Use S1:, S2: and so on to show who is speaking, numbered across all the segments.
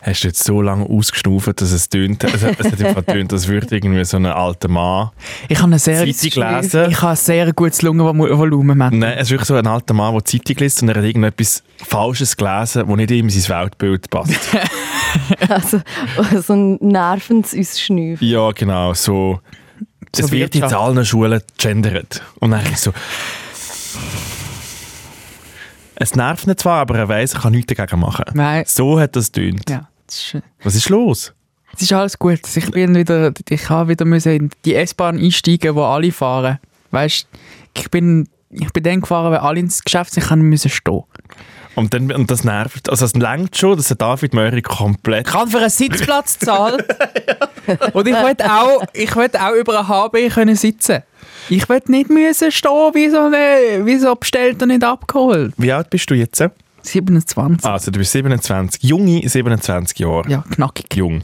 S1: hast du jetzt so lange ausgeschnaufen, dass es tönt, Also, es, es hat einfach tönt, als würde irgendwie so ein alter Mann.
S2: Ich habe eine sehr,
S1: Zeitung gelesen.
S2: Ich habe ein sehr gutes Lungenvolumen. Mann.
S1: Nein, es ist wirklich so ein alter Mann, der die Zeitung liest und er hat irgendetwas Falsches gelesen, das nicht in sein Weltbild passt.
S3: Also, so ein nervendes Ausschnüffeln.
S1: ja, genau, so.
S2: So
S1: Es wird jetzt
S2: Wirtschaft.
S1: allen Schulen gegendert. Und dann ist so. Es nervt ihn zwar, aber er weiß, er kann nichts dagegen machen.
S2: Nein.
S1: So hat das tönt.
S2: Ja. das ist schön.
S1: Was ist los?
S2: Es ist alles gut. Also Ich bin wieder, ich habe wieder müssen in die S-Bahn einsteigen, wo alle fahren. Weißt, ich bin, ich bin dann gefahren, weil alle ins Geschäft sind, ich kann müssen stehen.
S1: Und, dann, und das nervt. Also, es lenkt schon, dass der David Möhrig komplett.
S2: Ich habe für einen Sitzplatz zahlt. Und ich will auch, ich will auch über einen HB können sitzen. Ich will nicht müssen stehen, wie so, eine, wie so bestellt und nicht abgeholt.
S1: Wie alt bist du jetzt?
S2: 27.
S1: Also, du bist 27. Junge 27 Jahre.
S2: Ja, knackig.
S1: Jung.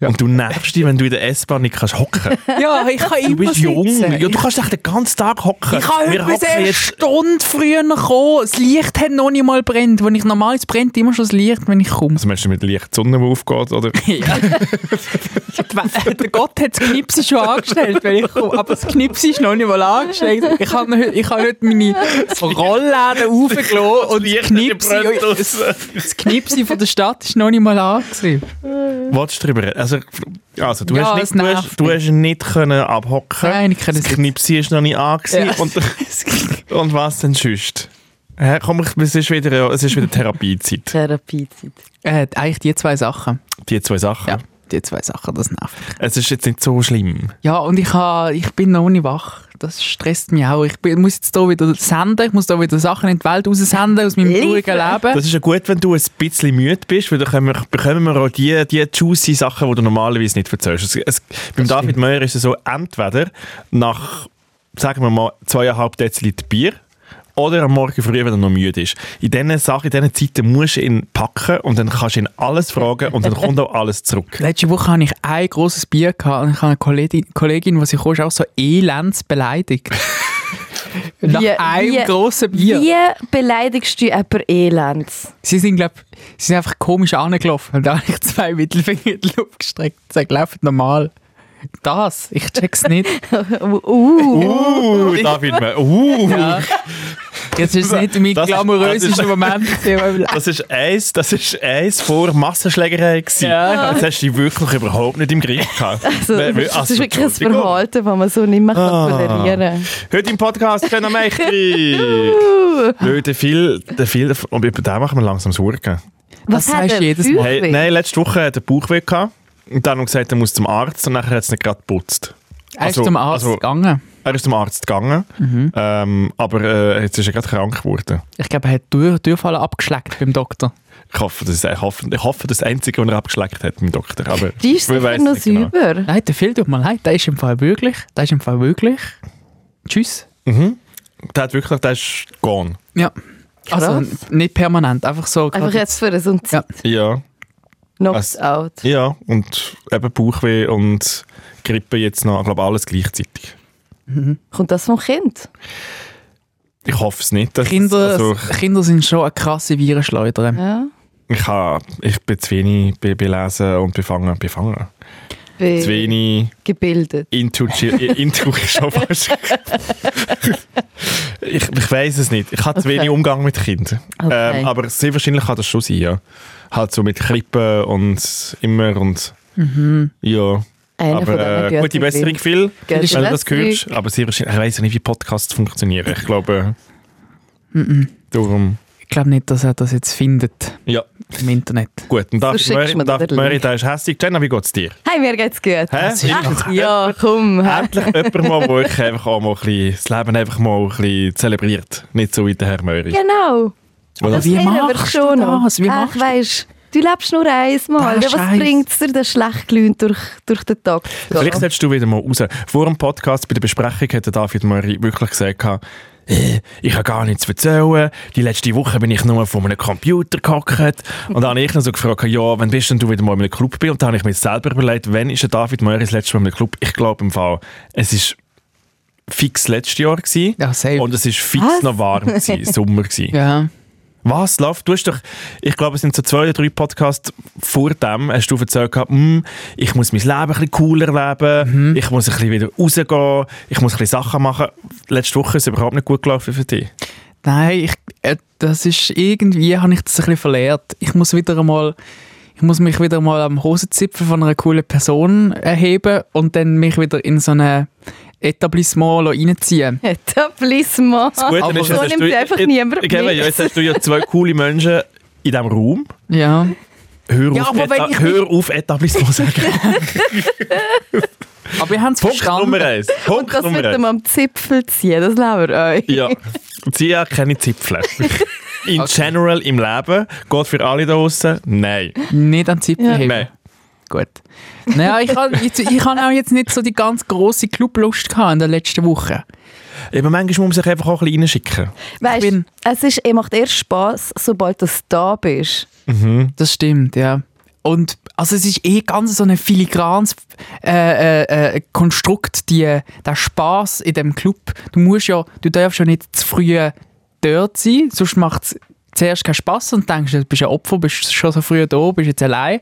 S1: Und du nervst dich, wenn du in der S-Bahn nicht kannst hocken.
S2: Ja, ich kann
S1: Du
S2: immer
S1: bist jung.
S2: sitzen.
S1: Ja, du kannst echt den ganzen Tag hocken.
S2: Ich kann heute
S1: Wir
S2: bis
S1: hocken
S2: eine
S1: jetzt
S2: Stunde früher kommen. Das Licht hat noch nicht mal brennt. Wenn ich normal es brennt immer schon das Licht, wenn ich komme.
S1: Also meinst du mit Licht die Sonne, die aufgeht? Oder?
S2: Ja. Der- Der Gott hat das Knipsi schon angestellt, wenn ich komme. Aber das Knipsi ist noch nicht mal angestellt. Ich habe heute, ich habe heute meine Rollläden aufgelassen und das Knipsi, das Knipsi von der Stadt ist noch nicht mal angesehen.
S1: Wolltest du darüber reden? Also, also du,
S2: Ja, es
S1: hast nicht, du,
S2: nervt
S1: hast, du hast nicht können abhocken
S2: Nein, ich kann
S1: Das
S2: es nicht.
S1: Knipsi ist noch nicht an.
S2: Ja.
S1: gewesen. Und, und was denn sonst? Hä, komm, ich- es ist wieder, es ist wieder Therapiezeit.
S3: Therapiezeit.
S2: Äh, eigentlich die zwei Sachen.
S1: Die zwei Sachen.
S2: Ja, die zwei Sachen, das nervt.
S1: Es ist jetzt nicht so schlimm.
S2: Ja, und ich, ha, ich bin noch nicht wach. Das stresst mich auch. Ich bin, muss jetzt hier wieder senden, ich muss hier wieder Sachen in die Welt raussenden aus meinem
S3: Liefern.
S2: traurigen Leben.
S1: Das ist ja gut, wenn du ein bisschen müde bist, weil dann können wir, bekommen wir auch die, die juicy Sachen, die du normalerweise nicht erzählst. Es, es, beim David Meyer ist es so, entweder nach, sagen wir mal, zweieinhalb Deziliter Bier oder am Morgen früh, wenn er noch müde ist. In diesen Sachen, in diesen Zeiten musst du ihn packen und dann kannst du ihn alles fragen und dann kommt auch alles zurück.
S2: Letzte Woche hatte ich ein grosses Bier gehabt und ich habe eine Kollegin, Kollegin die sie kam, ist auch so elends beleidigt. Nach
S3: Wie-
S2: einem
S3: wie-
S2: grossen Bier.
S3: Wie beleidigst du jemanden elends?
S2: Sie sind, glaub, sie sind einfach komisch angelaufen und da habe ich zwei Mittelfinger in die Luft gestreckt und gesagt, lauft normal. Das, ich check's nicht.
S3: Uh,
S1: Uh, David Meyer, uh.
S2: Ja. Jetzt ist es nicht mein
S1: Das ist- das
S2: glamourösester
S1: ist-
S2: Moment. in meinem Leben.
S1: Das ist eins, das ist eins vor Massenschlägerei gewesen.
S2: Ja.
S1: Das hast du wirklich überhaupt nicht im Griff gehabt.
S3: also,
S1: Wer- wer-
S3: das
S1: also,
S3: ist wirklich ein
S1: Entschuldigung.
S3: Verhalten, das man so nicht mehr
S1: Ah.
S3: tolerieren
S1: Heute im Podcast können wir Weil der Phil, der Phil, und über den machen wir langsam Sorgen.
S3: Was
S2: Das
S3: hat
S2: sagst
S3: er?
S2: du jedes Mal.
S3: Bauchweh?
S1: Hey, nein, letzte Woche hat er Bauchweh gehabt. Und dann haben wir gesagt, er muss zum Arzt und nachher hat es nicht gerade geputzt.
S2: Er ist
S1: Also-
S2: zum Arzt
S1: also-
S2: gegangen.
S1: Er ist zum Arzt gegangen, ähm, aber äh, jetzt ist er gerade krank geworden.
S2: Ich glaube, er hat Tür, Türfallen abgeschleckt beim Doktor.
S1: Ich hoffe, das ist, ich hoffe, ich hoffe, das Einzige, was er abgeschleckt hat mit dem Doktor. Aber
S3: Die ist
S1: wir
S3: sicher
S1: weissen
S3: noch
S1: nicht genau.
S3: sauber.
S2: Nein, der Phil tut mir leid. Der ist im Fall wirklich. Der ist im Fall wirklich. Tschüss.
S1: Der hat wirklich, der ist gone.
S2: Ja. Also
S3: Krass.
S2: nicht permanent, einfach so.
S3: Einfach
S2: gerade-
S3: jetzt für so ein
S2: Ja.
S1: Ja,
S3: Knocks out.
S1: ja. Und eben Bauchweh und Grippe jetzt noch, ich glaube, alles gleichzeitig.
S3: Kommt das vom Kind?
S1: Ich hoffe es nicht. dass-
S2: Kinder,
S1: also,
S2: Kinder sind schon eine krasse Virenschleuder.
S3: Ja.
S1: ich, hab, ich bin zu wenig be- belesen und befangen. befangen.
S3: Bin
S1: Zu wenig
S3: Gebildet.
S1: into, Chi- into schon fast. ich ich weiß es nicht. Ich habe zu
S3: Okay.
S1: wenig Umgang mit Kindern.
S3: Okay.
S1: Ähm, aber sehr wahrscheinlich kann das schon sein. Ja. Halt so mit Klippen und immer und ja.
S3: Mhm. Einer von
S1: aber äh,
S3: diesen
S1: gute Besserung, Phil,
S3: Gute
S1: wenn du das
S3: Besserung.
S1: hörst. Aber sehr wahrscheinlich, ich weiß ja nicht, wie Podcasts funktionieren. Ich glaube,
S3: Mhm.
S1: darum.
S2: Ich glaube nicht, dass er das jetzt findet
S1: Ja,
S2: im Internet.
S1: gut. Und David
S3: schickst du
S1: Murray,
S3: mir
S1: David
S3: den
S1: Murray,
S3: Link.
S1: der ist hässlich. Jenna, wie geht's dir?
S3: Hey, mir geht's gut.
S1: Hä? Endlich-
S3: Ja, komm. hä?
S1: Endlich jemand mal, wo ich einfach auch mal ein bisschen, das Leben einfach mal ein bisschen zelebriert. Nicht so wie der Herr Möri.
S3: Genau.
S1: Oder?
S3: Das
S2: Wie
S3: erinnern wir
S2: machst du
S3: schon
S2: das?
S3: noch.
S2: Wie
S3: Ach,
S2: machst du-
S3: weisst, du lebst nur einmal.
S2: Ah,
S3: Ja, was
S2: Scheiss.
S3: bringt es dir, das schlecht gelaunt durch, durch den Tag zu gehen?
S1: Vielleicht solltest du wieder mal raus. Vor dem Podcast, bei der Besprechung, hat der David Möri wirklich gesagt, «Äh, ich habe gar nichts zu erzählen. Die letzte Woche bin ich nur vor einem Computer gehockt. Und dann habe ich noch so gefragt, ja, wann bist denn du wieder mal in einem Club? Bin? Und dann habe ich mir selber überlegt, wann ist der David Möri das letzte Mal in einem Club? Ich glaube im Fall, es ist fix letztes Jahr gewesen.
S2: Ja, safe.
S1: Und es ist fix
S3: Was?
S1: noch warm gewesen, Sommer gewesen.
S2: ja.
S1: Was läuft? Du hast doch, ich glaube, es sind so zwei oder drei Podcasts vor dem, hast du erzählt gehabt, «Hm, ich muss mein Leben ein bisschen cooler leben,
S2: Mhm.
S1: ich muss ein bisschen wieder rausgehen, ich muss ein bisschen Sachen machen. Letzte Woche ist es überhaupt nicht gut gelaufen für dich.
S2: Nein, ich, äh, das ist irgendwie, habe ich das ein bisschen verlehrt. Ich muss wieder einmal, ich muss mich wieder mal am Hosenzipfel von einer coolen Person erheben und dann mich wieder in so ein Etablissement lassen reinziehen.
S3: Etablissement.
S1: Das Gute
S2: Aber
S1: ist,
S2: so
S1: jetzt hast
S3: nimmt
S1: du-
S3: einfach
S1: jetzt-
S3: niemand
S1: Ich gebe,
S3: mit.
S1: ja, Jetzt hast du ja zwei coole Menschen in diesem Raum.
S2: Ja.
S1: Hör
S2: Ja,
S1: auf,
S2: aber wenn
S1: Eta-
S2: ich-
S1: hör auf Etablissement sagen.
S2: Aber ihr habt es
S1: Punkt Nummer
S2: verstanden.
S1: eins. Punkt
S3: Das
S1: Nummer
S3: wird ihm
S1: eins.
S3: am Zipfel ziehen, das lassen wir euch.
S1: Ja, zieh ja keine Zipfel. In general im Leben geht für alle da draußen. Nein.
S2: Nicht an die Zipfel
S3: Ja.
S2: heben.
S1: Nein.
S2: Gut. Naja, ich habe ich, ich hab auch jetzt nicht so die ganz grosse Clublust gehabt in der letzten Woche.
S1: Eben manchmal muss man sich einfach auch ein bisschen reinschicken.
S3: Weißt
S2: Ich bin-
S3: du, es ist, er macht erst Spass, sobald du da bist.
S2: Das stimmt, ja. Und also es ist eh ganz so ein filigranes äh, äh, äh, Konstrukt, die, der Spaß in dem Club. Du musst ja, du darfst ja nicht zu früh dort sein, sonst macht es zuerst keinen Spaß und denkst, du bist ein Opfer, bist schon so früh da, bist jetzt allein.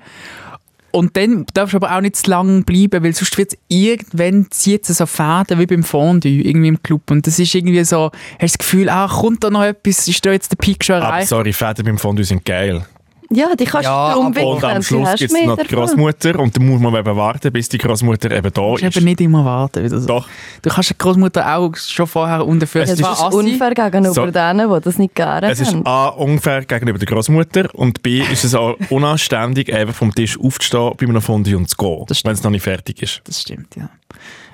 S2: Und dann darfst du aber auch nicht zu lange bleiben, weil sonst wird irgendwann zieht es so Fäden wie beim Fondue, irgendwie im Club. Und das ist irgendwie so, hast das Gefühl, ah, kommt da noch etwas, ist da jetzt der Peak schon
S1: Aber
S2: erreicht?
S1: Ah, sorry, Fäden beim Fondue sind geil.
S3: Ja, die kannst
S2: Ja,
S3: du drum
S2: aber-
S1: Und am
S3: wickeln, die
S1: Schluss
S3: hast
S1: gibt
S3: du
S1: es
S3: mehr
S1: noch die
S3: davon.
S1: Großmutter und dann muss man eben warten, bis die Großmutter eben da
S2: Du musst
S1: ist.
S2: eben nicht immer warten. Wieder so.
S1: Doch.
S2: Du kannst die Großmutter auch schon vorher unterführen.
S1: Es
S3: Ja,
S1: ist
S3: Das ist unfair gegenüber
S1: So-
S3: denen, die das nicht gerne
S1: Es ist
S3: haben.
S1: A, unfair gegenüber der Großmutter und B, ist es auch unanständig, einfach vom Tisch aufzustehen bei einem Fondue und zu gehen,
S2: Das stimmt.
S1: wenn es noch nicht fertig ist.
S2: Das stimmt, ja.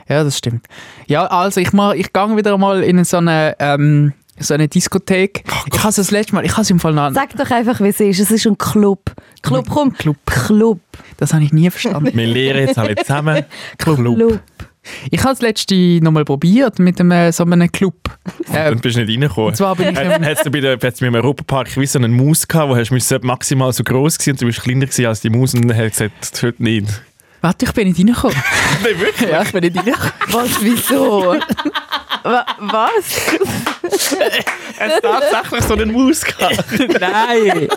S2: Ja, das stimmt. Ja, also ich, mach, ich gehe wieder mal in so eine, ähm, so eine Diskothek. ich habe es das letzte Mal, ich habe es im Fall noch,
S3: Sag doch einfach, wie es ist. Es ist ein Club. Club, komm.
S2: Club.
S3: Club.
S2: das habe ich nie verstanden.
S1: Wir lernen jetzt alle zusammen. Club.
S3: Club.
S2: ich habe das letzte noch mal probiert mit einem, so einem Club. Ähm,
S1: Dann bist du nicht reingekommen.
S2: und zwar bin ich im,
S1: Hättest du bei der, hättest du im Europapark wie so einen Maus gehabt, wo hast du müssen maximal so groß gewesen und du bist kleiner gewesen als die Maus und dann hat er gesagt, heute nicht.
S2: warte, ich bin nicht reingekommen. ja, ich bin nicht reingekommen.
S3: Was, wieso? Wa was?
S1: Es tatsächlich so einen Maus gehabt.
S2: Nein.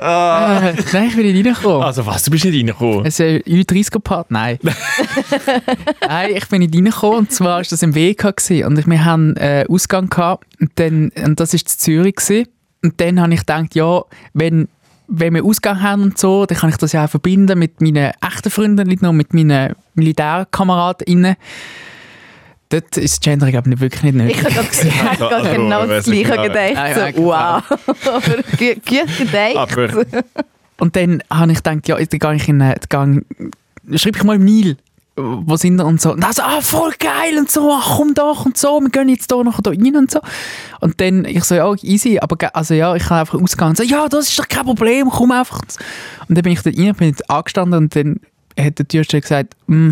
S2: Äh, nein, ich bin nicht reingekommen.
S1: Also was, du bist nicht reingekommen?
S2: Es ist ein U30-Part? Nein. Nein, ich bin nicht reingekommen. Und zwar war das im WK. gewesen. Und ich, wir hatten äh, Ausgang. Gehabt, und, dann, und das war in Zürich. Gewesen. Und dann habe ich gedacht, ja, wenn, wenn wir Ausgang haben und so, dann kann ich das ja auch verbinden mit meinen echten Freunden, nicht nur mit meinen Militärkameradinnen. Dort ist das Gender, glaube ich, nicht wirklich nicht nötig.
S3: Ich habe gerade gesehen, ich habe gerade
S1: Also,
S3: genau das
S1: also,
S3: Gleiche
S1: ja.
S2: Nein,
S3: gedacht. So,
S2: eigentlich
S3: wow. Aber gut gut gedacht.
S1: Aber
S2: Und dann habe ich gedacht, ja, dann gehe ich in äh, dann gehe- schreibe ich mal im Nil, wo sind wir und so. Und dann so, ah, voll geil und so, ach, komm doch und so, wir gehen jetzt da noch da rein und so. Und dann, ich so, ja, easy, aber ge- also ja, ich kann einfach ausgehen und so, ja, das ist doch kein Problem, komm einfach. Und dann bin ich da rein, bin jetzt angestanden und dann hat der Türsteher gesagt, mm,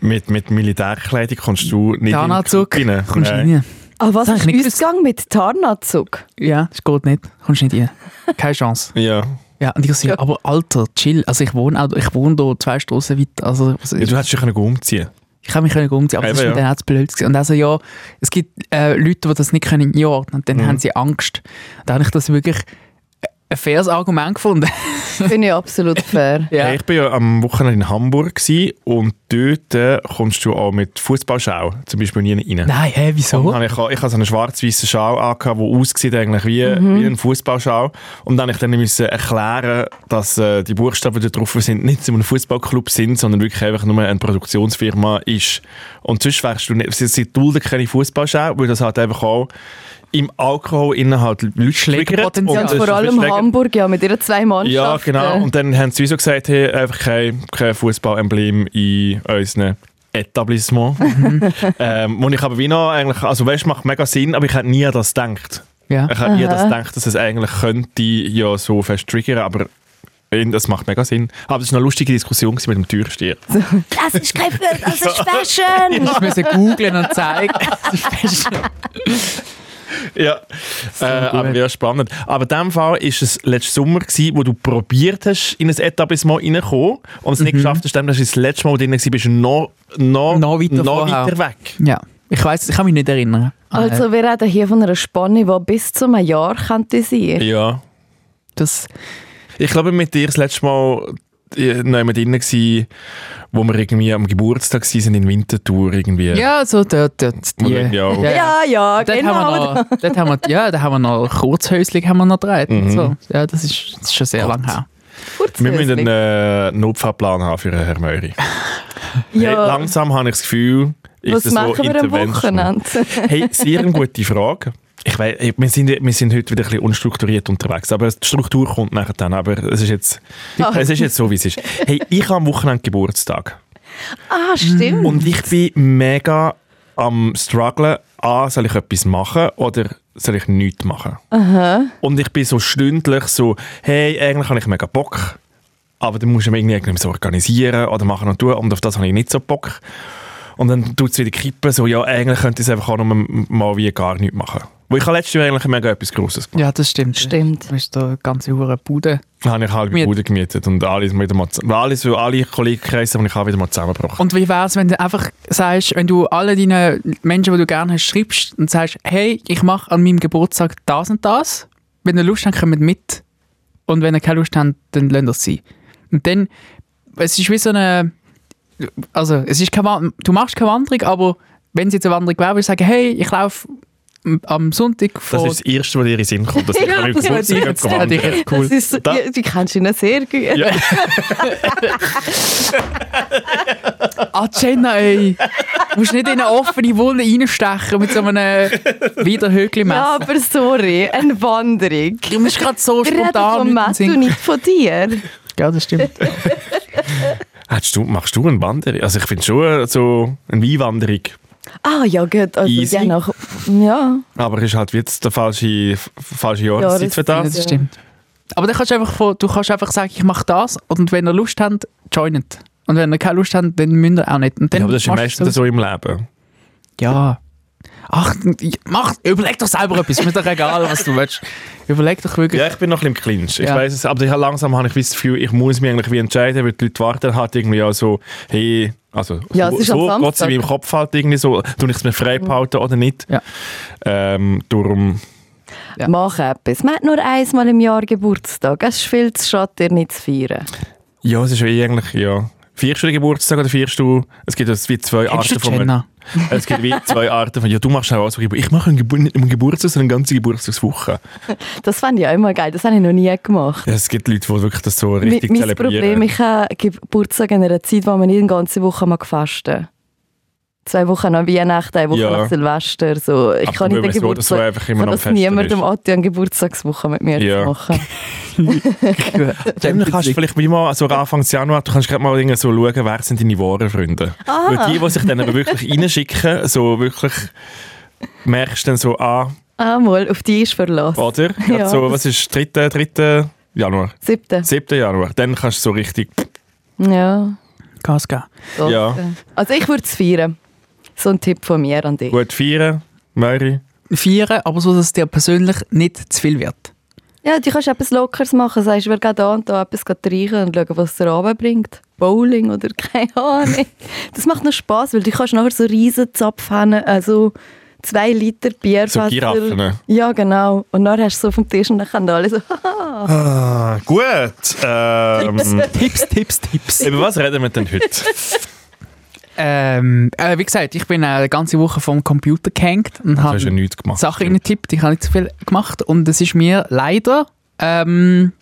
S1: mit, mit Militärkleidung kommst du nicht in den
S2: Tarnanzug,
S1: Club rein.
S2: kommst du
S1: Nein.
S2: rein.
S3: Aber Ah, was
S2: Das
S3: ist
S2: habe ich nicht
S3: Ausgang mit Tarnanzug?
S2: Ja, das geht nicht, kommst nicht rein. Keine Chance.
S1: Ja.
S2: Ja, und ich so, ja, aber Alter, chill, also ich wohne, auch- ich wohne da zwei Straßen weit, also... was
S1: ja. Du hättest dich können umziehen
S2: Ich habe mich können umziehen, aber das
S1: Eben,
S2: ist mir
S1: ja.
S2: dann auch zu blöd. gewesen. Und also ja, es gibt äh, Leute, die das nicht können einordnen und dann
S1: Mhm.
S2: haben sie Angst. Da habe ich das wirklich äh, ein faires Argument gefunden.
S3: Finde ich absolut fair.
S2: ja.
S1: Hey, ich war ja am Wochenende in Hamburg gewesen, und dort äh, kommst du auch mit Fußballschau zum Beispiel nie rein.
S2: Nein, hä, wieso?
S1: Dann habe ich, ich habe so eine schwarz-weiße Schal angehabt, die aussieht eigentlich wie,
S3: Mhm.
S1: wie eine Fußballschau. Und dann habe ich dann müssen erklären, dass äh, die Buchstaben, die da drauf sind, nicht zu einem Fußballclub sind, sondern wirklich einfach nur eine Produktionsfirma ist. Und sonst wärst du nicht, sie, sie dulden keine Fußballschau, weil das halt einfach auch im Alkohol innerhalb Leute triggert.
S2: Schlägerpotenzial.
S1: Und
S2: Ja,
S1: es
S3: Vor
S1: ist
S3: allem
S1: Schläger-
S3: Hamburg, ja, mit ihren zwei Mannschaften.
S1: Ja, genau. Und dann haben sie uns so gesagt, hey, einfach kein, kein Fußballemblem in unseren Etablissement. ähm, und ich habe wie noch eigentlich, also weißt, macht mega Sinn, aber ich hätte nie an das gedacht.
S2: Ja.
S1: Ich hätte nie an das gedacht, dass es eigentlich könnte ja so fest triggern, aber eben, das macht mega Sinn. Aber es war eine lustige Diskussion gewesen mit dem Türsteher.
S3: Das ist kein Film, das ist Fashion!
S2: Ich musste googeln und zeigen. Das ist fest-
S1: Ja, äh, aber ja, spannend. Aber in dem Fall war es letzten Sommer, gewesen, wo du probiert hast, in ein Etablissement reinzukommen
S2: Mhm.
S1: und es nicht geschafft hast, dann dass du das letzte Mal drin warst, bist du noch, noch,
S2: Noch weiter
S1: noch
S2: vorher.
S1: weiter weg.
S2: ja. Ich weiß, ich kann mich nicht erinnern. Äh, an-
S3: Also wir reden hier von einer Spanne, die bis zu einem Jahr könnte sein.
S1: Ja.
S2: das,
S1: Ich glaube, mit dir das letzte Mal äh, noch mit drin gsi, wo wir irgendwie am Geburtstag waren, sind in Winterthur irgendwie.
S2: ja, so dort, dort die.
S1: Oder- ja.
S3: Ja, ja,
S2: Dort haben wir
S3: genau.
S2: noch, dort haben wir, ja, da haben wir noch Kurzhäusling haben wir noch gedreht. und
S1: Mhm.
S2: So. Ja, das ist, das ist schon sehr lang her.
S1: Wir müssen
S3: Kurzhösli.
S1: einen äh, Notfallplan haben für Herr Möri. Hey,
S3: ja.
S1: langsam habe ich das Gefühl, ist
S3: Was
S1: das so
S3: machen wir am
S1: Intervention.
S3: Wochenende?
S1: Hey, sehr eine gute Frage. Ich weiss, hey, wir, sind, wir sind heute wieder ein bisschen unstrukturiert unterwegs, aber die Struktur kommt nachher dann. Aber es ist jetzt, es ist jetzt so, wie es ist. Hey, ich habe am Wochenende Geburtstag.
S3: ah, stimmt.
S1: Und ich bin mega am strugglen. Ah, soll ich etwas machen oder soll ich nichts machen? Und ich bin so stündlich so, hey, eigentlich habe ich mega Bock, aber dann musst du mir irgendwie irgendwas organisieren oder machen und tun und auf das habe ich nicht so Bock. Und dann tut es wieder kippen, so, ja, eigentlich könnte ich es einfach auch nur mal wie gar nichts machen. Weil ich habe letztes Jahr eigentlich mega etwas Grosses gemacht.
S2: Ja, das stimmt.
S3: Stimmt.
S2: Du bist da ganze Hure Bude.
S1: Da habe ich halb
S2: Miet-
S1: Bude gemietet und alles wieder mal, zu- alles, alle Kollegenkreise habe ich auch wieder mal zusammengebracht.
S2: Und wie wäre es, wenn du einfach sagst, wenn du alle deine Menschen, die du gerne hast, schreibst und sagst, hey, ich mache an meinem Geburtstag das und das. Wenn ihr Lust habt, kommt mit. Und wenn ihr keine Lust habt, dann lasst ihr es sein. Und dann, es ist wie so eine, also es ist keine, Wan- du machst keine Wanderung, aber wenn es jetzt eine Wanderung wäre, würde ich sagen, hey, ich laufe am Sonntag
S1: Das
S2: vor...
S1: ist das Erste, was dir in den Sinn kommt. dass ich
S3: Ja,
S1: an meinem
S3: das
S1: Geburtstag jemanden
S2: hätte ich jetzt- hätte ich
S1: wandere.
S2: jetzt cool.
S3: Das ist,
S1: Da-
S3: ja, die kennst du ihn sehr gut.
S1: Ja.
S2: Ah, Jenna, ey. Du musst nicht in eine offene Wunde reinstechen mit so einem
S3: Ja,
S2: Wiederhögli-Messer.
S3: aber sorry, eine Wanderung.
S2: Du bist gerade so
S3: Wir reden von
S2: spontan
S3: Matt und nicht von dir.
S2: Ja, das stimmt.
S1: Hättest du, machst du eine Wanderung? Also ich finde schon äh, so eine Weinwanderung.
S3: Ah, ja, gut. Also,
S1: Easy.
S3: ja, nach, ja.
S1: Aber es ist halt jetzt der falsche, f- falsche Jahreszeit für
S3: Ja,
S2: Ja,
S1: das.
S2: das stimmt. Aber dann kannst du einfach, von, du kannst einfach sagen, ich mache das und wenn ihr Lust habt, joinet. Und wenn ihr keine Lust habt, dann müsst ihr auch nicht. Und dann
S1: Ja, aber das ist ja
S2: machst du
S1: meistens
S2: so.
S1: so im Leben.
S2: Ja. Ach, mach, überleg doch selber etwas. Mir doch egal, was du willst. Überleg doch wirklich.
S1: Ja, ich bin noch ein bisschen im Clinch. Ich
S2: Ja.
S1: weiss es, aber ich, hab- langsam habe ich wie das Gefühl, ich muss mich eigentlich wie entscheiden, weil die Leute warten halt irgendwie auch so, hey, also
S3: Ja,
S1: so,
S3: es ist am
S1: so
S3: Samstag. Mhm.
S1: Gott sei Dank im Kopf halt irgendwie so, tue ich es mir frei behalten oder nicht.
S2: Ja.
S1: Ähm, darum,
S2: Ja.
S3: Mach etwas. Man hat nur einmal im Jahr Geburtstag. Es ist viel zu schade, dir nicht zu feiern.
S1: ja, es ist ja eigentlich, ja. Feierst du den Geburtstag oder feierst du, es gibt ja wie zwei
S2: Kennst
S1: Arten
S2: du
S1: von...
S2: Jenna?
S1: Es gibt wie zwei Arten von, ja, du machst auch so Gebur- Ich mache einen Gebur nicht einen Geburtstag, sondern eine ganze Geburtstagswoche.
S3: Das fand ich auch immer geil. Das habe ich noch nie gemacht.
S1: Ja, es gibt Leute, die wirklich das so
S3: Mi-
S1: richtig
S3: Mein
S1: zelebrieren.
S3: Problem, ich habe Geburtstag in einer Zeit, wo man nicht eine ganze Woche mal fasten mag. Zwei Wochen nach Weihnachten, eine Woche
S1: Ja.
S3: nach Silvester. So. Ich
S1: Aber
S3: kann
S1: wenn
S3: nicht
S1: man
S3: den
S1: so oder so
S3: Geburtstag...
S1: einfach immer
S3: so,
S1: noch am
S3: dass
S1: Festen
S3: niemand
S1: ist.
S3: am Atti eine Geburtstagswoche mit mir
S1: Ja.
S3: zu machen.
S1: Dann kannst du vielleicht wie mal so Anfang Januar, du kannst gerade mal irgendwie so schauen, wer sind deine wahren Freunde.
S3: Ah.
S1: Weil die, die sich dann aber wirklich reinschicken, so wirklich merkst du dann so an,
S3: Einmal Ah, auf die ist Verlass.
S1: oder?
S3: Ja.
S1: Gerade so, was ist 3. 3. Januar?
S3: Siebte.
S1: 7. Januar. Dann kannst du so richtig,
S3: Ja.
S2: Gas geben.
S3: doch.
S1: Ja.
S3: Also ich würde es feiern. So ein Tipp von mir an dich.
S1: gut feiern, Möri.
S2: Feiern, aber so, dass es dir persönlich nicht zu viel wird.
S3: Ja, du kannst etwas Lockeres machen. Sagst, wir gehen da und da etwas trinken und schauen, was der Abend bringt. Bowling oder keine Ahnung. Das macht noch Spass, weil du kannst nachher so riesen Zapf haben, also zwei Liter Bierfässer.
S1: So
S2: ne?
S1: Giraffen. ne?
S3: Ja, genau. Und dann hast du so auf dem Tisch und dann können alle so...
S1: Ah, gut. Ähm,
S2: Tipps, Tipps, Tipps.
S1: über was reden wir denn heute?
S2: Ähm, äh, wie gesagt, ich bin äh, eine ganze Woche vom Computer gehängt und
S1: Du
S2: habe
S1: hast ja nichts gemacht.
S2: Sachen reingetippt. Ich habe nicht so viel gemacht und es ist mir leider, ähm,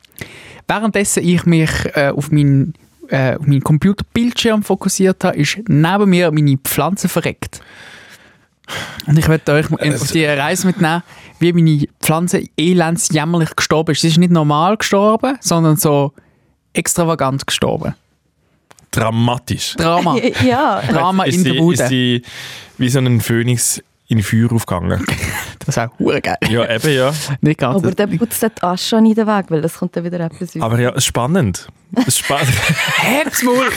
S2: währenddessen ich mich äh, auf meinen äh, auf meinen Computerbildschirm fokussiert habe, ist neben mir meine Pflanze verreckt. Und ich werde euch in- auf die Reise mitnehmen, wie meine Pflanze elends jämmerlich gestorben ist. Sie ist nicht normal gestorben, sondern so extravagant gestorben.
S1: Dramatisch.
S2: Drama.
S3: ja.
S2: Drama
S1: ist
S2: in der
S1: sie,
S2: Bude.
S1: Ist sie wie so ein Phönix in Feuer aufgegangen.
S2: Das ist auch hure geil.
S1: ja, eben, ja.
S2: Nicht ganz.
S3: Aber dann putzt die Asche nicht weg, weil das kommt dann wieder etwas
S1: Aber ja, es ist spannend. Es ist spa
S2: Herbstmul,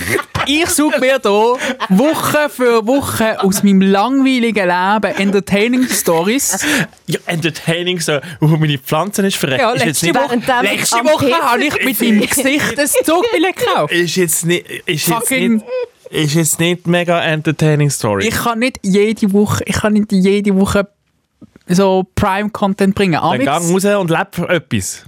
S2: ich suche mir hier Woche für Woche aus meinem langweiligen Leben Entertaining Stories.
S1: ja, entertaining, so, oh, meine Pflanze ist verreckt.
S2: Ja,
S1: ist jetzt
S2: letzte
S1: nicht,
S2: Woche,
S3: Währenddem
S2: letzte
S3: am
S2: Woche
S3: Pissen
S2: habe ich mit meinem Gesicht ein Zugbild gekauft.
S1: ist jetzt nicht, ist jetzt
S2: Fucking
S1: nicht, ist jetzt nicht mega entertaining Story.
S2: Ich kann nicht jede Woche, ich kann nicht jede Woche so Prime-Content bringen.
S1: Dann
S2: Amix,
S1: gang raus und leb etwas.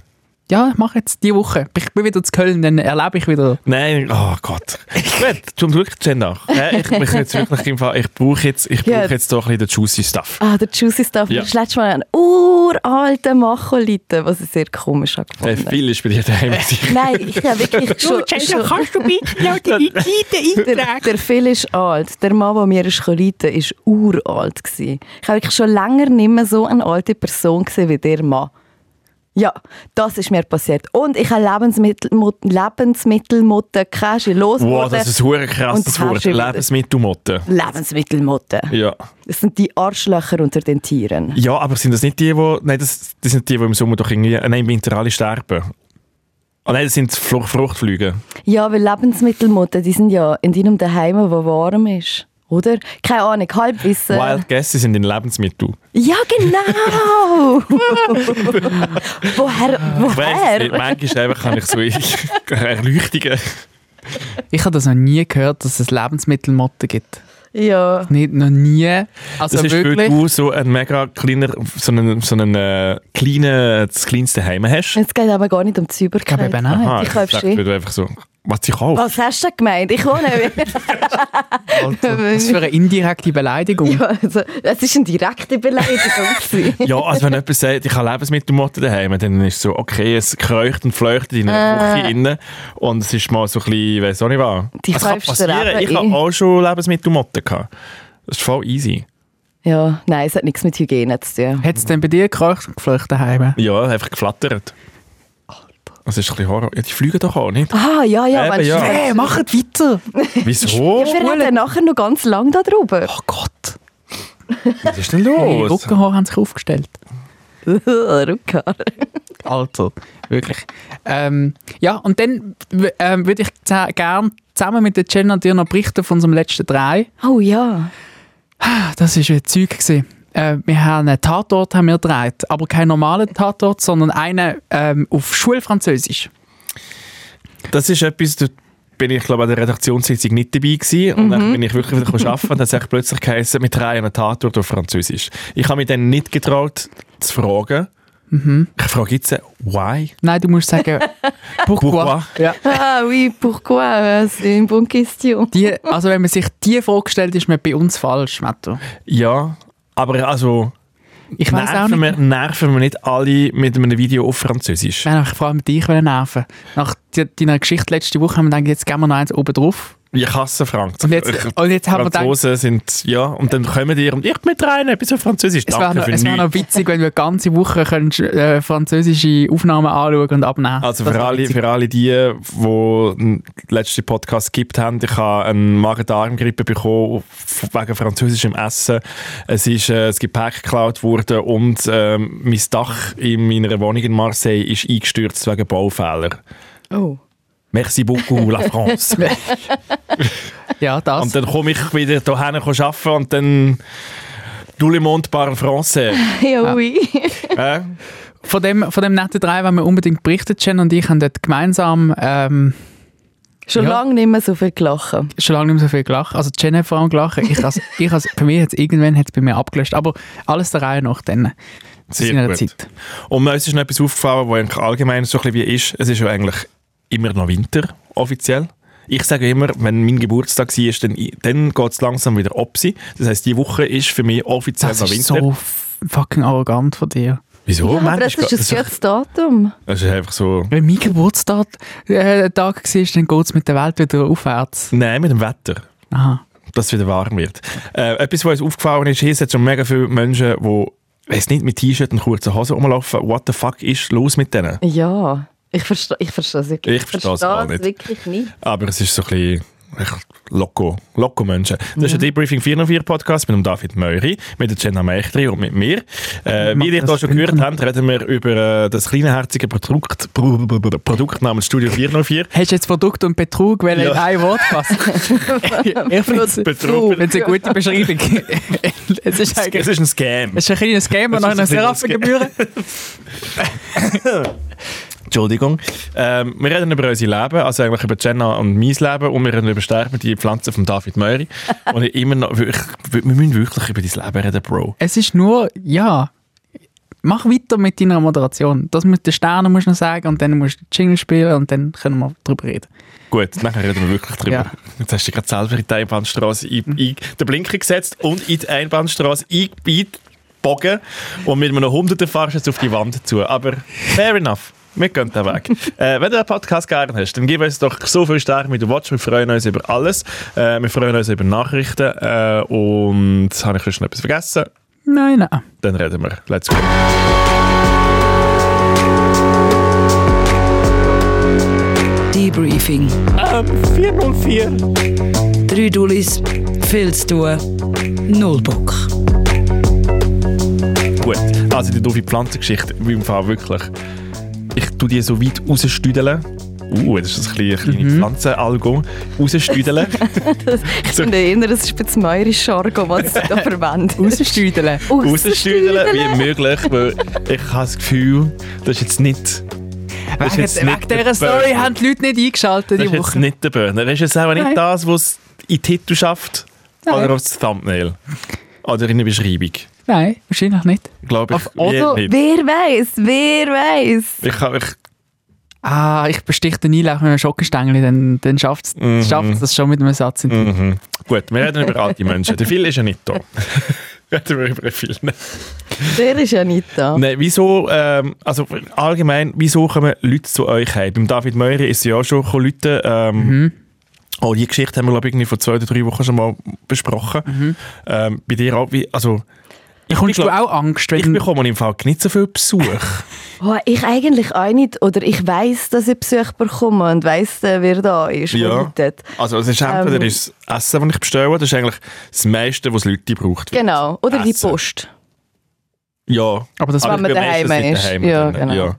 S2: ja, ich mache jetzt die Woche. Ich bin wieder zu Köln, dann erlebe ich wieder.
S1: Nein, oh Gott. Gut, zum Glück, Jenna. Äh, Ich, ich, jetzt wirklich im Fall, ich brauche jetzt, ich
S3: Ja.
S1: brauche jetzt doch ein bisschen den juicy Stuff.
S3: Ah, der Juicy Stuff.
S1: Ja.
S3: Ja. Das letzte Mal einen uralten Macholiten, was ich sehr komisch habe
S1: Der
S3: gefunden.
S1: Phil Äh, ist bei dir daheim. gewesen.
S3: Nein, ich habe wirklich schon... schon
S2: kannst du bitte noch die Seite
S3: der, der Phil ist alt. Der Mann, der mir ist leiten ist uralt. Gewesen. Ich habe wirklich schon länger nicht mehr so eine alte Person gesehen wie der Mann. Ja, das ist mir passiert. Und ich habe Lebensmittel, Lebensmittelmotten, Käse,
S1: Wow,
S3: losgeworden.
S1: das ist ein krasses
S3: Und
S1: Wort.
S3: Herrsche wieder.
S1: Lebensmittelmotte.
S3: Lebensmittelmotten.
S1: Ja.
S3: Das sind die Arschlöcher unter den Tieren.
S1: ja, aber sind das nicht die, die... Nein, das, das sind die, die im Sommer doch irgendwie... äh, Nein, im Winter alle sterben. Oh nein, das sind Fluch Fruchtflüge.
S3: Ja, weil Lebensmittelmutter, die sind ja in deinem Daheim, wo warm ist. Oder? Keine Ahnung, Halbwissen.
S1: Wild Guesses sind in Lebensmittel.
S3: Ja, genau! woher?
S1: Ich weiss nicht,
S3: Woher?
S1: manchmal einfach kann ich so erleuchtigen.
S2: Ich habe das noch nie gehört, dass es Lebensmittelmotten gibt.
S3: Ja.
S2: Nicht, noch nie. Also
S1: Das ist für
S2: wirklich.
S1: du so ein mega kleiner, so einen, so einen äh, kleinen, das kleinste Heim hast. Ah,
S3: Jetzt geht aber gar nicht um die
S2: Ich glaube eben
S3: Züberkeit.
S2: nein.
S3: ich Ah, kauf's
S1: sag,
S3: eh.
S1: weil du einfach so, was ich kaufe.
S3: Was hast du denn gemeint? Ich wohne.
S2: Was für eine indirekte Beleidigung.
S3: ja, also, es ist eine direkte Beleidigung. gewesen.
S1: Ja, also wenn jemand sagt, ich habe Lebensmittelmotten daheim, dann ist es so, okay, es kreucht und fleuchtet in der Küche innen und es ist mal so ein bisschen, ich weiss auch nicht was.
S3: Ah. Die
S1: Es kann
S3: kaufst du dir
S1: passieren,
S3: eben
S1: ich habe
S3: eh.
S1: auch schon Lebensmittelmotten gehabt. Das ist voll easy.
S3: ja, nein, es hat nichts mit Hygiene zu tun.
S2: Hat es denn bei dir gekreucht und gefleucht daheim?
S1: Ja, einfach geflattert. Das ist ein bisschen Horror. Ja, die fliegen doch auch nicht.
S3: Ah, ja, ja,
S1: Eben,
S3: wenn
S1: ja.
S3: ja.
S2: Hey, macht weiter!
S1: Wieso?
S3: Wir reden nachher noch ganz lange darüber.
S2: Oh Gott!
S1: Was ist denn
S2: Hey,
S1: los?
S2: Rückenhaar haben sich aufgestellt.
S3: Rückhaar.
S2: Also, wirklich. Ähm, ja, und dann w- ähm, würde ich za- gern zusammen mit der Jenna dir noch berichten von unserem letzten drei.
S3: Oh ja.
S2: Ah, Das war ein Zeug. Gewesen. Äh, wir haben einen Tatort haben wir gedreht, aber keinen normalen Tatort, sondern einen ähm, auf Schulfranzösisch.
S1: Das ist etwas, da bin ich glaube an der Redaktionssitzung nicht dabei gewesen. und
S2: Mhm.
S1: dann bin ich wirklich wieder arbeiten und dann hat es plötzlich geheißen, wir drehen einen Tatort auf Französisch. Ich habe mich dann nicht getraut zu fragen.
S2: Mhm.
S1: Ich frage jetzt, äh, why?
S2: Nein, du musst sagen,
S1: Pourquoi?
S2: Ja.
S3: Ah oui, pourquoi? C'est une bonne question.
S2: Die, also wenn man sich die vorgestellt ist man bei uns falsch, Matto.
S1: Ja, aber also
S2: Ich weiß auch
S1: nerven
S2: nicht.
S1: wir, nerven wir nicht alle mit einem Video auf Französisch.
S2: Ich wollte vor allem dich nerven. Nach de- deiner Geschichte letzte Woche haben wir gedacht, jetzt geben wir noch eins oben drauf.
S1: Ich hasse Franz.
S2: Und jetzt,
S1: Ich-
S2: und jetzt haben wir gedacht,
S1: Franzosen sind, ja, und dann kommen die und ich mit rein, etwas auf Französisch.
S2: es wäre
S1: Danke
S2: noch,
S1: für
S2: es wär
S1: nichts.
S2: noch witzig, wenn du eine ganze Woche könntest, äh, französische Aufnahmen anschauen und abnehmen.
S1: Also
S2: Das
S1: für
S2: wär
S1: alle,
S2: witzig.
S1: für alle die, die den letzten Podcast gibt haben, ich habe einen Magen-Darm-Grippe bekommen f- wegen französischem Essen. Es ist äh, das Gepäck geklaut worden und ähm, mein Dach in meiner Wohnung in Marseille ist eingestürzt wegen Baufehler.
S3: Oh.
S1: Merci beaucoup, la France.
S2: Ja, das.
S1: und äh, dann komme ich wieder hierher arbeiten und dann «Tout le monde parle français».
S3: Ja, oui.
S1: Äh?
S2: von, dem, von dem netten drei, wenn wir unbedingt berichtet, Jen und ich haben dort gemeinsam ähm,
S3: Schon
S2: Ja.
S3: lange nicht mehr so viel gelacht.
S2: schon lange nicht mehr so viel gelacht. Also Jen hat vor allem gelacht. Ich has, ich has, bei mir hat es irgendwann hat's bei mir abgelöscht. Aber alles der Reihe nach dann. Zu
S1: Sehr
S2: seiner
S1: gut.
S2: Zeit.
S1: Und mir ist noch etwas aufgefallen, was eigentlich allgemein so ein bisschen wie ist. Es ist ja eigentlich immer noch Winter, offiziell. Ich sage immer, wenn mein Geburtstag war, dann, dann geht es langsam wieder opsi. Das heisst, die Woche ist für mich offiziell
S2: Das
S1: noch
S2: ist
S1: Winter.
S2: so f- fucking arrogant von dir.
S1: Wieso?
S3: ja, aber
S1: Manchmal
S3: das
S1: geht-
S3: ist
S1: das
S3: ein gutes Datum.
S1: das ist einfach so...
S2: Wenn mein Geburtstag äh, Tag war, dann geht es mit der Welt wieder aufwärts.
S1: Nein, mit dem Wetter.
S2: Aha.
S1: dass es wieder warm wird. Äh, etwas, was uns aufgefallen ist, hier sind schon mega viele Menschen, die weiss nicht, mit T-Shirt und kurzen Hosen rumlaufen. What the fuck ist los mit denen?
S3: Ja. Ich verstehe ich versteh es wirklich
S1: Ich versteh's auch
S3: versteh's
S1: nicht.
S3: wirklich nicht.
S1: Aber es ist so ein bisschen echt loco, loco Menschen. Das ist ein Debriefing 404 Podcast mit dem David Meury, mit der Jenna Meichtri und mit mir. Äh, wie ihr da schon gehört habt, reden wir über äh, das kleinherzige Produkt, Pro- Pro- Pro- Produkt namens Studio 404.
S2: Hast du jetzt Produkt und Betrug weil
S1: Ja.
S2: in ein Wort passt? ich finde es
S1: Betrug.
S2: find's eine gute Beschreibung. es ist
S1: Es
S2: eigentlich
S1: ist ein Scam.
S2: es ist ein kleines Game, das
S1: Es
S2: nach
S1: ist ein
S2: einer
S1: kleines Game.
S2: Seraphengebühr.
S1: Entschuldigung. Ähm, wir reden über unser Leben, also eigentlich über Jenna und mein Leben und wir reden über Sterben, die Pflanze von David Möri. und ich immer noch, wirklich, wir müssen wirklich über dein Leben reden, Bro.
S2: Es ist nur, ja, mach weiter mit deiner Moderation. Das mit den Sternen musst du noch sagen und dann musst du den Jingle spielen und dann können wir drüber reden.
S1: Gut, nachher reden wir wirklich drüber.
S2: Ja.
S1: Jetzt hast du dich gerade selber in die Einbahnstraße ein, ein, den Blinker gesetzt und in die Einbahnstraße eingebogen und mit einem Hunderten fahrst du jetzt auf die Wand zu. Aber fair enough. Wir gehen den Weg. äh, wenn du den Podcast gerne hast, dann gib uns doch so viel Stärke, wie du willst. Wir freuen uns über alles. Äh, wir freuen uns über Nachrichten. Äh, und habe ich schon etwas vergessen?
S2: Nein, nein.
S1: Dann reden wir. Let's go.
S4: Debriefing.
S1: 404.
S4: Drei Dullis, viel zu tun, null Bock.
S1: Gut, also die doofe Pflanzengeschichte, wie im Fall wirklich. Ich tue die so weit rausstüdeln. Uh, das ist ein bisschen eine
S2: Mhm.
S1: kleine Pflanzenalgo. Rausstüdeln.
S3: Ich finde eher, es ist ein meurisch Jargon, was du da verwendest.
S2: Rausstüdeln.
S1: rausstüdeln, wie möglich. Weil ich habe das Gefühl, das ist jetzt nicht... Das ist
S2: Wegen,
S1: jetzt
S2: wegen
S1: nicht
S2: dieser
S1: der
S2: Story
S1: Burner.
S2: haben die Leute nicht eingeschaltet
S1: Das
S2: die
S1: ist jetzt
S2: Woche.
S1: nicht der Burner. Das ist jetzt auch nicht
S2: Nein.
S1: das, was es in den Titel schafft.
S2: Nein.
S1: Oder auf das Thumbnail. Oder in der Beschreibung.
S2: Nein, wahrscheinlich nicht.
S1: Glaube ich.
S2: Auf- oder-
S1: eher nicht.
S3: Wer weiß, wer weiß.
S1: Ich, kann- ich
S2: Ah, ich bestich den Einlauf mit einem Schokostängel, dann, dann schafft es das schon mit einem Satz. in-
S1: Mhm. Gut, wir reden über alte Menschen. Der Phil ist ja nicht da. reden wir über den Phil.
S3: Der ist ja nicht da.
S1: Nein, wieso, ähm, also allgemein, wieso kommen Leute zu euch heim? Beim David Meurer ist ja auch schon gekommen, Leute, ähm,
S3: Mhm.
S1: oh, die Geschichte haben wir, glaube ich, irgendwie vor zwei oder drei Wochen schon mal besprochen.
S3: Mhm.
S1: Ähm, bei dir auch, wie, also,
S2: Bekommst du
S1: glaub-
S2: auch Angst,
S1: ich
S3: Ähm.
S2: wenn
S1: bekomme im Fall nicht so viel Besuch.
S3: Oh, ich eigentlich auch nicht. Oder ich weiß, dass ich Besuch bekomme und weiss, äh, wer da ist. wo
S1: Ja.
S3: Leute.
S1: Also es ist entweder
S3: Ähm.
S1: ist das Essen, das ich bestelle, das ist eigentlich das meiste, was Leute braucht.
S3: Genau. Oder die
S1: Essen.
S3: Post.
S1: Ja. Also,
S2: Aber das
S3: Wenn
S1: ich
S3: man
S1: bin
S3: daheim
S1: meistens
S3: ist.
S1: daheim
S3: Ja,
S1: drin.
S3: genau.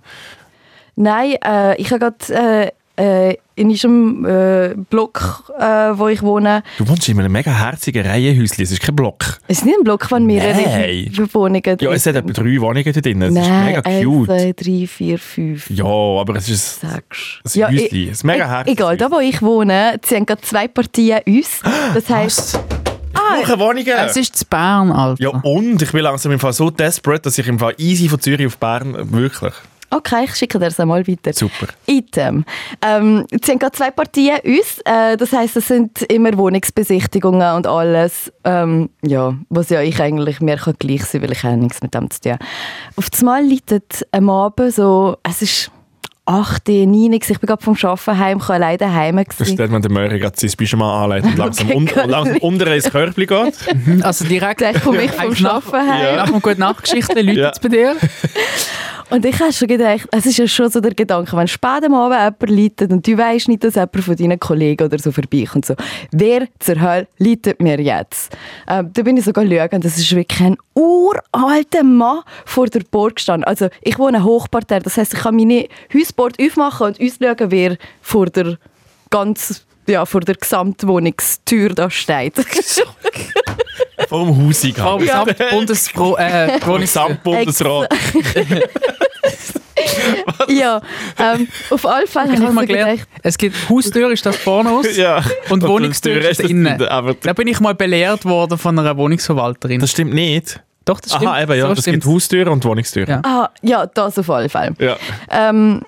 S3: Nein, äh, ich habe gerade äh, äh, in unserem äh, Block, äh, wo ich wohne,
S1: Du wohnst in einem mega herzigen Reihenhäuschen, es ist kein Block.
S3: es ist nicht ein Block, wenn mehrere
S1: Nein.
S3: Wohnungen drin
S1: Ja, es hat etwa drei Wohnungen da drin. Es ist
S3: Nein,
S1: mega cute.
S3: eins, zwei, drei, vier, fünf,
S1: Ja, aber es ist ein,
S3: sechs.
S1: ein Häuschen. Es ist mega herzig.
S3: e- Egal, da wo ich wohne, ziehen gerade zwei Partien uns. Das heisst,
S1: Wochen Wohnungen!
S2: Es ist zu Bern, Alter.
S1: äh, ja, und ich bin langsam im Fall so desperate, dass ich im Fall easy von Zürich auf Bern, äh, wirklich,
S3: okay, ich schicke dir das einmal weiter.
S1: super.
S3: Item. Ähm, es sind gerade zwei Partien uns. Äh, das heisst, es sind immer Wohnungsbesichtigungen und alles. Ähm, ja, was ja ich eigentlich mir kann gleich sein weil ich habe nichts mit dem zu tun. Auf einmal leitet am Abend so, es ist 8, 9, ich bin gerade vom Arbeiten heim, ich war alleine daheim.
S1: Das
S3: gewesen.
S1: ist dort, wenn der Möhrer gerade sein Beispiel mal anlegt und langsam,
S3: Okay,
S1: un
S3: gut.
S1: langsam unter ins Körbchen geht.
S2: Also direkt
S3: Gleich komme ich vom
S2: Eigentlich nach-
S3: Arbeiten heim.
S1: Ja.
S2: nach einer guten Nachtgeschichte läutet es bei dir.
S3: Und ich habe schon gedacht, es ist ja schon so der Gedanke, wenn spät am Abend jemand leitet und du weißt nicht, dass jemand von deinen Kollegen oder so vorbeikommt, so, wer zur Hölle leitet mir jetzt? Ähm, da bin ich sogar schauen und das ist wirklich ein uralter Mann vor der Bord gestanden. Also ich wohne Hochparterre, das heisst, ich kann meine Hausbord aufmachen und uns schauen, wer vor der ganz ja, vor der Gesamtwohnungstür da steht.
S1: Vom Haus
S2: Vom
S1: eingehauen.
S2: ja. Bundespro... Äh,
S1: Gesamtbundesrat.
S3: ja, ähm, auf alle Fälle
S2: ich habe
S3: habe ich so
S2: mal
S3: gedacht,
S2: gelernt, es gibt Haustür ist das vorne aus
S1: ja.
S2: und
S1: dann
S2: Wohnungstür
S1: die Tür
S2: ist das innen.
S1: Aber
S2: Da bin ich mal belehrt worden von einer Wohnungsverwalterin.
S1: das stimmt nicht.
S2: Doch, das
S1: Aha, eben, ja,
S2: So
S1: das gibt
S2: stimmt's.
S1: Haustüren und Wohnungstüren.
S2: Ja.
S3: ah, ja, das auf alle Fälle.
S1: Ja.
S3: Ähm,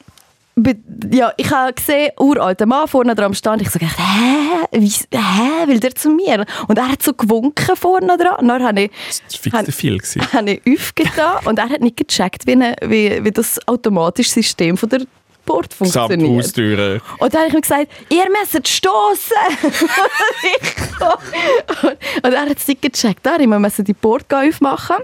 S3: be- ja, ich habe gesehen, uralter Mann vorne dran stand. Ich so gedacht, hä, Wieso- hä, will der zu mir? Und er hat so gewunken vorne dran. Dann habe ich,
S1: Das war fix
S3: Halt.
S1: zu viel. gewesen.
S3: habe ich aufgetan und er hat nicht gecheckt, wie, ne- wie, wie das automatische System von der Port
S1: Samt
S3: funktioniert.
S1: Haustüren.
S3: Und dann habe ich mir gesagt, ihr müsst stoßen. und er hat es nicht gecheckt. Er musste die Port aufmachen.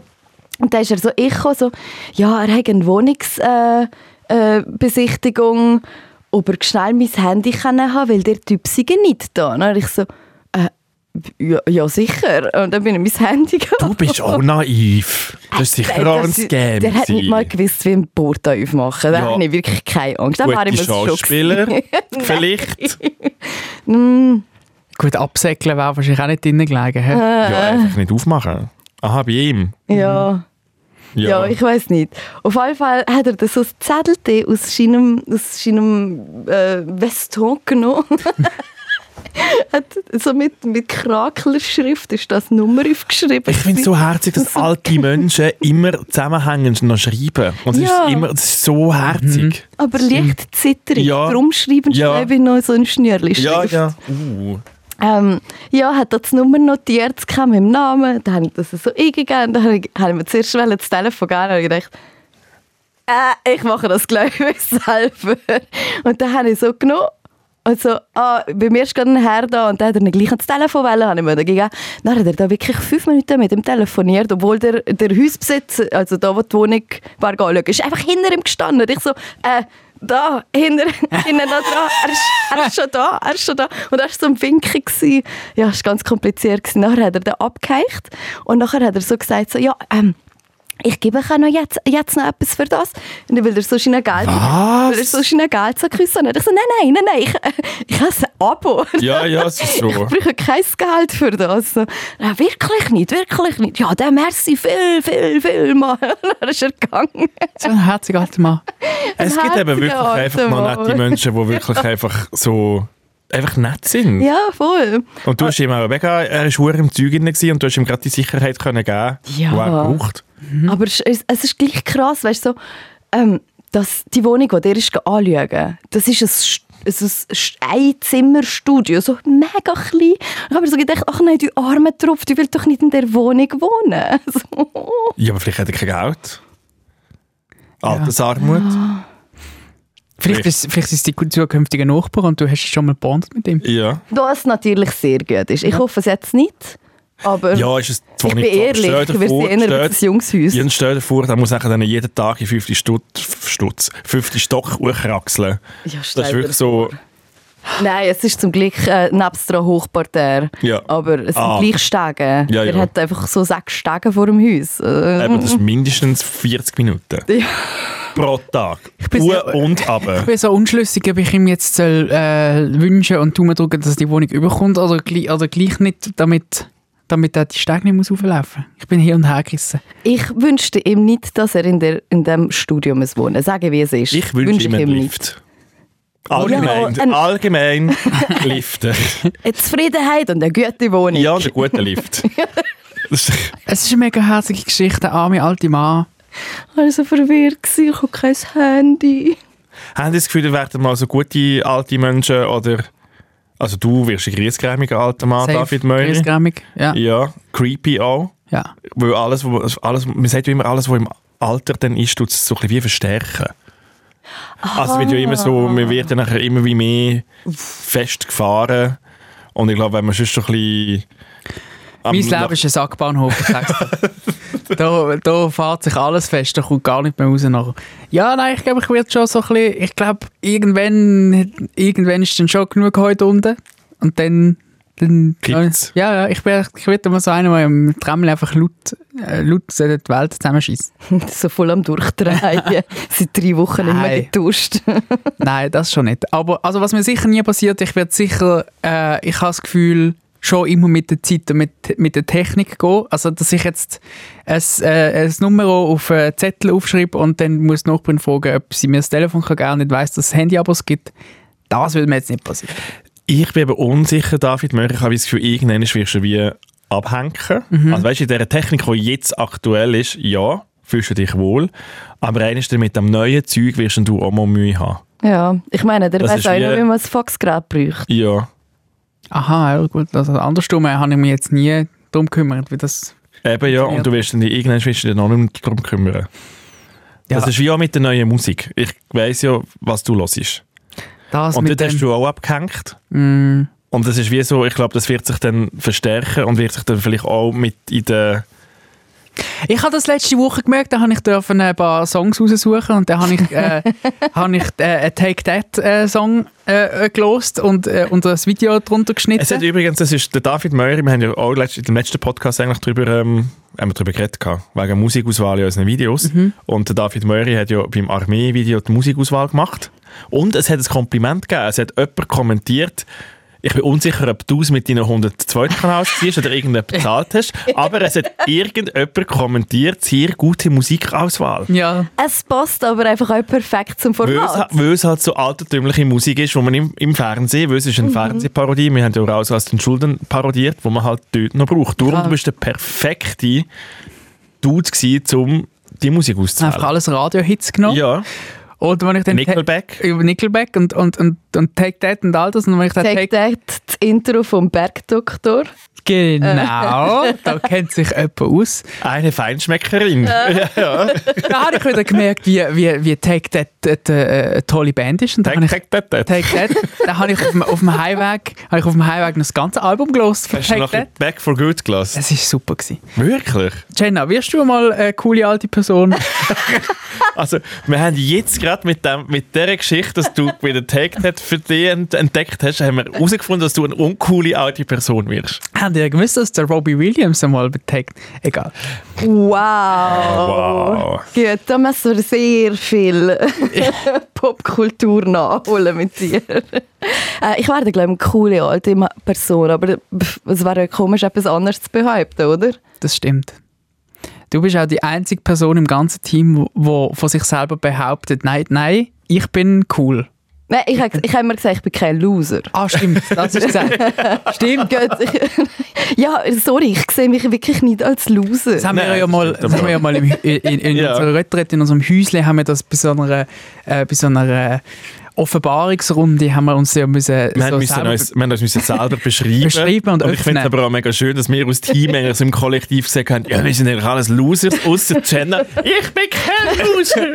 S3: Und dann ist er so, ich gekommen, so, ja, er hat eine Wohnungsbesichtigung, äh, Besichtigung, ob er schnell mein Handy können haben weil der Typ sei nicht da. Und dann habe ich so, äh, ja, ja, sicher. Und dann bin ich mein Handy
S1: Du bist auch naiv. Das ist sicher auch ein Scam.
S3: Der hat nicht mal
S1: gewusst.
S3: gewusst, wie ein Port da aufmachen. Da
S1: Ja.
S3: habe ich wirklich keine Angst. Da war ich mir schon
S1: Schauspieler, vielleicht.
S2: Gut, absäckeln
S3: Äh,
S2: wäre wahrscheinlich auch nicht drinnen gelegen. hä?
S1: ja, einfach nicht aufmachen. Aha, bei ihm.
S3: Ja. Ja, ich weiß nicht. Auf jeden Fall hat er das so ein Zettel aus seinem, aus seinem äh, Veston genommen. hat so mit, mit Krakelschrift ist das Nummer aufgeschrieben.
S1: Ich finde es so herzig, dass
S3: Also-
S1: alte Menschen immer zusammenhängend noch schreiben. Und es
S3: Ja.
S1: ist immer es ist so herzig.
S3: Aber leicht zitterig.
S1: Ja.
S3: Darum schreiben
S1: Ja.
S3: schreibe ich noch so ein Schnürli.
S1: Uh.
S3: Ähm, ja, hat da die Nummer notiert, es kam im Namen, dann habe ich das so eingegeben, dann habe ich, habe ich mir zuerst wollen das Telefon geben, dann habe ich gedacht, äh, ich mache das gleich selber. Und dann habe ich so genommen und so, ah, bei mir ist gerade ein Herr da und dann hat er dann gleich ans Telefon wollen, habe ich mir dann gegeben. Dann hat er da wirklich fünf Minuten mit ihm telefoniert, obwohl der, der Hausbesitzer, also da, wo die Wohnung Bargalo ist, einfach hinter ihm gestanden. Und ich so, äh, da, hinter, hinten da dran, er ist, er ist schon da, er ist schon da. Und er war so am Winken. Gewesen. Ja, es war ganz kompliziert. Gewesen. Nachher hat er den abgeheicht und nachher hat er so gesagt, so, ja, ähm, ich gebe euch auch noch jetzt, jetzt noch etwas für das. Und dann will er so schnell Geld.
S1: Was?
S3: Will er so schnell Geld so küssen. Und ich so, nein, nein, nein, nein, ich, ich habe ein Abo.
S1: Ja, ja, es ist
S3: Ich
S1: so.
S3: brauche kein Geld für das. So, «Ja, wirklich nicht, wirklich nicht. Ja, dann merci viel, viel, viel mal. Dann ist er gegangen.
S2: So ein herziger alter Mann.
S1: Es gibt
S3: herziger
S1: eben wirklich
S3: Ort,
S1: einfach noch
S3: Mann.
S1: nette Menschen, die wirklich einfach so einfach nett sind.
S3: Ja, voll.
S1: Und du hast ihm auch mega, er war hure im Zeug drin gewesen und du hast ihm gerade die Sicherheit können geben,
S3: Ja.
S1: die er braucht.
S3: Aber es, es es ist gleich krass, weißt du, so, ähm, dass die Wohnung, die dir ist gegangen, anschauen, das ist ein St- es ist ein Einzimmerstudio, so mega klein. Ich habe mir so gedacht, ach nein, du arme Tropf, du willst doch nicht in der Wohnung wohnen. So.
S1: Ja, aber vielleicht hat er kein Geld. Ah, Altersarmut.
S2: Vielleicht ist, vielleicht ist es dein zukünftiger Nachbar und du hast schon mal gebondet mit ihm.
S1: Ja.
S3: Was natürlich sehr gut ist. Ich hoffe es jetzt nicht, aber
S1: Ja, ist es zwar
S3: Äh, ich bin
S1: nicht so.
S3: ehrlich,
S1: Stell dir
S3: wir
S1: vor,
S3: sind eher ein
S1: stell-
S3: Jungshäus.
S1: Jens, stell dir vor, der muss nachher dann jeden Tag in 50 Stutz, Stutz 50 Stock hochkraxeln.
S3: Ja, stell
S1: Das ist
S3: dir
S1: wirklich so,
S3: Nein, es ist zum Glück äh, nebst einer Hochparterre.
S1: Ja.
S3: Aber es sind
S1: Ah.
S3: gleich Stege.
S1: Ja, ja.
S3: Er hat einfach so sechs Stege vor dem Haus. Äh,
S1: eben, das ist mindestens 40 Minuten.
S3: Ja.
S1: Pro Tag.
S2: bin
S1: Uhr
S2: sehr-
S1: und aber.
S2: Ich bin so unschlüssig, ob ich ihm jetzt soll, äh, wünschen und Daumen drücken, dass er die Wohnung überkommt oder, gleich- oder gleich nicht, damit, damit er die Steine nicht muss auflaufen muss. Ich bin hier und her gerissen.
S3: Ich wünschte ihm nicht, dass er in, der, in dem Studium muss wohnen Sagen wie es ist.
S1: Ich wünsche ihm einen Lift. Allgemein,
S3: Ja, ein-
S1: allgemein Liften.
S3: Eine Zufriedenheit und eine gute Wohnung.
S1: Ja, und einen guten Lift. Das ist-
S2: Es ist eine mega herzige Geschichte, arme alte Mann.
S3: Ich war so verwirrt, gewesen, ich habe kein Handy.
S1: Haben Sie das Gefühl, ihr werdet mal so gute alte Menschen oder... Also du wirst ein griesgrämiger alter Mann,
S2: Safe.
S1: Ah, David Möri.
S2: Grüßgrämig. Ja.
S1: Ja, creepy auch.
S2: ja.
S1: Weil alles, wo, alles, man sagt ja immer, alles, was im Alter dann ist, tut es so ein bisschen wie verstärken. Also es wird ja immer so, man wird dann nachher immer wie mehr festgefahren. Und ich glaube, wenn man sonst so ein bisschen... am-
S2: Mein Leben ist ein Sackbahnhof. sagst du. da, da fährt sich alles fest, da kommt gar nicht mehr raus. Nachher. Ja, nein, ich glaube, ich werde schon so ein bisschen, ich glaube, irgendwann, irgendwann ist dann schon genug heute unten und dann... dann
S1: Kippt's.
S2: Ja, ja, ich, bin, ich werde mal so einer, der im Tram einfach laut, äh, laut so die Welt zusammenschießt.
S3: So voll am Durchdrehen. Seit drei Wochen nicht mehr
S2: Nein.
S3: getuscht.
S2: Nein, das schon nicht. Aber also, was mir sicher nie passiert, ich werde sicher, äh, ich habe das Gefühl, schon immer mit der Zeit und mit, mit der Technik gehen. Also, dass ich jetzt ein, äh, ein Numero auf einen Zettel aufschreibe und dann muss die Nachbarin fragen, ob sie mir das Telefon kann geben und nicht weiss, dass es Handyabos gibt. Das würde mir jetzt nicht passieren.
S1: Ich bin aber unsicher, David Möcher. Ich habe das Gefühl, irgendwann wirst du wie abhängen.
S2: Mhm.
S1: Also weißt du, in dieser Technik, die jetzt aktuell ist, ja, fühlst du dich wohl. Aber eines mit dem neuen Zeug wirst du auch mal Mühe haben.
S3: Ja, ich meine, der
S1: Das
S3: weiß
S1: ist
S3: auch
S1: wie-
S3: nicht, wie man ein Faxgerät braucht.
S1: Ja,
S2: Aha, ja, gut. Also, andersrum äh, habe ich mich jetzt nie darum gekümmert, wie das.
S1: eben ja. Und du wirst dann irgendwann wirst du dich noch nicht mehr darum kümmern.
S2: Ja,
S1: Das ist wie auch mit der neuen Musik. Ich weiss ja, was du hörst.
S2: das
S1: Und
S2: mit
S1: dort hast
S2: dem,
S1: du auch abgehängt.
S2: Mm.
S1: Und das ist wie so, ich glaube, das wird sich dann verstärken und wird sich dann vielleicht auch mit in der...
S2: Ich habe das letzte Woche gemerkt, da habe ich dürfen äh, ein paar Songs raussuchen und dann habe ich, äh, habe ich äh, einen Take That äh, Song äh, äh, gelost und, äh, und das Video drunter
S1: Es hat
S2: geschnitten.
S1: übrigens, das ist der David Möri, wir haben ja auch letzt- in dem letzten Podcast eigentlich darüber, ähm, haben wir darüber geredet, gehabt, wegen Musikauswahl in unseren Videos. Und der David Möri hat ja beim Armee-Video die Musikauswahl gemacht. Und es hat ein Kompliment gegeben, es hat jemand kommentiert, ich bin unsicher, ob du es mit deinen 102 Kanals siehst oder irgendjemand bezahlt hast, aber es hat irgendjemand kommentiert, sehr gute Musikauswahl.
S2: Ja.
S3: Es passt aber einfach auch perfekt zum
S1: Weil es,
S3: Format.
S1: weil es halt so altertümliche Musik ist, wo man im, im Fernsehen, weil es
S2: Mhm.
S1: ist eine Fernsehparodie, wir haben ja auch «Raus aus den Schulden parodiert, wo man halt dort noch braucht. Darum
S2: Klar.
S1: du bist der perfekte Dude gewesen, um die Musik
S2: Einfach
S1: auszuwählen.
S2: alles Radio-Hits genommen.
S1: Ja,
S2: Oder wenn ich dann
S1: Nickelback.
S2: über Nickelback und, und, und, und Take That und all das. Und wenn ich dann
S3: Take that, das Intro vom Bergdoktor. Äh.
S2: Genau, da kennt sich jemand aus.
S1: Eine Feinschmeckerin. Ja, ja.
S2: Da habe ich wieder gemerkt, wie, wie, wie Take That äh, äh, eine tolle Band ist. Und da habe
S1: Tack,
S2: ich
S1: tack, tack, tack.
S2: Take That, da habe ich auf dem, auf dem Highweg, habe ich auf dem Highweg noch das ganze Album gelost von
S1: Hast du
S2: Take
S1: noch ein
S2: That.
S1: bisschen Back for Good gelassen?
S2: Es war super. Gewesen.
S1: Wirklich?
S2: Jenna, wirst du mal eine coole alte Person?
S1: Also, wir haben jetzt gerade mit, dem, mit dieser Geschichte, dass du bei der Tag Tat für dich ent- entdeckt hast, haben wir herausgefunden, dass du eine uncoole alte Person wirst.
S2: Habt ihr gewusst, dass der Robbie Williams einmal betagt? Egal.
S3: Wow.
S2: Oh.
S1: Wow.
S3: Gut, da müssen wir sehr viel Popkultur nachholen mit dir. Äh, ich werde, glaube ich, eine coole alte Ma- Person, aber pff, es wäre ja komisch, etwas anderes zu behaupten, oder?
S2: Das stimmt. Du bist auch die einzige Person im ganzen Team, wo- wo von sich selber behauptet, nein, nein, ich bin cool.
S3: Nein, ich habe ich hab immer gesagt, ich bin kein Loser.
S2: Ah, stimmt, das ist gesagt.
S1: Ah,
S2: Stimmt.
S3: Gut, ich, ja, sorry, ich sehe mich wirklich nicht als Loser.
S2: Das haben wir
S1: Nein,
S2: ja mal,
S1: das stimmt
S2: das haben wir ja mal im, Hü- in, in
S1: Ja.
S2: unserer Retreat, in unserem Häusle haben wir das bei so einer, äh, bei so einer äh, Offenbarungsrunde haben wir uns ja müssen,
S1: Wir,
S2: so
S1: haben müssen
S2: selber
S1: uns, wir haben uns müssen selber beschreiben.
S2: Beschreiben und
S1: ich finde es
S2: öffnen.
S1: aber auch mega schön, dass wir als Team eigentlich so im Kollektiv gesagt haben, ja, wir sind eigentlich alles Losers, außer Jenna. Ich bin kein Loser!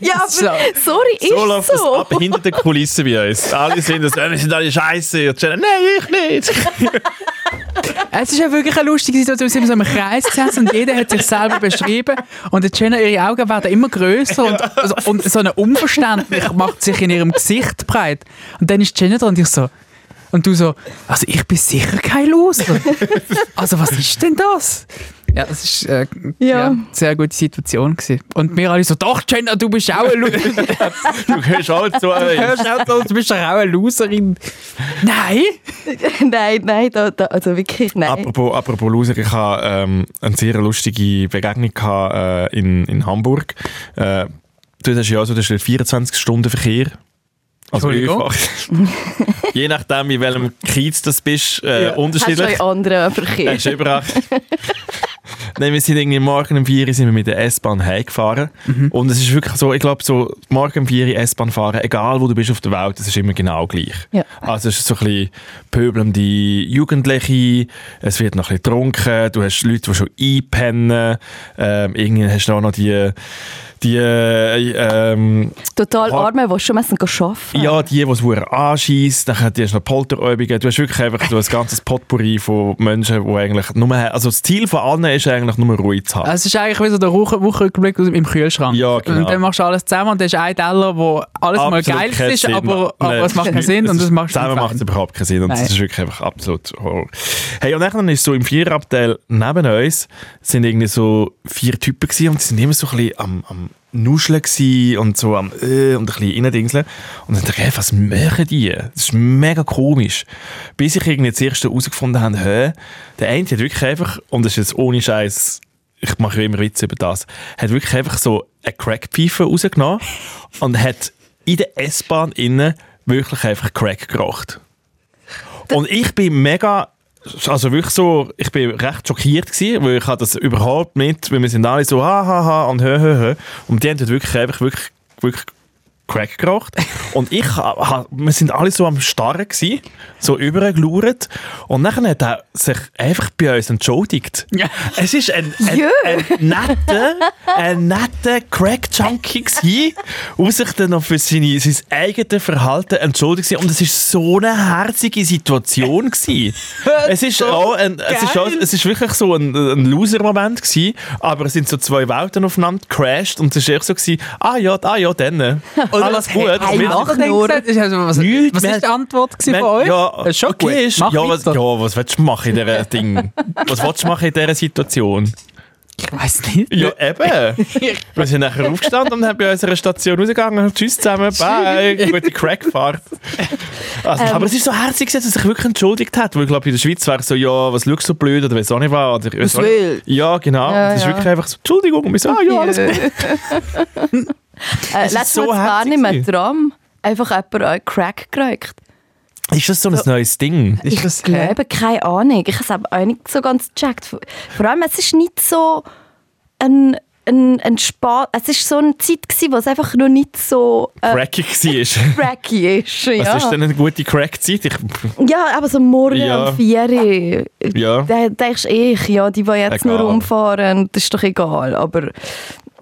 S3: ja, aber
S2: so.
S3: sorry, ist
S1: So
S3: so.
S1: läuft es ab hinter den Kulissen bei uns. Alle sind das, «Ja, wir sind alle scheiße. Und Jenna, nein, ich nicht!
S2: Es ist ja wirklich eine lustige Situation, wir sind so im Kreis gesessen und jeder hat sich selber beschrieben und die Jenna, ihre Augen werden immer größer und, also, und so ein Unverständnis macht sich in ihrem Gesicht breit. Und dann ist Jenna da und ich so, und du so, also ich bin sicher kein Loser. Also was ist denn das? Ja, das ist äh, ja.
S3: Ja.
S2: eine sehr gute Situation gewesen. Und wir alle so, doch Jenna, du bist auch ein Loser.
S1: Du hörst alle zu. ey.
S2: Hörst du das? du bist doch auch eine Loserin. Nein.
S3: nein, nein, da, da, also wirklich nein.
S1: Apropos, apropos Loser, ich hatte ähm, eine sehr lustige Begegnung gehabt, äh, in, in Hamburg. Äh, dort hast du ja so das ist 24 Stunden Verkehr. Also
S2: Entschuldigung.
S1: einfach. Je nachdem, in welchem Kiez das bist, äh,
S2: Ja.
S3: Hast
S1: unterschiedlich.
S3: du einen anderen
S1: Er
S3: Verkehr?
S1: ist überall. Nein, wir sind irgendwie morgen um 4 Uhr sind wir mit der S-Bahn heimgefahren. Und es ist wirklich so, ich glaube, so morgen um 4 Uhr S-Bahn fahren, egal wo du bist auf der Welt, es ist immer genau gleich.
S3: Ja.
S1: Also es ist so ein bisschen pöbelnde Jugendliche, es wird noch ein bisschen getrunken, du hast Leute, die schon einpennen, ähm, irgendwie hast du auch noch die, die äh, ähm,
S3: Total
S1: Har-
S3: arme, die schon müssen gehen
S2: Ah.
S3: arbeiten
S1: ja, die, die es anschießt, dann hast du noch Polterübungen. Du hast wirklich einfach so ein ganzes Potpourri von Menschen, die eigentlich nur... Also das Ziel von allen ist eigentlich nur ruhig zu haben.
S2: Es ist eigentlich wie so der Woche- Wochenrückblick aus- im Kühlschrank.
S1: Ah. Ja, genau.
S2: Und dann machst du alles zusammen und dann ist ein Teller, wo alles mal
S1: Absolut
S2: geil
S1: keinen
S2: ist,
S1: Sinn.
S2: aber, aber
S1: Nein,
S2: es macht keinen Sinn
S1: es
S2: und
S1: ist-
S2: das machst du
S1: Zusammen
S2: nicht
S1: macht es
S2: fein.
S1: überhaupt keinen Sinn und
S2: Nein.
S1: das ist wirklich einfach absolut Horror. Hey, und dann ist so im Viererabteil neben uns sind irgendwie so vier Typen gewesen und sie sind immer so ein bisschen am, am Nuscheln gewesen und so am äh und ein bisschen reindingseln. Und dann dachte ich, hey, was machen die? Das ist mega komisch. Bis ich irgendwie zuerst herausgefunden habe, hä, der eine hat wirklich einfach, und das ist jetzt ohne Scheiß ich mache ja immer Witze über das, hat wirklich einfach so eine Crackpfeife rausgenommen und hat in der S-Bahn innen wirklich einfach Crack geraucht. Und ich bin mega, also wirklich so, ich bin recht schockiert gewesen, weil ich habe das überhaupt nicht, weil wir sind alle so ha ha ha und hö hö hö. Und die haben dort wirklich einfach wirklich, wirklich Crack geraucht. Und ich, ha- ha- wir sind alle so am Starren gewesen, so übergelauert. Und dann hat er sich einfach bei uns entschuldigt.
S2: Ja.
S1: Es ist ein, ein, ein netter, ein netter Crack-Junkie gsi, der sich dann noch für seine, sein eigenes Verhalten entschuldigt war. Und es ist so eine herzige Situation gsi. Es ist auch, ein, es ist auch, es ist wirklich so ein, ein Loser-Moment gsi, aber es sind so zwei Welten aufeinander gecrashed und es ist echt so gsi. Ah ja, ah ja, dann. Alles gut.
S2: Hey,
S1: wir-
S2: hey,
S3: macht
S2: was hat er
S3: nur-
S2: gesagt? Ist also, was
S1: Nichts,
S2: was
S1: wir-
S2: ist die Antwort gewesen
S1: Man-
S2: von euch?
S1: Ja,
S2: Das ist schon
S1: okay,
S2: gut.
S1: Ist,
S2: Äh, Mach
S1: ja, was, ja,
S2: weiter.
S1: was willst du machen in dieser Ding? Was willst du machen in dieser Situation?
S2: Ich weiß nicht.
S1: Ja, eben. Wir sind nachher aufgestanden und haben bei unserer Station rausgegangen. Tschüss zusammen, bye. Gute Crackfahrt. Also,
S3: Ähm.
S1: Aber es ist so herzig, gewesen, dass er sich wirklich entschuldigt hat. Weil ich glaube, in der Schweiz wäre es so, ja, was schaust du so blöd oder weiß auch nicht was. Oder, weiss auch nicht-
S2: will?
S1: Ja, genau.
S3: Ja,
S1: das ist
S3: ja.
S1: wirklich einfach so, Entschuldigung. Und wir so, ah, ja, alles gut.
S3: Äh,
S1: Es ist
S3: letztes
S1: so
S3: Mal war
S1: herzig
S3: nicht mehr
S1: gewesen.
S3: Tram. Einfach jemand einen Crack gerückt.
S1: Ist das so ein neues Ding?
S2: Ist
S3: ich
S2: das-
S3: glaube, keine Ahnung. Ich habe es aber auch nicht so ganz gecheckt. Vor allem, es ist nicht so ein, ein, ein Spaß. Es ist so eine Zeit, gewesen, wo es einfach noch nicht so äh,
S1: Cracky war.
S3: cracky ist. Ja. Oh,
S1: Was ist denn eine gute Crack-Zeit? Ich,
S3: ja, aber so morgen
S1: Ja.
S3: um 4 Uhr.
S1: ja.
S3: Da denkst du, ich, ja, die wollen jetzt
S1: Egal.
S3: nur rumfahren, das ist doch egal. Aber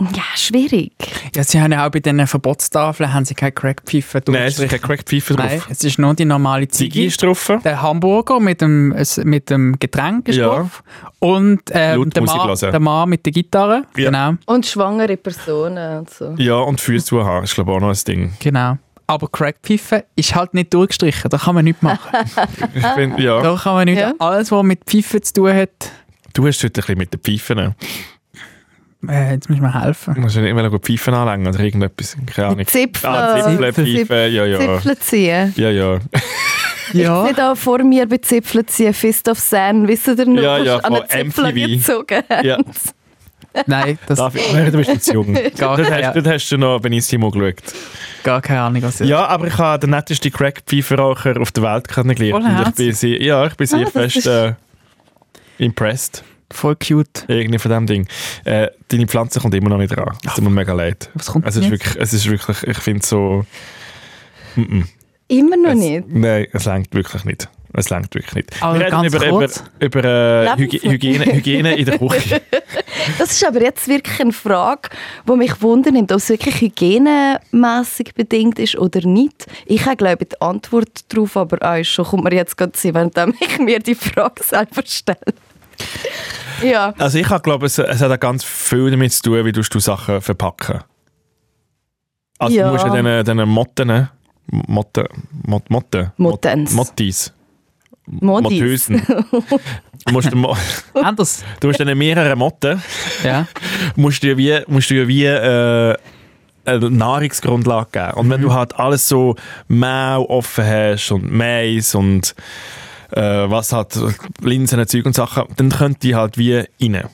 S3: ja, schwierig.
S2: Ja, sie haben ja auch bei diesen Verbotstafeln haben sie keinen Crackpfeifen
S1: Nein, es ist
S2: durchgestrichen.
S1: kein Crack-Pfeifer
S2: Nein,
S1: drauf.
S2: es ist nur die normale
S1: Ziggy
S2: Ziege.
S1: ist drauf.
S2: Der Hamburger mit dem, es- mit dem Getränk ist
S1: Ja.
S2: drauf. Und ähm,
S1: Laut
S2: der,
S1: Musik
S2: Mann,
S1: hören.
S2: der Mann mit der Gitarre.
S1: Ja.
S2: Genau,
S3: Und schwangere Personen und so.
S1: Ja, und Füße zu haben, ist glaube ich auch noch ein Ding.
S2: genau. Aber Crackpfeifen ist halt nicht durchgestrichen. Da kann man nichts machen.
S1: Ich find, ja.
S2: da kann man nicht.
S3: Ja.
S2: Alles, was mit Pfeifen zu tun hat,
S1: Du hast heute ein bisschen mit den Pfeifen.
S2: äh, jetzt müssen wir helfen.
S1: Du musst ja nicht immer gut Pfeifen anlegen oder irgendetwas. Keine Ahnung.
S3: Zipfel.
S1: Ah, Zipfel,
S3: Zipfel.
S1: Pfeifen, ja, ja.
S3: Zipfel ziehen.
S1: Ja, ja.
S2: Ja.
S3: Ich sehe da vor mir bei Zipfel ziehen, Fist of Zen, wisst ihr noch,
S1: Ja,
S3: was
S1: ja,
S3: an den
S1: von
S3: Zipfel
S1: MTV.
S3: gezogen
S1: Ja.
S2: Nein, das
S1: Darf ich? Nein, Du bist jetzt jung.
S2: gar,
S1: Dort hast,
S2: ja,
S1: dort hast du noch Benissimo geschaut.
S2: gar keine Ahnung, was das ist.
S1: Ja, aber ich habe den nettesten Crack-Pfeiferraucher auf der Welt kennengelernt.
S2: Voll
S1: Und ich bin sie, ja, ich bin sehr
S3: Ah, das
S1: fest
S3: ist-
S1: äh, impressed.
S2: Voll cute.
S1: Irgendwie von dem Ding. Äh, deine Pflanze kommt immer noch nicht dran. Es tut mir mega leid.
S2: Was kommt
S1: Also Es ist
S2: denn
S1: wirklich, es ist wirklich ich finde so... Mm -mm.
S3: Immer noch
S1: es,
S3: nicht.
S1: Nein, es langt wirklich nicht. Es langt wirklich nicht.
S2: Aber
S1: Wir reden
S2: ganz
S1: über, über,
S2: kurz.
S1: über äh, Hygi-
S3: Lebensmittel.
S1: Hygiene, Hygiene in der Küche.
S3: Das ist aber jetzt wirklich eine Frage, die mich wundernimmt, ob es wirklich hygienemässig bedingt ist oder nicht. Ich habe, glaube ich, die Antwort darauf, aber auch schon kommt mir jetzt gerade sie, während ich mir die Frage selber stelle. ja,
S1: also ich habe, glaube es, es hat auch ganz viel damit zu tun, wie du du Sachen verpacken. Also
S3: Ja.
S1: du musst ja diesen- diesen Motten... ne? Motten... Mot, Motten?
S3: Mottens.
S1: Mottis.
S3: Modis.
S1: Mottüsen. Du musst, den Mo-
S2: Anders.
S1: du musst dann mehrere Motten,
S2: Ja.
S1: musst du ja wie, musst du ja wie äh, eine Nahrungsgrundlage geben. Und wenn du halt alles so Mau offen hast und Mais und äh, was hat Linsen, Zeug und Sachen, dann könnt die halt wie rein.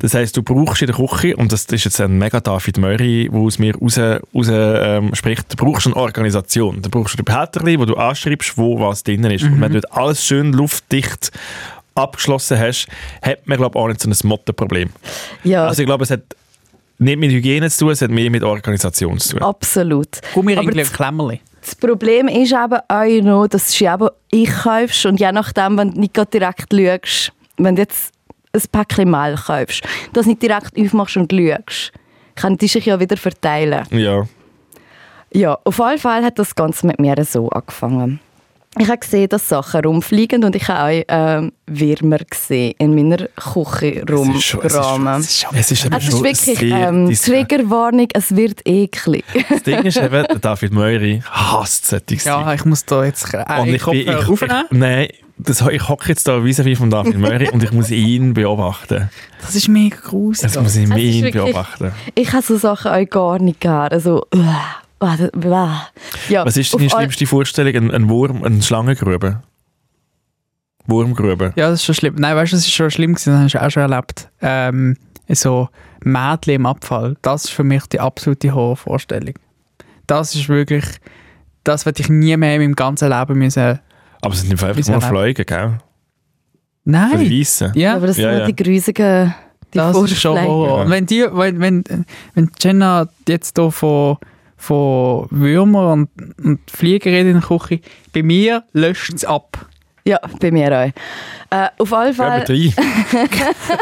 S1: Das heisst, du brauchst in der Küche, und das ist jetzt ein mega David Murray, der aus mir raus, raus ähm, spricht, du brauchst eine Organisation. Du brauchst ein Behälter, wo du anschreibst, wo was drin ist. Und wenn du dort alles schön luftdicht abgeschlossen hast, hat man, glaube ich, auch nicht so ein Mottenproblem.
S3: Ja,
S1: Also ich glaube, es hat nicht mit Hygiene zu tun, es hat mehr mit Organisation zu
S3: Oh.
S1: tun.
S3: absolut.
S2: Gummiringel
S3: Aber
S2: und Klemmerli.
S3: Das Problem ist eben auch noch, dass du ja eben einkaufst und je nachdem, wenn du nicht gerade direkt schaust, wenn du jetzt ein Päckchen Mehl kaufst, das nicht direkt aufmachst und schaust, kann die sich ja wieder verteilen.
S1: Ja.
S3: Ja, auf jeden Fall hat das Ganze mit mir so angefangen. Ich habe gesehen, dass Sachen rumfliegen und ich habe auch ähm, Würmer gesehen in meiner Küche
S1: Es ist schon- es ist schon-
S3: rumrahmen.
S1: Es ist, eben
S3: Also Es ist
S1: schon
S3: wirklich
S1: sehr
S3: ähm,
S1: diskret.
S3: Triggerwarnung, es wird eklig.
S1: Das Ding ist eben, der David Meury hasst solches Zeug.
S2: Ja, ich muss da jetzt äh,
S1: Und ich, bin, Oh, ich,
S2: Kopfhörer
S1: ich,
S2: aufnehmen.
S1: nein, das, ich hocke jetzt da vis-à-vis von David Meury und ich muss ihn beobachten.
S2: Das ist mega
S1: Das
S2: gruselig.
S1: muss ich
S3: Also ist
S1: ihn
S3: wirklich-
S1: beobachten.
S3: Ich habe so Sachen auch gar nicht gern. Also, äh, äh, äh. ja,
S1: Was ist deine
S3: auf all-
S1: schlimmste Vorstellung? Ein, ein Wurm, ein Schlangengrube? Wurmgrube.
S2: Ja, das ist schon schlimm. Nein, weißt du, das ist schon schlimm gewesen, das hast du auch schon erlebt. Ähm, so Mädchen im Abfall, das ist für mich die absolute Horrorvorstellung. Das ist wirklich, das werde ich nie mehr in meinem ganzen Leben müssen.
S1: Aber es sind nicht einfach
S2: Wieso
S1: nur
S2: nicht?
S1: Fliegen, gell?
S2: Nein!
S1: Verreissen.
S2: Ja,
S3: Aber das
S1: Ja,
S3: sind
S1: ja.
S3: nur die grusigen die
S2: das ist schon
S3: Vorschläge.
S2: Horror.
S1: Ja.
S2: Und wenn die, wenn, wenn, wenn Jenna jetzt hier von, von Würmern und, und Fliegen redet in der Küche, bei mir löscht es ab.
S3: Ja, bei mir auch. Äh, auf alle
S1: Geh
S3: Fälle,
S1: mit rein.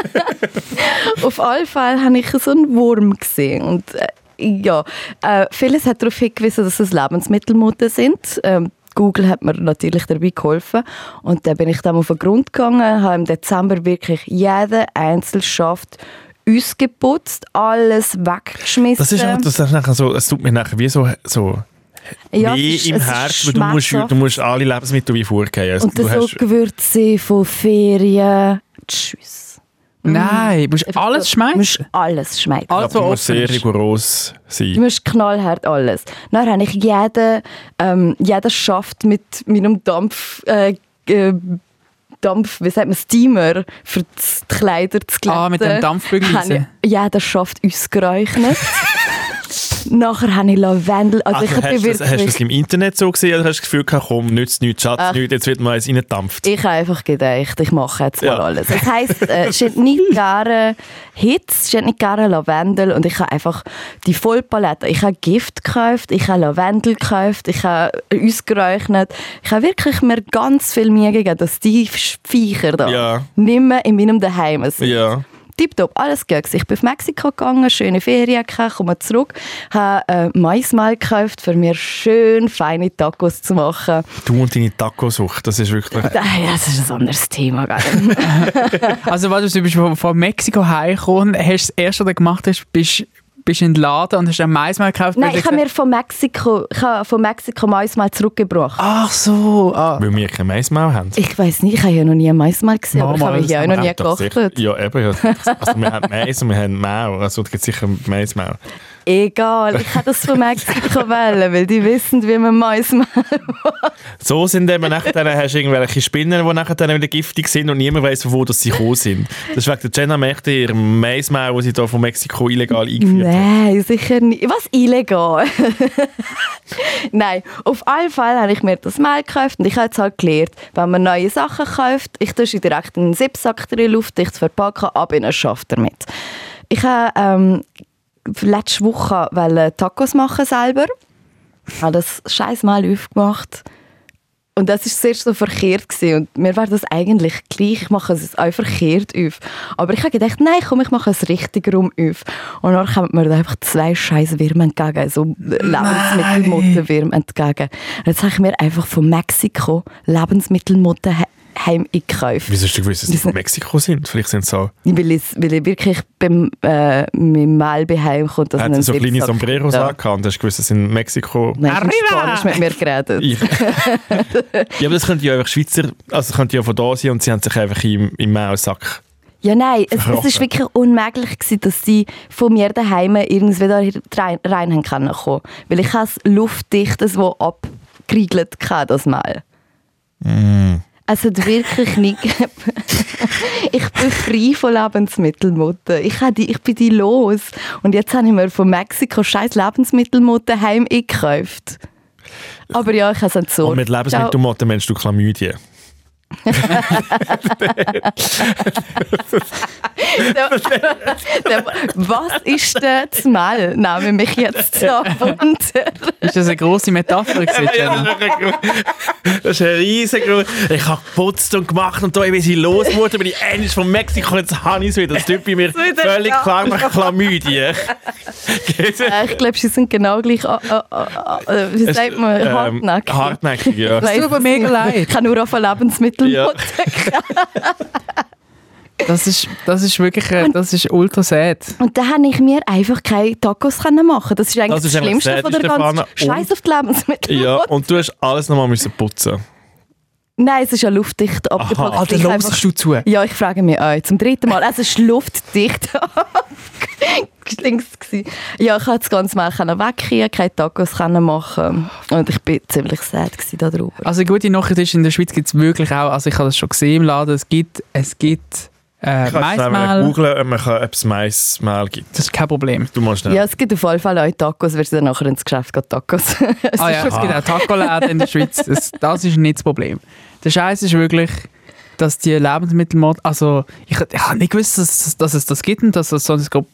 S3: auf alle Fälle habe ich so einen Wurm gesehen und äh, ja, äh, vieles hat darauf hingewiesen, dass es Lebensmittelmutter sind. Ähm, Google hat mir natürlich dabei geholfen und dann bin ich dem auf den Grund gegangen, habe im Dezember wirklich jeden Einzelschaft ausgeputzt, alles weggeschmissen.
S1: Das ist auch, das ist nachher so, es tut mir nachher wie so, so
S3: Ja,
S1: weh
S3: es ist-
S1: im
S3: es ist
S1: Herz, weil du musst,
S3: schmerzhaft.
S1: du musst alle Lebensmittel wie vorgehen. Also,
S3: Und
S1: du
S3: das so
S1: hast,
S3: Gewürze von Ferien. Tschüss.
S2: Nein, du musst
S3: Mhm. Einfach
S2: alles
S3: so-
S2: schmeißen.
S3: musst alles schmecken.
S1: Das
S2: Alles, was
S1: muss
S2: offen
S1: sehr
S2: ist.
S1: rigoros sein.
S3: Du musst knallhart alles. Dann habe ich jeden, ähm, jeden Schaft mit meinem Dampf, äh, äh, Dampf, wie sagt man, Steamer für die Kleider zu glätten.
S2: Ah, mit dem Dampfbügeleisen.
S3: Habe ich Jeden Schaft ausgeräuchert. Nachher habe ich Lavendel. Also, ich
S1: Also
S3: bin
S1: hast, du das, hast du das
S3: wirklich...
S1: im Internet so gesehen oder hast du das Gefühl, gehabt, komm, nützt nichts, schadet
S3: Ach.
S1: nichts, jetzt wird mal eins reingedampft?
S3: Ich habe einfach gedacht, ich mache jetzt mal
S1: Ja.
S3: alles. Das heisst, äh, es steht nicht gerne Hitz, es steht nicht gerne Lavendel und ich habe einfach die Vollpalette. Ich habe Gift gekauft, ich habe Lavendel gekauft, ich habe ausgeräuchert. Ich habe wirklich mir ganz viel Mühe gegeben, dass die Viecher da
S1: Ja.
S3: nicht mehr in meinem Daheim sind.
S1: Ja.
S3: Tipptopp, alles gut. gewesen. Ich bin auf Mexiko gegangen, schöne Ferien gehabt, komme zurück, habe äh, Maismehl gekauft, für mir schön feine Tacos zu machen.
S1: Du und deine Tacosucht, das ist wirklich...
S3: Ah, ja, Das ist ein anderes Thema, gell?
S2: Also, warte, du bist von, von Mexiko heimgekommen, hast das erste, was du gemacht hast, bist, bist in den Laden und hast dann Mais mal gekauft. weil
S3: Nein,
S2: du
S3: ich habe
S2: gesagt-
S3: mir von Mexiko, ich habe von Mexiko Mais mal zurückgebracht.
S2: Ach so, ah.
S1: Weil wir kein Maismau haben.
S3: Ich weiß nicht, ich habe ja noch nie Mais mal gesehen, aber ich
S2: Mama,
S3: habe
S2: das
S3: ja auch noch nie
S1: Hat doch sicher-
S3: gekocht.
S1: Ja, eben. Ja. Also wir haben Mais und wir haben Mau. Also da gibt es sicher Maismau.
S3: Egal, ich habe das von Mexiko wählen, weil die wissen, wie man Mais macht.
S1: So sind eben nachher dann hast du irgendwelche Spinnen, die nachher dann wieder giftig sind und niemand weiß, von wo das sie gekommen sind. Das ist wegen der Jenna Mächte, ihrer Maismau, die sie hier von Mexiko illegal eingeführt hat.
S3: Nein, sicher nicht. Was illegal? Nein, auf jeden Fall habe ich mir das Mehl gekauft und ich habe jetzt halt gelernt, wenn man neue Sachen kauft, ich tue sie direkt in einen Zipsack drin, luftdicht verpacken, ab in einen Schaft damit. Ich habe ähm, letzte Woche wollte Tacos machen selber. Ich habe das scheiß Mehl aufgemacht. Und das ist sehr so verkehrt gewesen. und mir war das eigentlich gleich, ich mache es auch verkehrt auf. Aber ich habe gedacht, nein, komm, ich mache es richtig rum auf. Und dann kommen mir da einfach zwei scheiß Würmer entgegen, so Lebensmittelmottenwürmer entgegen. Und jetzt habe ich mir einfach von Mexiko Lebensmittelmotten he- heim eingekauft.
S1: Wieso hast du gewusst, dass sie von Mexiko sind? Vielleicht sind sie auch...
S3: Weil ich, weil ich wirklich beim äh, meinem Mehl bei Heim kommt, dass
S1: Hat
S3: ich
S1: sie so
S3: einen
S1: kleine
S3: Dipsack-
S1: Sombreros
S3: Ja.
S1: angehabt und hast gewusst, dass sie in Mexiko...
S3: Nein, ich habe
S2: Arriba!
S3: Spanisch mit mir geredet.
S1: Ich. ja, aber das könnte ja einfach Schweizer, also das könnte ja von da sein und sie haben sich einfach im, im Maulsack.
S3: Ja, nein, es, es
S1: Verkrochen.
S3: ist wirklich unmöglich, gewesen, dass sie von mir daheim irgendwie da rein, rein haben können kommen. Weil ich habe es luftdicht, das wo abgeriegelt hatte, das Mal.
S1: Mm.
S3: Es hat wirklich nicht gegeben. Ich bin frei von Lebensmittelmutter. Ich, habe die, ich bin die los. Und jetzt habe ich mir von Mexiko scheiß Lebensmittelmutter heim eingekauft. Aber ja, ich habe es entsorgt.
S1: Und mit
S3: Ciao.
S1: Lebensmittelmotten meinst du Chlamydien.
S3: Der- Was ist denn das Mal? Nehmen wir mich jetzt da runter.
S2: Ist das eine grosse Metapher gewesen, Jenna?
S1: Das ist ein riesengroß. Ich habe geputzt und gemacht und da bin ich los wurde, bin ich endlich von Mexiko jetzt habe ich es wieder. Das tut bei mir
S3: wieder
S1: völlig
S3: da.
S1: klar nach Chlamydien.
S3: Äh, Ich glaube, sie sind genau gleich. ah, ah, ah, ah, äh, Wie sagt man?
S1: Ähm,
S3: hartnäckig.
S1: Hartnäckig, ja.
S3: Weiss
S2: Es tut mir
S3: es
S2: mega
S3: nicht.
S2: leid.
S3: Ich kann nur auf ein Lebensmittel.
S1: Ja.
S2: Das ist, das ist wirklich, äh, das ist ultra sad.
S3: Und dann habe ich mir einfach keine Tacos können machen. Das ist eigentlich
S1: Das
S3: das,
S1: ist eigentlich
S3: Schlimmste
S1: das
S3: von der
S1: Schlimmste,
S3: ganzen
S1: Fahne.
S3: Scheiß auf die Lebensmittel.
S1: ja. Und du hast alles nochmal müssen putzen.
S3: Nein, es ist ja luftdicht abgepackt.
S2: Alter,
S3: Ich
S2: los
S3: einfach-
S2: dich du zu.
S3: Ja, ich frage mich auch. Zum dritten Mal. Es ist luftdicht. Links gsi. ja, ich konnte das ganze Mal können wegkriegen, keine Tacos können machen. Und ich war ziemlich sad gsi darüber.
S2: Also eine gute Nachricht ist, in der Schweiz gibt es wirklich auch, also ich habe das schon gesehen im Laden, es gibt, es gibt äh,
S1: Ich kann jetzt schnell
S2: Maismehl.
S1: googeln, ob man kann- ob es Maismehl gibt.
S2: Das ist kein Problem.
S1: Du musst nicht.
S3: Ja, es gibt auf jeden Fall auch Tacos, wirst du dann nachher ins Geschäft gehen, Tacos. Es
S2: Ah
S3: ist
S2: ja,
S3: schon-
S2: es gibt auch Taco-Läden in der Schweiz. Das, das ist nicht das Problem. Der Scheiß ist wirklich, dass die Lebensmittelmod... Also, ich, ich habe nicht gewusst, dass, dass es das gibt und dass das so ein Gro-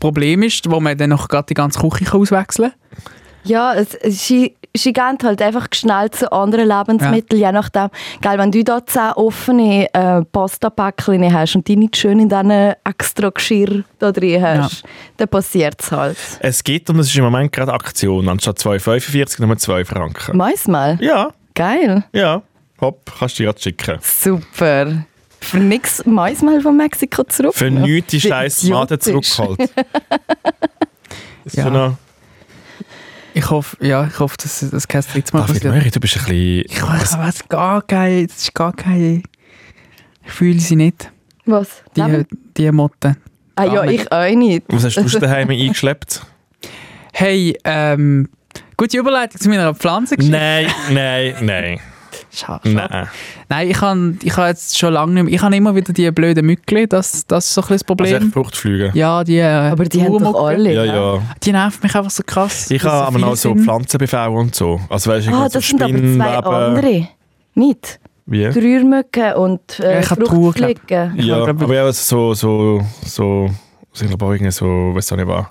S2: Problem ist, wo man dann noch gerade die ganze Küche kann auswechseln kann.
S3: Ja, es, es- sie, sie gehen halt einfach schnell zu anderen Lebensmitteln, je nachdem. Gell, wenn du da zehn offene äh, Pasta-Päckchen hast und die nicht schön in diesen extra Geschirr da drin hast, dann passiert es halt.
S1: Es gibt, und es ist im Moment gerade Aktion, anstatt 2,45 nur 2 Franken.
S3: Maismal,
S1: Ja,
S3: geil.
S1: ja. Hopp, kannst du dir gerade schicken.
S3: Super. Für nix Maismehl von Mexiko zurück.
S1: Für nichts die
S3: Wie
S1: scheiß
S3: idiotisch.
S1: Maden zurückgeholt. Ist
S2: Ja.
S1: so noch-
S2: Ich hoffe, ja, ich hoffe, dass das kein drittes Mal
S1: David
S2: passiert.
S1: Möri, du bist ein bisschen...
S2: Ich weiß gar kein... Das ist gar kein... Ich fühle sie nicht.
S3: Was?
S2: die,
S3: Leben-
S2: die Motte.
S3: ah ja,
S2: gar nicht.
S3: ich auch nicht.
S1: Was hast du aus daheim eingeschleppt?
S2: Hey, ähm, gute Überleitung zu meiner Pflanzengeschichte.
S1: nein, nein, nein.
S2: Schade.
S1: nein. Also
S2: Nein, ich habe ich hab jetzt schon lange nicht mehr, ich habe immer wieder die blöden Mückli, das, das ist so ein bisschen das
S1: Also echt
S2: Problem.
S1: Fruchtflüge.
S2: ja, die äh,
S3: Aber die haben doch
S2: Urmucke.
S3: alle.
S1: Ja, ja.
S2: Die nervt mich einfach so krass.
S1: Ich
S2: dass
S1: habe aber
S2: viele
S1: noch so
S2: sind.
S1: Pflanzenbefälle und so. Also weißt du,
S3: Ah, das sind aber zwei andere. Nicht?
S1: Wie?
S3: Die Rührmücken und
S2: Ja,
S3: äh,
S2: ich habe Trauer, glaub-
S3: Fruchtfliegen.
S2: Ich
S1: Ja,
S2: hab grad-
S1: aber ja, also so, so, so, ich glaube auch irgendwie so, weiß auch nicht was.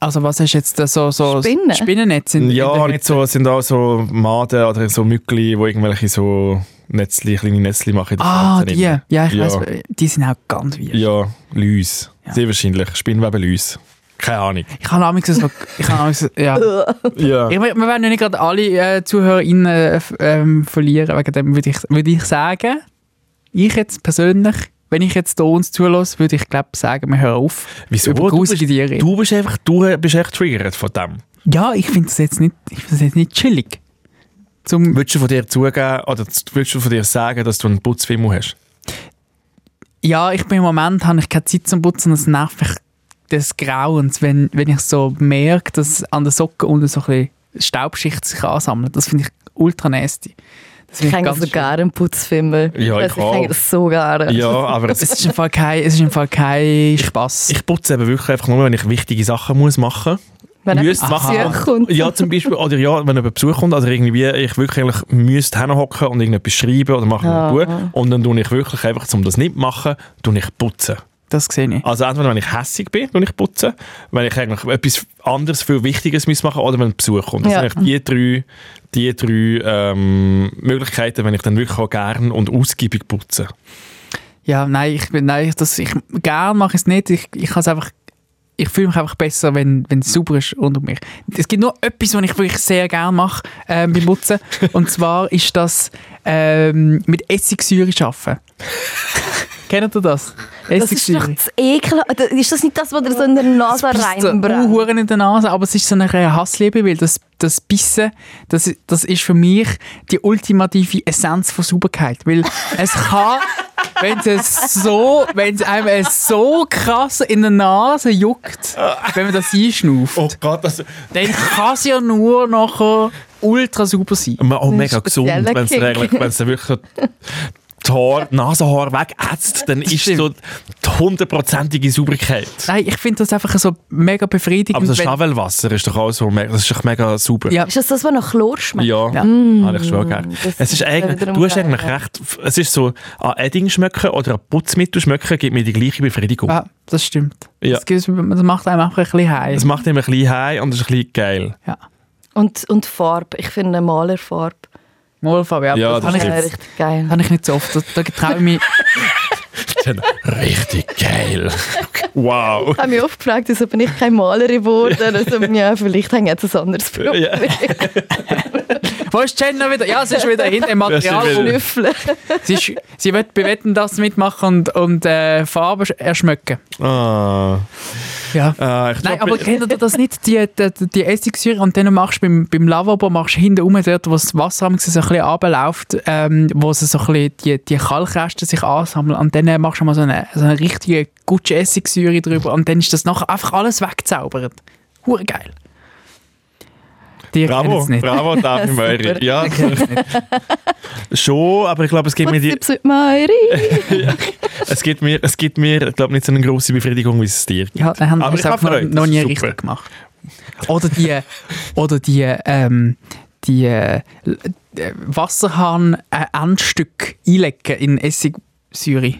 S2: Also was hast du jetzt da so, so
S3: Spinnen?
S2: Spinnennetz? in- in
S1: Ja,
S2: der
S1: nicht so, es sind auch so Maden oder so Mückli, wo irgendwelche so Netzli, kleine Netzli machen. in der
S2: Ah,
S1: Pflanze
S2: die.
S1: rein.
S2: Ja, ich
S1: Ja.
S2: weiss, die sind auch ganz wild.
S1: Ja, Läuse.
S2: Ja.
S1: Sehr wahrscheinlich. Spinnweben-Läuse. Keine Ahnung.
S2: Ich habe amigs so, ich habe amigs, ja.
S1: Ja.
S2: Ich, mein, wir werden ja nicht gerade alle äh, ZuhörerInnen äh, f- ähm, verlieren, wegen dem würde ich, würde ich sagen, ich jetzt persönlich, wenn ich jetzt hier uns zulasse, würde ich glaube sagen, wir hören auf.
S1: Wieso?
S2: Über
S1: Du bist,
S2: gruselige Tiere.
S1: du bist einfach, du bist echt triggert von dem.
S2: Ja, ich finde es jetzt nicht, ich find's jetzt nicht chillig. Zum,
S1: Willst du von dir zugeben oder z- willst du von dir sagen, dass du einen Putzwimmel hast?
S2: ja, ich bin im Moment, habe ich keine Zeit zum Putzen, das nervt mich des Grauens, wenn, wenn ich so merke, dass an der Socke unten so ein bisschen Staubschicht sich ansammelt. Das finde ich ultra nasty. Das
S3: Ich
S2: finde
S3: hänge so
S2: schlimm.
S3: gerne einen Putzfimmel.
S1: Ja, ich
S3: also, ich
S1: auch.
S3: hänge das so gerne.
S1: Ja, aber es,
S2: Es ist im Fall kein, es ist im Fall kein Spass.
S1: ich putze eben wirklich einfach nur, wenn ich wichtige Sachen muss machen
S3: Wenn er
S1: Müsste
S3: zu
S1: machen.
S3: Besuch kommt.
S1: Ja, zum Beispiel, oder ja, wenn jemand Besuch kommt, also irgendwie, ich wirklich eigentlich müsste hinhocken und irgendetwas schreiben oder machen
S3: Ah.
S1: und tun. Und dann tue ich wirklich einfach, um das nicht zu machen, tue ich putzen.
S2: das sehe ich.
S1: Also entweder, wenn ich hässig bin, tue ich putzen, wenn ich eigentlich etwas anderes, viel Wichtiges muss machen oder wenn Besuch kommt. Das
S3: Ja.
S1: sind eigentlich die drei, die drei ähm, Möglichkeiten, wenn ich dann wirklich auch gern und ausgiebig putze.
S2: Ja, nein, ich bin, nein, das, ich, gern mache ich es nicht. Ich, ich kann es einfach, ich fühle mich einfach besser, wenn, wenn es sauber ist unter mir. Es gibt nur etwas, was ich wirklich sehr gern mache ähm, beim Putzen. und zwar ist das ähm, mit Essigsäure arbeiten. Kennt ihr das?
S3: Das ist doch
S2: Essigsäure.
S3: das Ekel. Das- Ist das nicht das, was dir so in der Nase reinbrennt?
S2: Uhren in der Nase, aber es ist so eine kleine Hassliebe, weil das, das Bissen, das, das ist für mich die ultimative Essenz von Sauberkeit, weil es kann, wenn es so, wenn es einem es so krass in der Nase juckt, wenn man das einschnauft,
S1: Oh Gott, das
S2: dann kann es ja nur nachher ultra sauber sein.
S1: auch oh, mega
S3: ist
S1: gesund,
S3: spezieller
S1: wenn es
S3: Kick.
S1: eigentlich, wenn es wirklich so die Haar, Nasenhaar wegätzt, dann ist
S2: stimmt.
S1: so die hundertprozentige Sauberkeit.
S2: Nein, ich finde das einfach so mega befriedigend.
S1: Aber so
S2: wenn-
S1: Schnavelwasser ist doch auch so, me- das ist doch mega sauber.
S2: ja,
S3: Ist das das, was nach Chlor schmeckt?
S1: Ja,
S2: Ja.
S1: habe ich schon gern.
S3: Mm. das
S1: Es ist
S3: ist
S1: eigentlich,
S3: wieder um
S1: du hast
S3: umgekehrt,
S1: eigentlich
S3: ja.
S1: recht, es ist so, an Edding schmecken oder an Putzmittel schmecken gibt mir die gleiche Befriedigung.
S2: ja, das stimmt.
S1: Ja.
S2: Das, gibt- das macht einem einfach ein bisschen heiß.
S1: Es macht immer ein bisschen high und es ist ein bisschen geil.
S3: Und, und Farbe. Ich finde Malerfarbe.
S2: Wohlfahrt, ja,
S1: Ja,
S2: das
S1: das
S2: habe
S3: Das
S2: ich,
S3: ist
S1: stimmt.
S3: richtig geil.
S2: habe ich nicht so oft. Da, da traue ich mich
S1: Dann Richtig geil. Wow.
S3: Ich habe mich oft gefragt, wieso bin ich keine Malerin geworden. Also, ja, vielleicht haben jetzt ein anderes Problem.
S1: Ja.
S2: Wo ist Jenna wieder? Ja, sie ist wieder hinter im Material.
S1: Sie ist wieder-
S3: Schnüffeln.
S2: sie, ist, sie wird bei Wetten das mitmachen und, und äh, Farben sch- erschmücken.
S1: Ah.
S2: Ja.
S1: Ah, ich
S2: Nein,
S1: glaub,
S2: aber kennt ihr das nicht? Die, die, die Essigsäure und dann machst du beim, beim Lavabo machst du hinten rum, dort, wo das Wasser am so ein bisschen runterläuft, ähm, wo sie so ein bisschen die, die Kalkreste sich ansammeln und dann machst du mal so eine, so eine richtige Gutsche Essigsäure drüber und dann ist das nachher einfach alles weggezaubert. Hure geil. Die kennen
S1: bravo,
S2: es nicht.
S1: bravo, David Meury. Ja, schon, aber ich glaube, es gibt mir, die,
S3: What's up, Mary?
S1: es gibt mir, es gibt mir, ich glaube, nicht so eine grosse Befriedigung, wie es dir gibt.
S2: Ja, dann haben
S1: Aber
S2: wir es
S1: ich
S2: auch
S1: hab
S2: noch,
S1: Freude,
S2: noch
S1: das
S2: nie
S1: ist super.
S2: richtig gemacht. Oder die, oder die, ähm, die äh, Wasserhahn-Endstück einlecken in Essigsäure.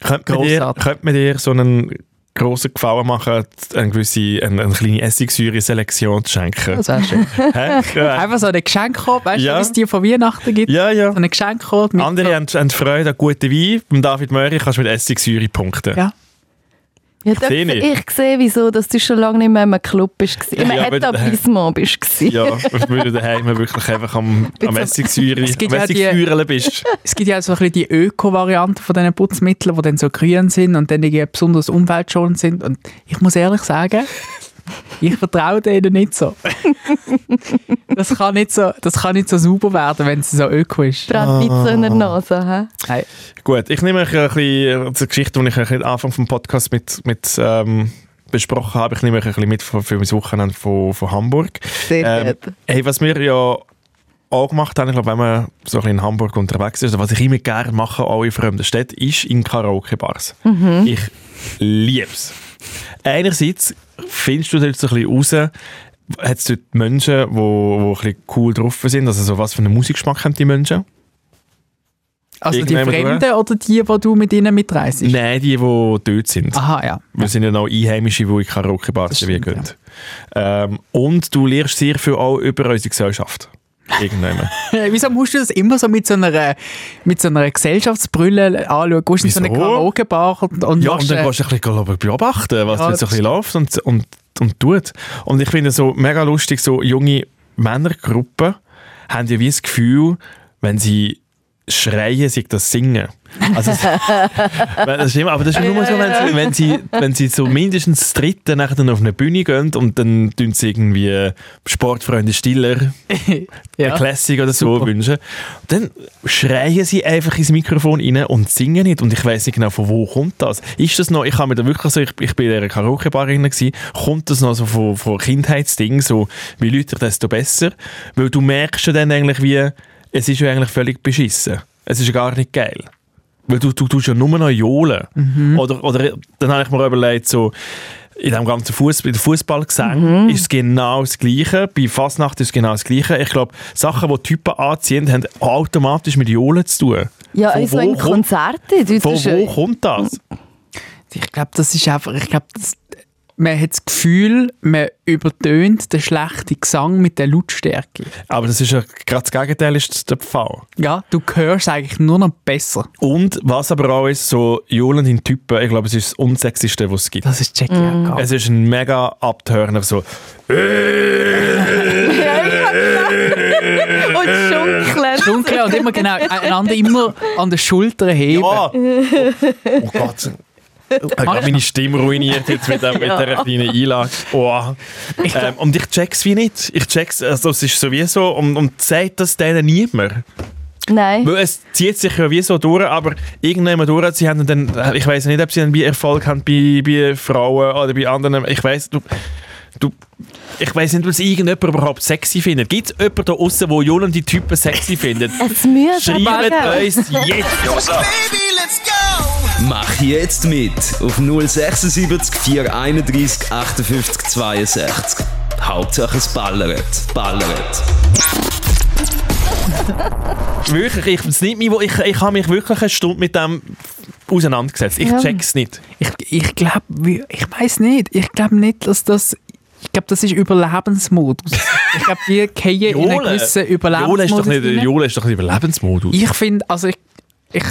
S1: Könnte man, dir,
S2: Grossartig.
S1: könnte man dir so einen grossen Gefallen machen, eine gewisse, eine, eine kleine Essigsäure-Selektion zu schenken?
S2: Das wäre schön.
S1: Hä? Ja.
S2: Einfach so einen Geschenkkorb, weißt
S1: Ja.
S2: du, wie es dir von Weihnachten gibt?
S1: ja, ja.
S2: So einen Geschenkkorb mit
S1: Andere
S2: so,
S1: haben, haben Freude an guten Wein. Beim David Möhrig kannst du mit Essigsäure punkten.
S2: Ja.
S3: Ja,
S1: seh
S3: ich,
S1: nicht.
S3: ich sehe, wieso dass du schon lange nicht mehr im Club warst. Im
S1: Ja, aber-
S3: Etablissement warst.
S1: Ja, weil du daheim wirklich einfach am, am Essigsäure,
S2: Es gibt
S1: am
S2: ja die-
S1: Essigsäurele bist.
S2: Es gibt ja auch so ein bisschen die Öko-Variante von diesen Putzmitteln, die dann so grün sind und dann irgendwie besonders umweltschonend sind. Und ich muss ehrlich sagen, ich vertraue denen nicht so. Das kann nicht so, das kann nicht so sauber werden, wenn es so öko ist.
S3: Brad Pitt so in der Nase. hä?
S2: Nein.
S1: Gut, ich nehme euch ein bisschen zur Geschichte, die ich euch am Anfang vom Podcast mit, mit ähm, besprochen habe. Ich nehme euch ein bisschen mit für, für mein Wochenende von, von Hamburg.
S3: Sehr
S1: Ähm,
S3: gut.
S1: hey, was wir ja auch gemacht haben, ich glaube, wenn man so ein bisschen in Hamburg unterwegs ist, oder was ich immer gerne mache, auch in fremden Städten, ist in Karaoke-Bars.
S2: Mhm.
S1: Ich liebe es. Einerseits findest du dort so ein bisschen raus, hat es dort Menschen, die wo, wo ein bisschen cool drauf sind, also so was für einen Musikgeschmack haben die Menschen?
S2: Also die
S1: Irgendjemand,
S2: Fremden oder die, die du mit ihnen mitreist?
S1: Nein, die, die dort sind.
S2: Aha, ja.
S1: Wir sind ja noch Einheimische, die in
S2: Ah. Das
S1: Karaoke-Bars gehen
S2: stimmt,
S1: können. Ähm, und du lernst sehr viel auch über unsere Gesellschaft. Irgendwann.
S2: Wieso musst du das immer so mit so einer, mit so einer Gesellschaftsbrille anschauen? Gehst in so eine
S1: Wieso?
S2: Karaoke-Bar und, und
S1: ja,
S2: machst,
S1: und dann
S2: äh,
S1: kannst du ein bisschen glaub ich, beobachten, was dort
S2: Ja,
S1: so ein
S2: das
S1: bisschen läuft und, und, und tut. Und ich finde so mega lustig, so junge Männergruppen haben ja wie das Gefühl, wenn sie schreien, sie das singen. Also, es- Weil das ist immer, aber das ist nur so, wenn sie, wenn sie, wenn sie so mindestens das dritte nachher dann auf eine Bühne gehen und dann tun sie irgendwie Sportfreunde Stiller
S2: ja.
S1: eine Classic oder so wünschen. Dann schreien sie einfach ins Mikrofon rein und singen nicht. Und ich weiß nicht genau, von wo kommt das. Ist das noch, ich habe mir da wirklich so, ich, ich bin in einer Karaoke-Bar drin gewesen, kommt das noch so von, von Kindheitsding, so, wie Leute, desto besser? Weil du merkst ja dann eigentlich wie, es ist ja eigentlich völlig beschissen. Es ist ja gar nicht geil. Weil du, du tust ja nur noch johlen. Oder, oder dann habe ich mir überlegt, so, in dem ganzen Fuss, bei den Fußballgesang ist es genau das Gleiche. Bei Fasnacht ist es genau das Gleiche. Ich glaube, Sachen, die Typen anziehen, haben automatisch mit Jolen zu tun.
S3: Ja, also
S1: von
S3: in so
S1: wo
S3: einem
S1: kommt-
S3: Konzert. dort ist
S1: Von
S3: es
S1: wo
S3: schön.
S1: kommt das?
S2: Ich glaube, das ist einfach, ich glaube, das- man hat das Gefühl, man übertönt den schlechten Gesang mit der Lautstärke.
S1: Aber das ist ja gerade das Gegenteil ist der Fall.
S2: Ja, du hörst eigentlich nur noch besser.
S1: Und was aber auch ist, so Jolen in Typen, ich glaube, es ist das Unsexischste, was es gibt.
S2: Das ist Jackie mm.
S1: Es ist ein mega Abtörner, so
S3: Und schunkeln.
S2: Dunkel und immer genau, einander immer an den Schultern heben.
S1: Ah! Oh Gott. Ich habe meine Stimme ruiniert jetzt mit, dem, mit dieser kleinen Einlage. Oh. Ähm, und ich check's wie nicht. Ich check's, also es ist sowieso, und, und sagt das denen niemand.
S3: Nein.
S1: Weil es zieht sich ja wie so durch, aber irgendjemand durch, sie haben dann, ich weiß nicht, ob sie dann wie Erfolg haben bei, bei Frauen oder bei anderen, ich weiß du, du, ich weiß nicht, ob es irgendjemand überhaupt sexy findet. Gibt es jemanden da draussen, der Jolan die Typen sexy findet?
S3: Es müde.
S1: Schreibt uns jetzt!
S5: Mach jetzt mit auf 076 431 58 62. Hauptsache es ballert. Ballert.
S1: Wirklich, ich, es nimmt mich, wo- ich, ich habe mich wirklich eine Stunde mit dem auseinandergesetzt. Ich
S3: Ja.
S1: check's nicht.
S2: Ich, ich glaube, ich weiß nicht. Ich glaube nicht, dass das. Ich glaube, das ist Überlebensmodus. Ich glaube, wir gehen in einen gewissen
S1: Jole
S2: Überlebensmodus.
S1: ist doch nicht,
S2: rein.
S1: Jole ist doch nicht Überlebensmodus.
S2: Ich finde, also ich, ich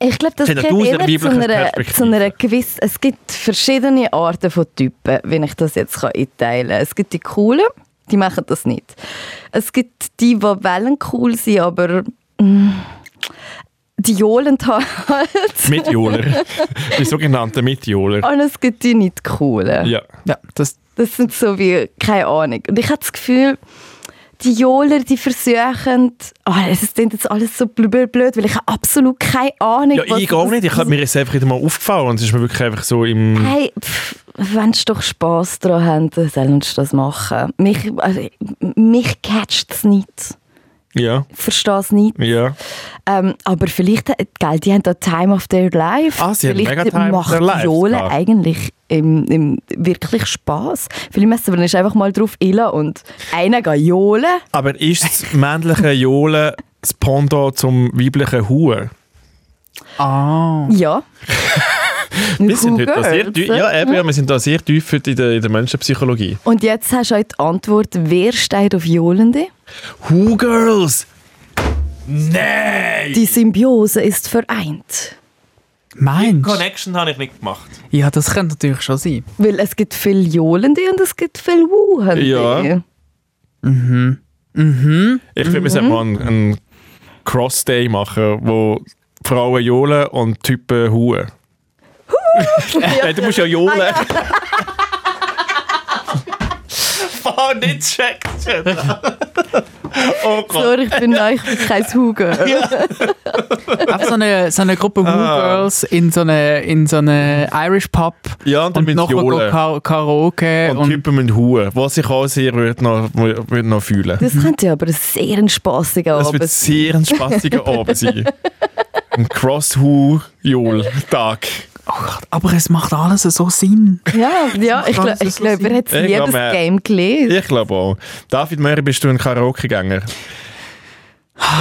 S3: Ich glaube, das
S1: Sind
S3: gehört
S1: das aus der
S3: immer zu
S1: biblischen
S3: einer,
S1: Perspektive?
S3: zu einer gewissen... Es gibt verschiedene Arten von Typen, wenn ich das jetzt kann einteilen kann. Es gibt die Coolen, die machen das nicht. Es gibt die, die wollen cool sind, aber... mm, die johlen halt.
S1: Mitjoler. die sogenannten Mitjoler.
S3: Und es gibt die nicht coolen.
S1: Ja.
S2: ja, das,
S3: Das sind so wie, keine Ahnung. Und ich habe das Gefühl, die Johler, die versuchen, oh, es ist jetzt alles so blöd, blöd, weil ich habe absolut keine Ahnung
S1: Ja, ich auch nicht. Ich, hab- mir ist es einfach wieder mal aufgefallen und es ist mir wirklich einfach so im...
S3: Hey, pff, wenn sie doch Spass daran haben, dann sollen sie das machen. Mich, also, mich catcht es nicht.
S1: Ja,
S3: Ich verstehe es nicht.
S1: ja.
S3: Ähm, aber vielleicht, äh, gell, die haben da Time of Their Life.
S1: Ah, sie haben
S3: vielleicht
S1: mega Time of
S3: macht
S1: their life
S3: Jole
S1: gehabt.
S3: eigentlich im, im wirklich Spass. Vielleicht müssen wir nicht einfach mal drauf illa und einer geht Jole.
S1: Aber ist das männliche Jole das Pendant zum weiblichen Huhe?
S2: ah,
S3: Ja.
S1: Wir sind heute da sehr tief,
S3: ja.
S1: ja, eben, ja, wir sind da sehr tief heute in der, in der Menschenpsychologie.
S3: Und jetzt hast du auch die Antwort, wer steht auf Jolende?
S1: Who-Girls! Nein!
S3: Die Symbiose ist vereint.
S2: meinst du?
S1: Connection habe ich nicht gemacht.
S2: Ja, das könnte natürlich schon sein.
S3: Weil es gibt viel Jolende und es gibt viel Wuhende.
S1: Ja. Ich finde, wir
S3: Mhm.
S1: sollten mal einen, einen Cross-Day machen, wo Frauen johlen und Typen hauen.
S3: Ah,
S1: Nein, du musst ja johlen. Fall nicht checkt. oh Gott.
S3: Sorry, ich bin neu, ich bin kein Hugo.
S2: Einfach so eine, so eine
S1: Ah.
S2: Gruppe Woo Girls in so eine, in so eine Irish Pub.
S1: Ja, und dann
S2: Und
S1: mit
S2: noch
S1: Jolen.
S2: Ka Karaoke.
S1: Und,
S2: Und,
S1: Typen mit Huren, was ich auch sehr würde noch, würde noch fühlen.
S3: Das könnte ja aber ein sehr ein spassiger
S1: Das wird
S3: Abend sein.
S1: sehr ein spaßiger Abend sein. Ein Cross-Hu-Jol-Tag.
S2: aber es macht alles so Sinn.
S3: Ja, ja ich
S2: kann
S3: glaube,
S2: es
S3: ich
S2: so
S3: glaub, er hat
S1: Ich
S3: jedes
S1: glaub, äh,
S3: Game gelesen.
S1: Ich glaube auch. David Möhrer, bist du ein Karaoke-Gänger?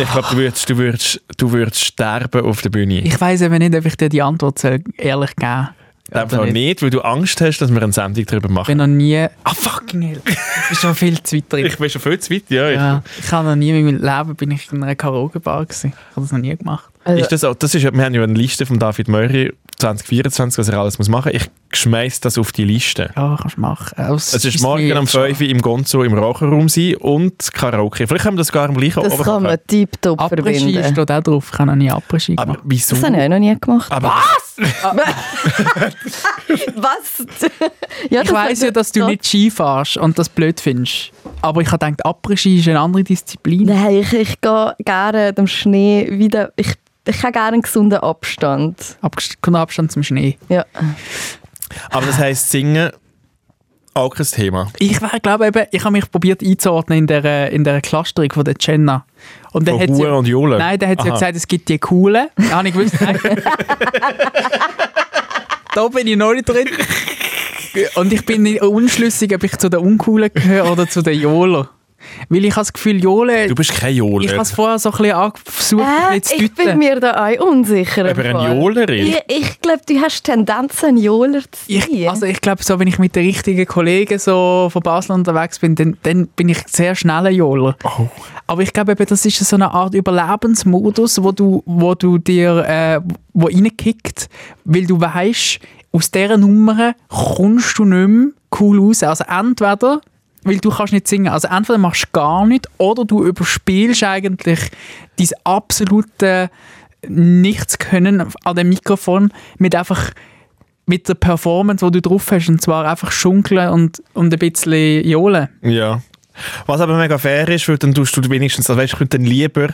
S1: Ich glaube, du würdest, du, würdest, du würdest sterben auf der Bühne.
S2: Ich weiß eben nicht, ob ich dir die Antwort soll ehrlich geben
S1: In dem
S2: oder
S1: Fall nicht, weil du Angst hast, dass wir eine Sendung darüber
S2: Ich bin
S1: machen.
S2: noch nie. Ah, fucking hell. Ich bin schon viel zu weit drin.
S1: Ich bin schon viel zu weit, ja. Ich,
S2: Genau. ja, ich habe noch nie in meinem Leben bin ich in einer Karaoke-Bar gewesen. Ich habe das noch nie gemacht.
S3: Also,
S1: Ist das auch, das ist, ja- wir haben ja eine Liste von David Möhrer 2024, was er alles muss machen muss. Ich schmeiß das auf die Liste.
S2: Ja, kannst du machen. Aber
S1: Es ist
S2: scheisst mich
S1: morgen um
S2: jetzt schon.
S1: 5 Uhr im Gonzo im Raucherraum sein und Karaoke. Vielleicht haben wir das gar am gleichen
S3: Also, das
S1: Abend
S3: kann man
S1: machen.
S3: tiptop
S2: Après-Ski
S3: verbinden.
S2: steht auch drauf. Ich habe noch nie Après-Ski
S1: Aber
S2: gemacht.
S1: wieso?
S3: Das habe ich auch noch nie gemacht. Ah.
S1: Aber was?
S3: Was? ja,
S2: Ich
S3: das
S2: weiss
S3: hat-
S2: ja, dass du nicht Ski fährst und das blöd findest. Aber ich habe gedacht, Après-Ski ist eine andere Disziplin.
S3: Nein, ich, ich gehe gerne dem Schnee wieder. Ich, ich habe gerne einen gesunden Abstand.
S2: Abgest- Kein Abstand zum Schnee.
S3: Ja.
S1: Aber das heisst, singen auch kein Thema.
S2: Ich wär, glaube eben, ich habe mich probiert einzuordnen in der, in der Clusterung von der Jenna. Und dann
S1: Von
S2: hat sie,
S1: Huren und Jolen.
S2: Nein, dann hat sie ja
S1: Aha.
S2: gesagt, es gibt die coolen. Ja, habe ich gewusst. nein. da bin ich noch nicht drin. Und ich bin nicht unschlüssig, ob ich zu den uncoolen gehöre oder zu den Jolen. Weil ich habe das Gefühl, Jolen,
S1: Du bist kein
S2: ich
S1: Joler.
S2: habe es vorher so ein bisschen angesucht,
S3: Äh,
S2: äh, zu
S3: ich bin
S2: deuten.
S3: mir da auch unsicher.
S1: Über
S3: im
S1: eine
S3: Fall.
S1: Jolerin?
S3: Ich, ich glaube, du hast Tendenz, ein Joler zu sein.
S2: Ich, also ich glaube, so, wenn ich mit den richtigen Kollegen so von Basel unterwegs bin, dann, dann bin ich sehr schnell ein Joler. Aber ich glaube, eben, das ist so eine Art Überlebensmodus, wo du, wo du dir äh, wo reinkickt, weil du weißt, aus dieser Nummer kommst du nicht mehr cool raus. Also entweder, weil du kannst nicht singen, also entweder machst du gar nichts oder du überspielst eigentlich dein absolute nichts können an dem Mikrofon mit einfach mit der Performance, die du drauf hast, und zwar einfach schunkeln und, und ein bisschen johlen.
S1: Ja. Was aber mega fair ist, weil dann tust du wenigstens, also weißt, ich könnte dann lieber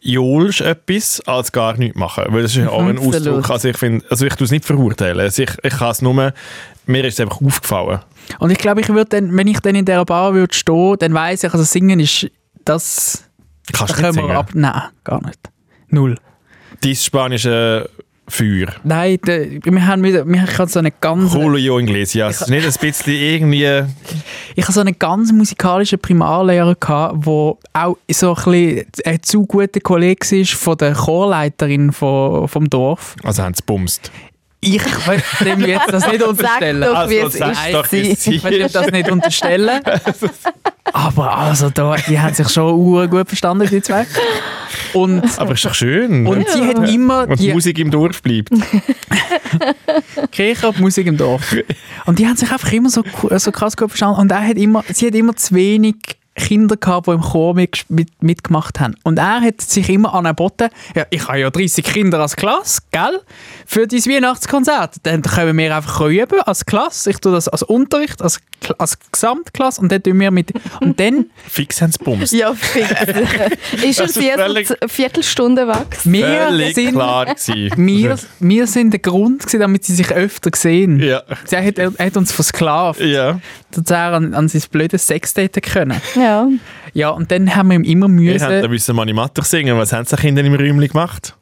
S1: johlst etwas, als gar nichts machen. Weil das ist ja
S2: Mhm,
S1: auch ein
S3: Absolut.
S1: Ausdruck. Also ich finde, also ich tue es nicht verurteilen. Also ich, ich kann es nur, mir ist es einfach aufgefallen.
S2: Und ich glaube, ich würde dann, wenn ich dann in dieser Bar würde stehen, dann weiss ich, also singen ist das...
S1: Kannst
S2: da
S1: du nicht
S2: können wir
S1: singen.
S2: ab... Nein, gar nicht. Null.
S1: Dein spanische Feuer.
S2: Nein, de, wir haben wieder, wir haben so eine ganz...
S1: Julio Iglesias. Nicht ein bisschen irgendwie...
S2: Ich hatte so einen ganz musikalischen Primarlehrer, gehabt, der auch so ein, bisschen ein zu guter Kollege war von der Chorleiterin von, vom Dorf.
S1: Also haben sie bumst.
S2: Ich will dem jetzt das nicht unterstellen.
S3: Doch, wie
S1: Also
S3: es
S1: sag's
S3: ist,
S1: doch, wie es
S2: Ich will dir
S1: ist. Also,
S2: das nicht unterstellen. Aber also, da, die haben sich schon ur gut verstanden, die zwei. Und,
S1: Aber ist doch schön.
S2: und sie hat immer
S1: Also, Und die
S2: die
S1: Musik im Dorf bleibt.
S2: Kirche und die Musik im Dorf. Und die haben sich einfach immer so, ku- so krass gut verstanden. Und er hat immer, sie hat immer zu wenig Kinder gehabt, die im Chor mit, mit, mitgemacht haben. Und er hat sich immer angeboten, ja, ich habe ja 30 Kinder als Klasse, gell? Für dein Weihnachtskonzert. Dann können wir einfach üben als Klasse. Ich tue das als Unterricht, als, Kla- als Gesamtklasse. Und dann tun wir mit. Und dann
S1: Fix haben sie bumst.
S3: Ja, fix. ist er
S1: ist
S3: sie
S1: völlig-
S3: eine Viertelstunde wachsen?
S2: Wir
S1: Völlig
S2: sind,
S1: klar gewesen.
S2: wir, wir sind der Grund, gewesen, damit sie sich öfter sehen.
S1: Ja.
S2: Sie hat, er hat uns versklavt,
S1: Ja.
S2: dass er an, an sein blödes Sexdate können.
S3: Ja.
S2: Ja, und dann haben wir ihm immer
S1: Ihr hättet
S2: Mühe.
S1: müssen Manimatter singen. Was haben die Kinder im Räumchen gemacht?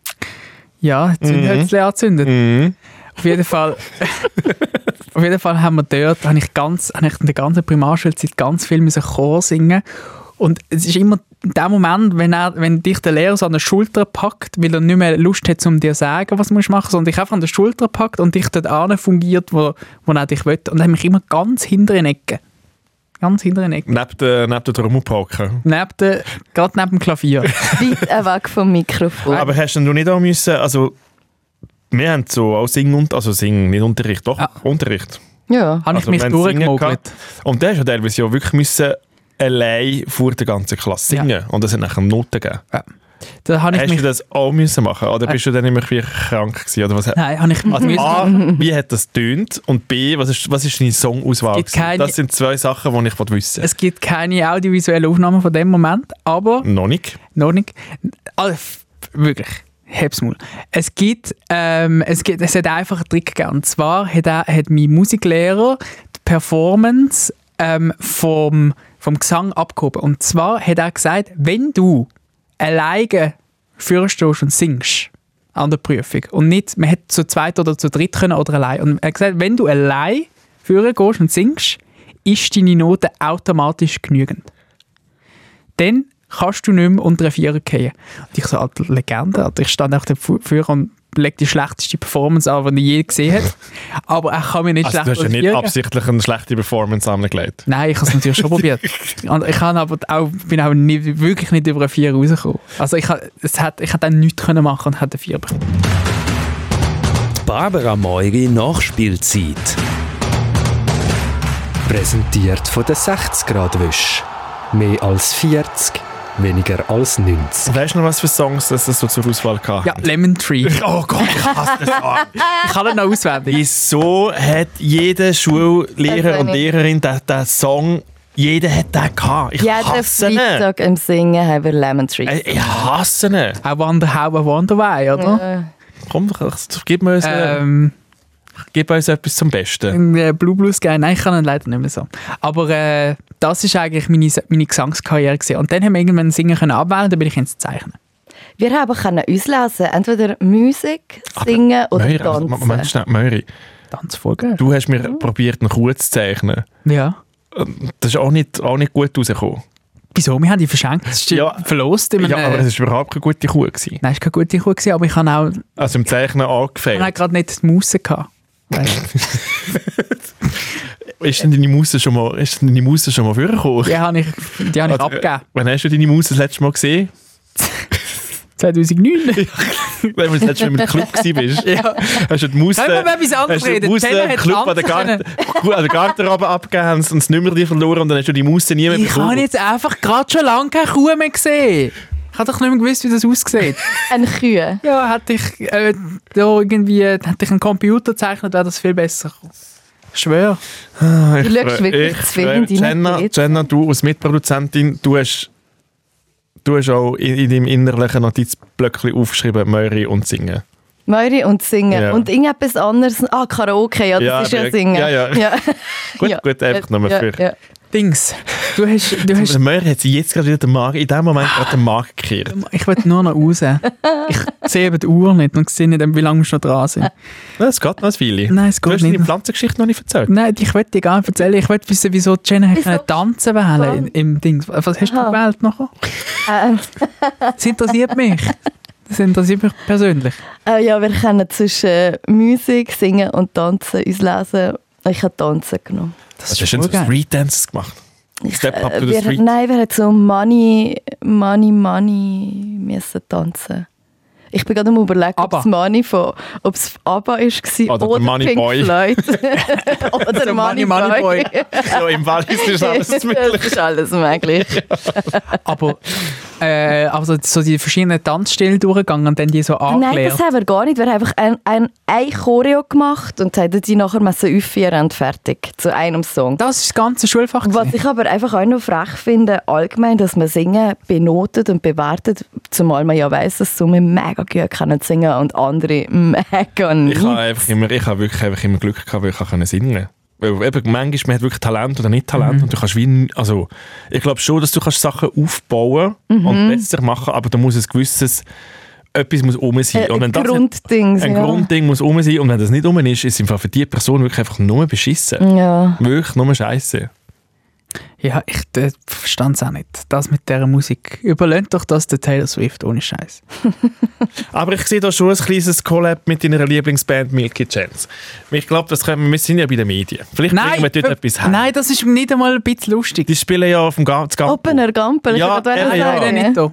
S2: Ja, Zündhölzchen angezündet. Auf jeden Fall. auf jeden Fall haben wir dort, habe ich, ganz, habe ich in der ganzen Primarschulzeit ganz viel müssen Chor singen und es ist immer der Moment, wenn, er, wenn dich der Lehrer so an der Schulter packt, weil er nicht mehr Lust hat, um dir zu sagen, was du machen musst, sondern dich einfach an der Schulter packt und dich dort an fungiert, wo, wo er dich will. Und er hat mich immer ganz hinter den Ecken. Ganz hinter den Ecken.
S1: Neben der, neben der Trommelpauke.
S2: Neben der, gerade neben dem Klavier.
S3: Weit weg vom
S2: Äh.
S3: Mikrofon.
S1: Aber hast denn du nicht auch müssen, also wir haben so auch Singen, und, also Singen, nicht Unterricht, doch,
S2: Ah.
S1: Unterricht.
S3: ja.
S2: habe ich
S1: Also,
S2: mich
S1: wir haben Singen
S2: durchgemogelt.
S1: gehabt. Und der hast ja teilweise ja wirklich müssen allein vor der ganzen Klasse singen. Und das hat nachher Noten gegeben.
S2: Ja. Da habe ich
S1: Hast du
S2: mich... Äh.
S1: das auch müssen machen oder bist du dann immer irgendwie krank gewesen? Oder was?
S2: Nein, habe ich mich
S1: Also
S2: müssen.
S1: A, wie hat das tönt und B, was ist, was ist deine Songauswahl?
S2: Es gibt
S1: gewesen?
S2: keine-
S1: Das sind zwei Sachen, die ich wollte wissen
S2: Es gibt keine audiovisuelle Aufnahme von dem Moment, aber
S1: Noch nicht.
S2: noch nicht. Also, f- wirklich, hab's mal. Es gibt, ähm, es gibt, es hat einfach einen Trick gegeben. Und zwar hat, er, hat mein Musiklehrer die Performance ähm, vom, vom Gesang abgehoben. Und zwar hat er gesagt, wenn du alleine vorstehst und singst an der Prüfung und nicht, man hätte zu zweit oder zu dritt können oder allein. Und er hat gesagt, wenn du allein führen gehst und singst, ist deine Note automatisch genügend dann kannst du nicht mehr unter einen Vierer gehen. Und ich so, Alter, Legende, Alter, ich stand nach dem Führer und leg die schlechteste Performance an, die er je gesehen hat. Aber er kann mir nicht
S1: Also,
S2: schlecht
S1: du hast ja
S2: unter
S1: nicht
S2: Vierer geben.
S1: absichtlich eine schlechte Performance angelegt.
S2: Nein, ich habe es natürlich schon probiert. Und ich kann aber auch, bin auch nicht, wirklich nicht über einen Vierer rausgekommen. Also ich habe dann nichts können machen und hätte einen Vierer bekommen.
S6: Barbara Meuri Nachspielzeit. Präsentiert von der 60 Grad Wisch. Mehr als 40, weniger als 90.
S1: Weißt du noch, was für Songs das das so zur Auswahl gehabt
S2: Ja, Lemon Tree.
S1: Oh Gott, ich hasse das auch.
S2: Ich kann ihn noch auswendig.
S1: Wieso hat jeder
S3: Das
S1: Schullehrer
S3: weiß
S1: und
S3: ich.
S1: Lehrerin den, den Song, jeder hat den gehabt? Ich
S3: Jeden
S1: hasse ihn.
S3: Freitag im Singen haben wir Lemon Tree.
S1: Äh, Ich hasse ihn.
S2: I wonder how, I wonder why, oder?
S3: Äh,
S1: Komm, ich- gib mir uns, äh,
S2: Ähm,
S1: gib uns etwas zum Besten.
S2: Ein, äh, Blue Blues Guy. Nein, ich kann ihn leider nicht mehr so. Aber äh, das ist eigentlich meine, meine Gesangskarriere. Gewesen. Und dann haben wir irgendwann singen können abwählen, dann bin ich ins Zeichnen.
S3: wir haben können auslesen, entweder Musik, Singen oder
S1: Möri, also,
S3: Tanzen. Mhm.
S1: Moment Moment schnell, Möri,
S2: Tanzfolge?
S1: du hast mir probiert, einen Kuh zu zeichnen.
S2: Ja.
S1: Das ist auch nicht, auch nicht gut rausgekommen.
S2: Wieso? Wir haben die verschenkt. Das ist
S1: Ja.
S2: verlost. In
S1: Ja,
S2: einem-
S1: aber es war überhaupt keine gute Kuh. Gewesen.
S2: Nein, es war keine gute Kuh, gewesen, aber ich habe auch
S1: Also im Zeichnen
S2: ich habe
S1: angefällt.
S2: gerade nicht die Musse gehabt. Weißt
S1: Ist denn deine Maus schon mal, ist denn deine Maus schon mal vorgekommen?
S2: du, die habe ich, die habe ich
S1: Also, äh,
S2: abgegeben.
S1: Wann hast du deine Maus das letzte Mal gesehen?
S2: 2009.
S1: Wenn du das letzte Mal mit dem Club warst.
S2: ja.
S1: Hast du die Maus... äh,
S2: Können wir mal etwas anderes
S1: hast du die
S2: reden?
S1: Maus äh,
S2: Taylor hat
S1: Club an der
S2: tanzen
S1: Garten, an der Gartenrabe abgegeben haben sie- und das Nummerli verloren und dann hast du die Maus nie mehr
S2: Ich habe jetzt einfach gerade schon lange keine Kuh mehr gesehen. Ich habe doch nicht mehr gewusst, wie das aussieht.
S3: Eine Kühe.
S2: Ja, hätte ich äh, da irgendwie hätte ich einen Computer gezeichnet, wäre das viel besser. gekommen. Ich schwöre.
S1: Ah, Ich
S3: Du schaust
S1: freu-
S3: wirklich
S1: ich
S3: zu viel
S1: freu-
S3: in deine
S1: Jenna,
S3: Notizen.
S1: Jenna, du als Mitproduzentin, du hast, du hast auch in, in deinem innerlichen Notizblöckchen aufgeschrieben, Möri und Singen.
S3: Möri und Singen.
S1: Ja.
S3: Und irgendetwas anderes. Ah, Karaoke, ja, das
S1: Ja,
S3: ist ja
S1: eben.
S3: Singen.
S1: Ja, ja. Gut, gut, einfach nochmal
S3: ja,
S1: für-
S3: ja.
S2: Dings. Du hast. Du hast
S1: Möri hat sie jetzt gerade wieder den Magen, in dem Moment gerade den Magen gekehrt.
S2: ich will nur noch raus. Ich sehe eben die Uhr nicht und sehe nicht, wie lange wir schon dran sind.
S1: Nein, es geht noch ein Weile.
S2: Ah. Nein, es
S1: Du
S2: geht
S1: hast deine
S2: nicht.
S1: Pflanzengeschichte noch nicht erzählt.
S2: Nein, ich will dir gar nicht erzählen. Ich will wissen, wieso Jenna hat
S3: Wieso?
S2: können tanzen wählen in, im Dings. Was hast du
S3: Aha.
S2: gewählt nachher?
S3: Ähm,
S2: Das interessiert mich. Das interessiert mich persönlich.
S3: Äh, ja, wir können zwischen äh, Musik, Singen und Tanzen uns lesen. Ich habe Tanzen genommen.
S1: Das hast du so
S2: voll geil.
S1: Street Dances gemacht.
S3: Ich, äh,
S1: Step up to the
S3: wir,
S1: street.
S3: Nein, wir haben so Money, Money, Money müssen tanzen. Ich bin gerade am überlegen, ob
S2: ABBA.
S3: es Money von, ob es ABBA ist
S1: Oder
S3: oder,
S1: der Money
S3: Pink
S1: Boy.
S3: Floyd. oder
S2: So
S3: Money,
S2: Money, Money
S3: Boy.
S1: Ja, im Wallis ist alles
S3: das
S1: möglich.
S3: ist alles möglich.
S2: Aber äh, also so die verschiedenen Tanzstile durchgegangen und dann die so
S3: Nein,
S2: angelehrt.
S3: das haben wir gar nicht. Wir haben einfach ein, ein, ein Choreo gemacht und haben die nachher müssen aufführen und fertig zu einem Song.
S2: Das ist das ganze Schulfach.
S3: Was ich aber einfach auch noch frech finde, allgemein, dass man Singen benotet und bewertet, zumal man ja weiss, dass Summe mega gut können singen und andere mega
S1: Ich
S3: nicht.
S1: habe einfach immer, ich habe wirklich einfach immer Glück gehabt, weil ich habe singen konnte. Weil eben, manchmal man hat wirklich Talent oder nicht Talent
S2: Mhm.
S1: und du kannst wie, n- also ich glaube schon, dass du kannst Sachen aufbauen
S2: Mhm.
S1: und besser machen, aber da muss ein gewisses, etwas muss rum sein.
S3: Äh,
S1: und wenn das nicht-
S3: Grunddings,
S1: ein
S3: ja.
S1: Grundding muss rum sein und wenn das nicht rum ist, ist es im Fall für die Person wirklich einfach nur beschissen.
S3: Ja.
S2: Mhm.
S1: Wirklich nur scheiße.
S2: Ja, ich äh, verstand es auch nicht. Das mit dieser Musik. Überlöhnt doch das der Taylor Swift ohne Scheiß.
S1: Aber ich sehe da schon ein kleines Collab mit deiner Lieblingsband Milky Chance. Ich glaube, das können wir, wir sind ja bei den Medien. Vielleicht bringen wir dort
S2: äh,
S1: etwas her.
S2: Nein, das ist nicht einmal ein bisschen lustig.
S1: Die spielen ja auf dem ganzen
S3: Opener Gampel.
S1: Ja,
S3: ich wollte
S1: eben,
S3: gerade
S1: ja.
S2: Nein,
S3: sagen.
S2: nicht da.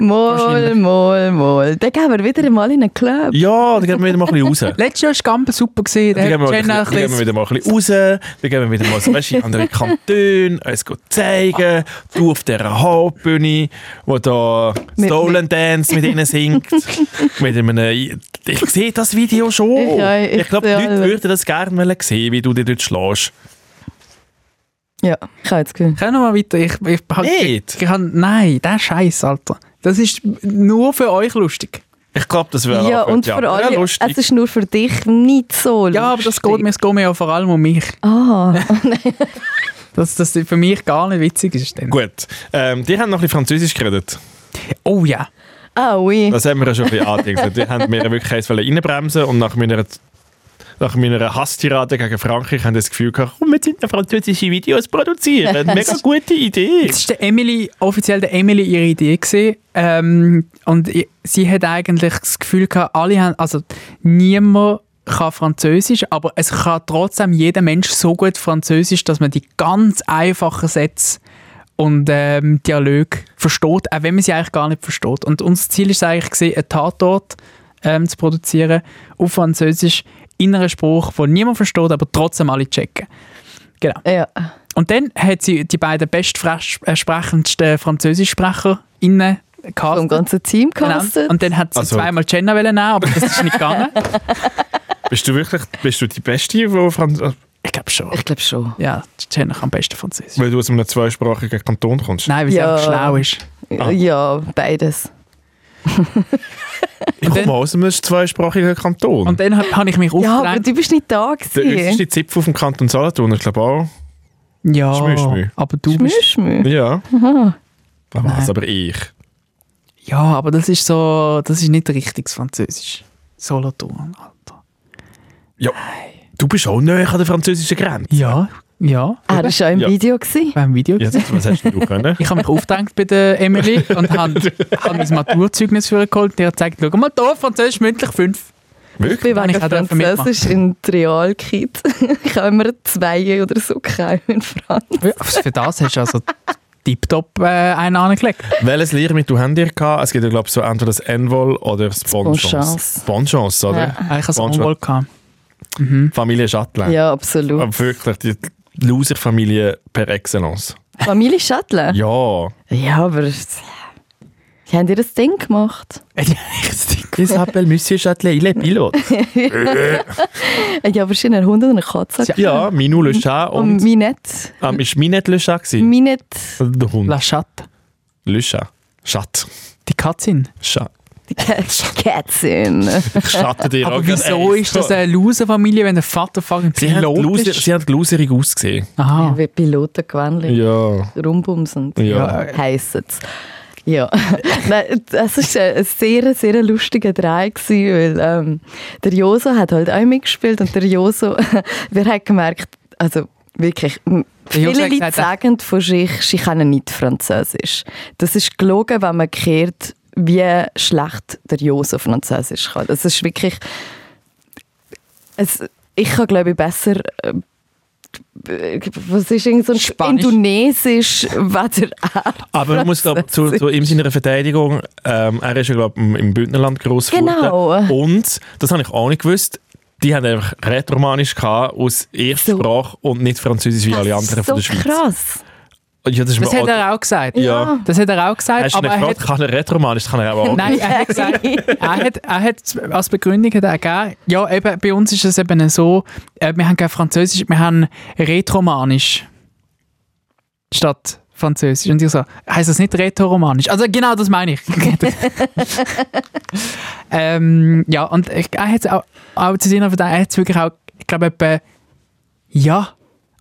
S3: Mal,
S2: Wahrscheinlich.
S3: mal, mal. Dann gehen wir wieder mal in einen Club.
S1: Ja, dann gehen wir wieder mal ein bisschen raus.
S2: Letztes Jahr war Gampen super. Gewesen. Da
S1: Dann gehen, wir
S2: hat
S1: mal,
S2: Jenna
S1: dann
S2: ein
S1: gehen wir
S2: bisschen-
S1: wieder mal ein bisschen raus, dann gehen wir wieder mal so weißt, du, in andere Kantone, uns gut zeigen, du auf dieser Hauptbühne, wo da
S3: Mit-
S1: Stolen Dance mit ihnen singt. mit einem, ich ich sehe das Video schon.
S3: Ich- ja, ich-
S1: glaube, die
S3: ja,
S1: Leute
S3: ja.
S1: würden das gerne mal sehen, wie du dich dort schlägst.
S3: Ja, ich habe jetzt gehört.
S2: Können wir mal weiter? Ich, ich,
S1: Nicht?
S2: Ich, ich, hab- nein, der Scheiß, Alter. Das ist nur für euch lustig.
S1: Ich glaube, das wäre
S3: Ja,
S1: auch gut,
S3: und für
S1: Ja,
S3: alle,
S1: lustig.
S3: es ist nur für dich nicht so lustig.
S2: Ja, aber das geht mir, es geht mir ja vor allem um mich.
S3: Ah,
S2: Dass das für mich gar nicht witzig ist. Dann.
S1: Gut, ähm, die haben noch ein bisschen Französisch geredet.
S2: Oh ja.
S3: ah oui.
S1: Das haben wir ja schon ein bisschen angedingst. Die haben mir wirklich eins wollen reinbremsen und nach meiner, nach meiner Hasstirade gegen Frankreich haben das Gefühl gehabt, komm, wir sind französische Videos produzieren. Mega gute Idee.
S2: Das war der Emily, offiziell der Emily ihre Idee. Gewesen. Ähm, und i- sie hat eigentlich das Gefühl gehabt, alle haben, also niemand kann Französisch, aber es kann trotzdem jeder Mensch so gut Französisch, dass man die ganz einfachen Sätze und ähm, Dialoge versteht, auch wenn man sie eigentlich gar nicht versteht. Und unser Ziel ist eigentlich gewesen, einen Tatort ähm, zu produzieren auf Französisch in einer Sprache, die niemand versteht, aber trotzdem alle checken.
S3: Ja.
S2: Und dann hat sie die beiden bestversprechendsten Französischsprecher innen
S3: Vom ganzen Team castet.
S2: Genau. Und dann hat sie
S1: Also-
S2: zweimal Jenna wollen nehmen, aber das ist nicht gegangen.
S1: Bist du wirklich bist du die Beste, die Franz
S2: ich glaube schon.
S3: Ich glaube schon.
S2: Ja, Jenna kann am besten Französisch.
S1: weil du aus einem zweisprachigen Kanton kommst?
S2: Nein, weil sie
S3: Ja.
S2: einfach schlau ist.
S1: Ah.
S3: Ja, beides.
S1: ich komme
S2: dann-
S1: aus einem zweisprachigen Kanton.
S2: Und dann habe hab ich mich
S3: Ja, aber
S2: aufgeregt.
S3: du bist nicht da
S1: der
S3: gewesen.
S1: äußerste Zipfel vom Kanton Solothurn, ich glaube auch.
S2: Ja,
S1: Schmüschmü.
S2: aber du bist...
S3: Schmüschmü.
S1: Ja. Aber was,
S2: Nein.
S1: aber ich.
S2: Ja, aber das ist so... Das ist nicht richtiges Französisch. Solothurn, Alter.
S1: Du bist auch näher an der französischen Grenze.
S2: Ja, ja.
S3: Er Ah, war schon im
S1: Ja.
S3: Video. Gewesen.
S2: Beim Video
S1: Ja,
S2: gesehen.
S1: das- was hast denn du ne? können?
S2: Ich habe mich aufgedrängt bei der Emily und habe hab mein Maturzeugnis für ihr geholt und ihr gezeigt, schau mal da, Französisch mündlich 5.
S3: Ich bin
S2: Kann
S3: wegen
S2: ich auch dürfen
S3: Französisch in die Realkit. ich habe immer zwei oder so geheim in Franz.
S2: Für das hast du also tiptop äh, einen angelegt.
S1: Welches Lehrmittel habt ihr gehabt? Es gibt ja, glaube ich, so entweder das Envol oder das Bonchance.
S3: Bonchance.
S1: Bonchance, oder?
S3: Ja.
S2: Eigentlich ein
S1: Bonjour.
S2: Unwohl gehabt.
S1: Familie Chatelain.
S3: Ja, absolut.
S1: Aber wirklich, die Loser-Familie per excellence.
S3: Familie Schattler? Ja.
S1: Ja.
S3: aber. Wie haben die das Ding gemacht?
S1: Isabelle Monsieur Chatelain, il est pilote.
S3: Ja, aber es war ein Hund und eine Katze.
S1: ja, Minou Le Chat
S3: Und
S1: und...
S3: Minette.
S1: Ähm, ist Minette Le Chat gewesen?
S3: Minette,
S1: Der Hund.
S2: La Chatte,
S1: Le Chat. Chat.
S2: die Katzin.
S1: Chat.
S3: die Kä- Kätzchen.
S1: Ich schatte dir auch
S2: Aber
S1: gerade
S2: wieso
S1: eins.
S2: ist das eine Loser-Familie, wenn der Vater fucking
S1: genau. Sie haben,
S2: Pilot
S1: loser,
S2: ist?
S1: sie haben loserig ausgesehen.
S2: Aha.
S3: Wie Pilotenquännchen.
S1: Ah. Ja.
S3: Rumbumsen.
S1: Ja.
S3: heisst es. Ja, Nein, das war ein sehr, sehr lustiger Drei, gewesen, weil ähm, der Joso hat halt auch mitgespielt und der Joso, wir haben gemerkt, also wirklich, m-
S2: Der Joso
S3: viele
S2: hat
S3: Leute
S2: gesagt, er-
S3: sagen von sich, sie können nicht Französisch. Das ist gelogen, wenn man kehrt, wie schlecht der Joso Französisch kann. Das ist wirklich, es, ich kann glaube ich besser äh, b- was ist irgend so ein
S2: Spanisch.
S3: Indonesisch, weder er.
S1: Aber man muss glaube zu, zu ihm seiner Verteidigung, ähm, er ist ja glaube im im Bündnerland groß geworden.
S3: Genau.
S1: Und das habe ich auch nicht gewusst. Die haben einfach Rätoromanisch gehabt aus Erstsprache und nicht Französisch wie alle anderen von der
S3: so
S1: Schweiz.
S3: krass.
S1: Ja, das ist
S2: Das
S1: mir
S2: hat
S1: auch,
S2: er auch gesagt.
S1: ja.
S2: Das hat er auch gesagt,
S1: Hast du ihn
S2: aber er
S1: gefragt,
S2: hat...
S1: kann er Rätoromanisch? Das kann er aber auch.
S2: Nein, er hat gesagt, er hat, er hat als Begründung hat er gegeben, ja, eben, bei uns ist es eben so, äh, wir haben kein Französisch, wir haben Retromanisch statt Französisch. Und ich so, heisst das nicht Retromanisch? Also genau das meine ich. ähm, ja, und ich, er hat es auch, auch zu seiner Verteidigung, er hat es wirklich auch, ich glaube, etwa, ja,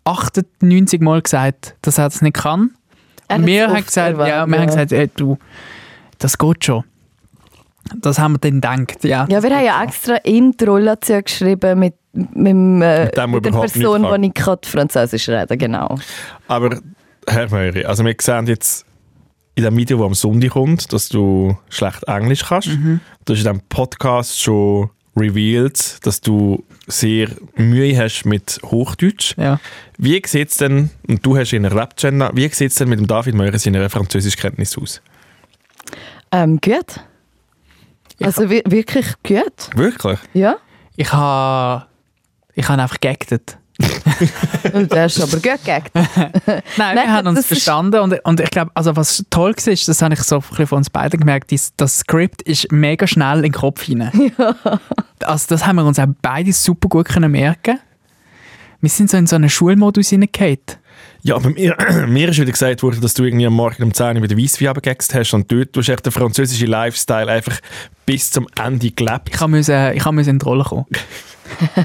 S2: 98 Mal gesagt, dass er das nicht kann.
S3: Er
S2: Und wir
S3: hat's
S2: haben
S3: oft
S2: gesagt,
S3: erwähnt,
S2: ja, wir haben gesagt, ey, du, das geht schon. Das haben wir dann gedacht, ja.
S3: Ja, wir haben ja extra in die Rollation geschrieben mit, mit, dem, äh,
S1: Mit dem, wo
S3: mit der
S1: überhaupt
S3: Person,
S1: nicht kann.
S3: die ich kann Französisch reden genau.
S1: Aber Herr Möri, also wir sehen jetzt in dem Video, das am Sonntag kommt, dass du schlecht Englisch kannst.
S2: Mhm.
S1: Du hast in diesem Podcast schon revealed, dass du sehr Mühe hast mit Hochdeutsch.
S2: Ja.
S1: Wie sieht es denn, und du hast ihn erlebt, Jenna, wie sieht es denn mit dem David Möhrer seiner Französischkenntnis aus?
S3: Ähm, gut. Also wir- wirklich gut.
S1: Wirklich?
S3: Ja.
S2: Ich habe ich hab einfach geactet.
S3: Und der ist aber gut gegackt.
S2: Nein,
S3: Nein,
S2: wir haben uns
S3: das ist-
S2: verstanden und, und ich glaube, also was toll war, ist, das habe ich so ein bisschen von uns beiden gemerkt, ist, das Skript ist mega schnell in den Kopf hinein. Also das haben wir uns auch beide super gut können merken. Wir sind so in so einen Schulmodus hineingehauen.
S1: Ja, aber mir, mir ist wieder gesagt worden, dass du irgendwie am Morgen um 10 Uhr mit der Weisswein abgegext hast und dort du hast echt den französischen Lifestyle einfach bis zum Ende gelebt.
S2: Ich musste ich musste in die Rolle kommen.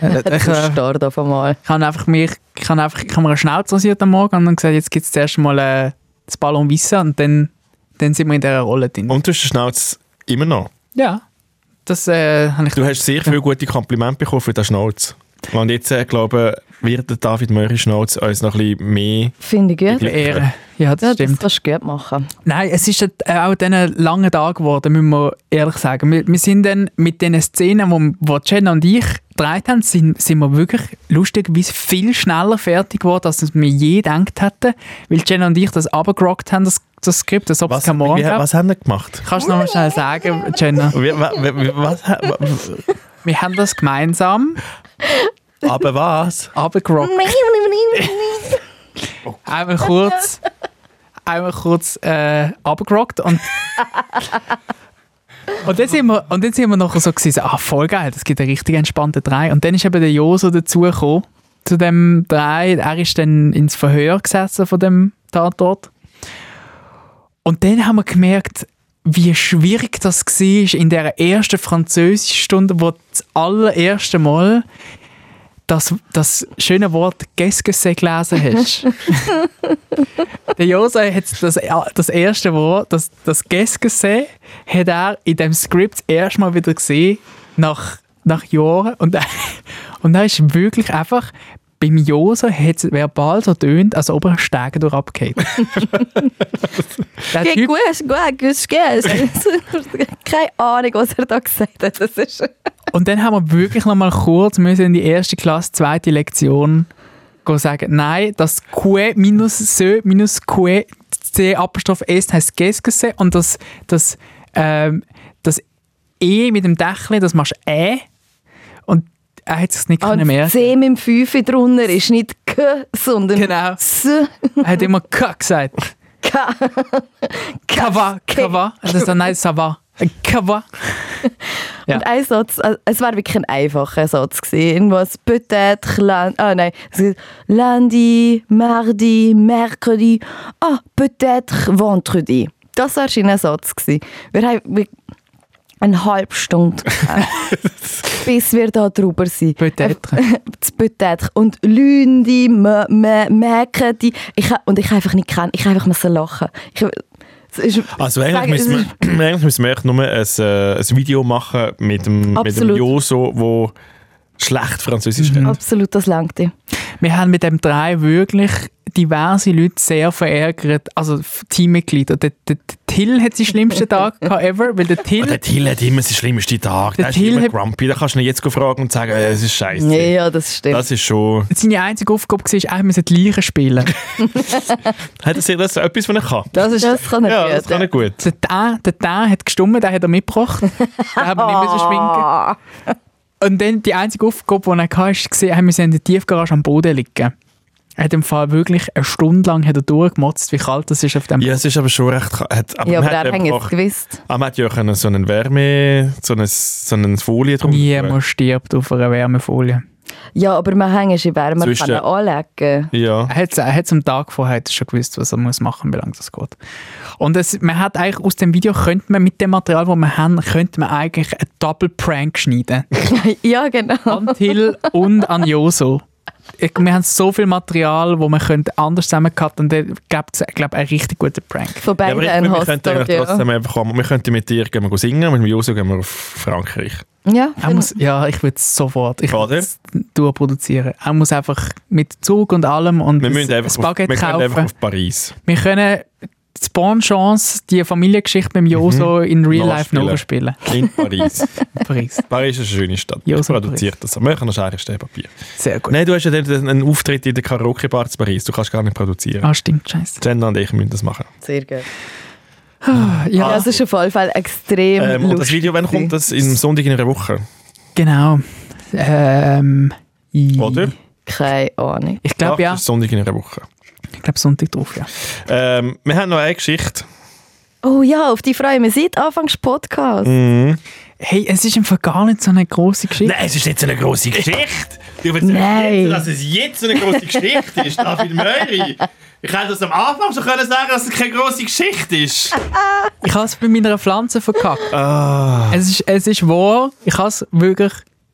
S2: Äh, ich,
S3: Du
S2: äh,
S3: starrst auf einmal.
S2: ich habe einfach mir, ich habe einfach, ich habe mir eine Schnauze rasiert am Morgen und dann gesagt, jetzt gibt es zuerst mal äh, das Ballon Vissa und dann, dann sind wir in dieser Rolle drin.
S1: Und du hast den Schnauz immer noch.
S2: ja, das äh, habe ich
S1: Du hast sehr viele gute Komplimente bekommen für den Schnauz. Und jetzt, äh, glaube ich, wird der David Möhrer Schnauz uns noch ein bisschen mehr...
S3: Finde ich gut.
S1: Ja,
S2: Ehre. Ja, das
S3: Ja, das
S2: stimmt.
S3: kannst du gut machen.
S2: Nein, es ist halt, äh, auch dann ein langer Tag geworden, müssen wir ehrlich sagen. Wir, wir sind dann mit den Szenen, wo, wo Jenna und ich gedreht haben, sind, sind wir wirklich lustigerweise viel schneller fertig geworden, als wir je gedacht hätten, weil Jenna und ich das abgerockt haben, das, das Skript, als ob es
S1: Was,
S2: kein Morgen
S1: wie,
S2: gab.
S1: was haben wir gemacht?
S2: Kannst du noch mal schnell sagen, Jenna?
S1: Wie, wa, wie, was, wa-
S2: Wir haben das gemeinsam
S1: aber was?
S2: abgerockt. Einmal kurz, einmal kurz äh, abgerockt und und dann sind wir und dann sind wir nachher so gewesen, so, ah voll geil, das gibt einen richtig entspannten Drei. Und dann ist eben der Joso dazugekommen zu dem Drei. Er ist dann ins Verhör gesessen von dem Tatort. Und dann haben wir gemerkt, wie schwierig das war in der ersten Französischstunde, wo das allererste Mal das, das schöne Wort «Gesgesse» gelesen hast. der Josa hat das, das erste Wort, das, das «Gesgesse», hat er in dem Skript das erste Mal wieder gesehen, nach, nach Jahren. Und, er- und er ist wirklich einfach, beim Josa hat es verbal so tönt, als ob er einen Steg durch abgeht. der
S3: Geht
S2: Typ,
S3: gut, gut, gut, gut. Keine Ahnung, was er da gesagt hat. Das ist
S2: und dann haben wir wirklich noch mal kurz müssen in die erste Klasse, zweite Lektion gehen sagen, nein, das Q minus Sö minus Q C Apostroph S heißt Gesgesse und das, das, ähm, das E mit dem Dächle, das machst du Ä und er hat sich nicht können
S3: Und
S2: merken.
S3: C mit dem 5 drunter ist nicht K, sondern
S2: Genau.
S3: S.
S2: Er hat immer K gesagt.
S3: K.
S2: Kava, Kava. Das ist dann nein, Sava. Kava. Ja.
S3: Und ein Satz, also es war wirklich ein einfacher Satz gewesen. Irgendwas, peut-être, lundi, ah nein, es ist lundi, mardi, mercredi, ah, peut-être, vendredi. Das war schon ein Satz gewesen. Wir haben wir- eine halbe Stunde gebraucht, bis wir da drüber sind.
S2: Peut-être.
S3: Äh, Das peut-être. Und lundi, me- me- mercredi. Ich, ha- und ich habe einfach nicht kennen, ich habe einfach müssen lachen. Ich, es ist,
S1: Also eigentlich
S3: Sagen,
S1: müssen, wir, eigentlich müssen wir echt nur ein, äh, ein Video machen mit dem, mit dem
S3: Absolut. Mhm.
S1: Joso, wo schlecht Französisch redet.
S3: absolut, das langt dir.
S2: Wir haben mit dem drei wirklich diverse Leute sehr verärgert, also F- Teammitglieder. Der, der, der Till hat seinen schlimmsten Tag gehabt ever, weil der
S1: Und
S2: Till,
S1: der Till hat immer seinen schlimmsten Tag.
S2: Der
S1: Der, ist
S2: Till
S1: immer
S2: hat-
S1: grumpy. Da kannst du ihn jetzt fragen und sagen, äh, es ist scheiße.
S3: Ja, ja, das stimmt.
S1: Das ist schon...
S2: seine einzige Aufgabe war, eigentlich müssen die Leichen spielen.
S1: Hat er sich das etwas, was er kann?
S2: Das ist,
S3: Das kann er
S1: Ja,
S3: gut,
S1: das kann
S3: ja.
S1: er gut.
S2: der Dan, der Dan hat gestummen, den hat er mitgebracht. den haben wir nicht müssen schminken. Und dann die einzige Aufgabe, die er hatte, war, er musste in der Tiefgarage am Boden liegen. Er hat im Fall wirklich eine Stunde lang hat er durchgemotzt, wie kalt das ist auf dem
S1: Ja, es ist aber schon recht... ka- Hat, aber
S3: Ja,
S1: man
S3: aber
S1: hat
S3: er hat
S1: einfach
S3: es
S1: auch-
S3: gewusst.
S1: Ah, man hat ja auch können so einen Wärme... so eine, so eine Folie drum
S2: Niemand stirbt auf einer Wärmefolie.
S3: Ja, aber man hängen ist in Wärme, man
S1: Zwischen-
S3: kann ihn anlegen.
S1: Ja.
S2: Er hat er hat's am Tag vorher hat er schon gewusst, was er muss machen muss, wie lange das geht. Und es, man hat eigentlich aus dem Video, könnte man mit dem Material, das wir haben, könnte man eigentlich einen Double Prank schneiden.
S3: Ja, genau.
S2: an Till und an Joso. Ich, wir haben so viel Material, wo man könnte anders zusammencutten und dann gibt es, glaube ich, einen richtig guten Prank.
S3: Von
S1: Ja, aber
S3: beiden
S1: ich,
S3: ein
S1: wir könnten
S3: Hasstag,
S1: eigentlich
S3: ja.
S1: trotzdem einfach... auch- Wir könnten mit dir gehen wir singen, mit dem Joso gehen wir auf Frankreich.
S3: Ja,
S2: Er muss, ja, ich würde es sofort. Ich
S1: Oder?
S2: würde es durchproduzieren. Er muss einfach mit Zug und allem und
S1: Wir
S2: ein-
S1: müssen
S2: ein
S1: einfach, auf, wir
S2: Baguette
S1: können
S2: kaufen.
S1: einfach auf Paris.
S2: Wir können die Spawn-Chance, die Familiengeschichte beim Joso
S1: Mhm.
S2: in Real Life
S1: Nachspielen.
S2: nachspielen.
S1: In Paris.
S2: Paris.
S1: Paris ist eine schöne Stadt.
S2: Ja,
S1: ich
S2: so
S1: produziere das. Wir können Schere, Stein, Papier.
S2: Sehr gut.
S1: Nein, du hast ja dann einen Auftritt in der Karaoke-Bar zu Paris. Du kannst gar nicht produzieren.
S2: Ah, stimmt, Ah, scheiße.
S1: Jenna und ich müssen das machen.
S3: sehr gut.
S1: Ah.
S3: Ja, das ist auf jeden Fall extrem
S1: Ähm, und das
S3: lustig.
S1: Video, wann kommt das? Im Sonntag in einer Woche.
S2: Genau. Ähm, i-
S1: Oder?
S3: Keine Ahnung.
S2: Ich glaube ja.
S1: Das ist Sonntag in einer Woche.
S2: Ich glaube Sonntag drauf, ja.
S1: Ähm, wir haben noch eine Geschichte.
S3: Oh ja, auf die freue ich mich seit Anfangs Podcast.
S1: Mm.
S2: Hey, es ist einfach gar nicht so eine grosse Geschichte.
S1: es ist nicht so eine grosse Geschichte. Du willst
S3: Nein.
S1: dass es jetzt so eine grosse Geschichte ist, David Möri. Ich hätte das am Anfang schon können sagen, dass es keine grosse Geschichte ist.
S2: Ich habe es bei meiner Pflanze verkackt.
S1: Ah.
S2: Es, ist, es ist wahr, ich habe es wirklich,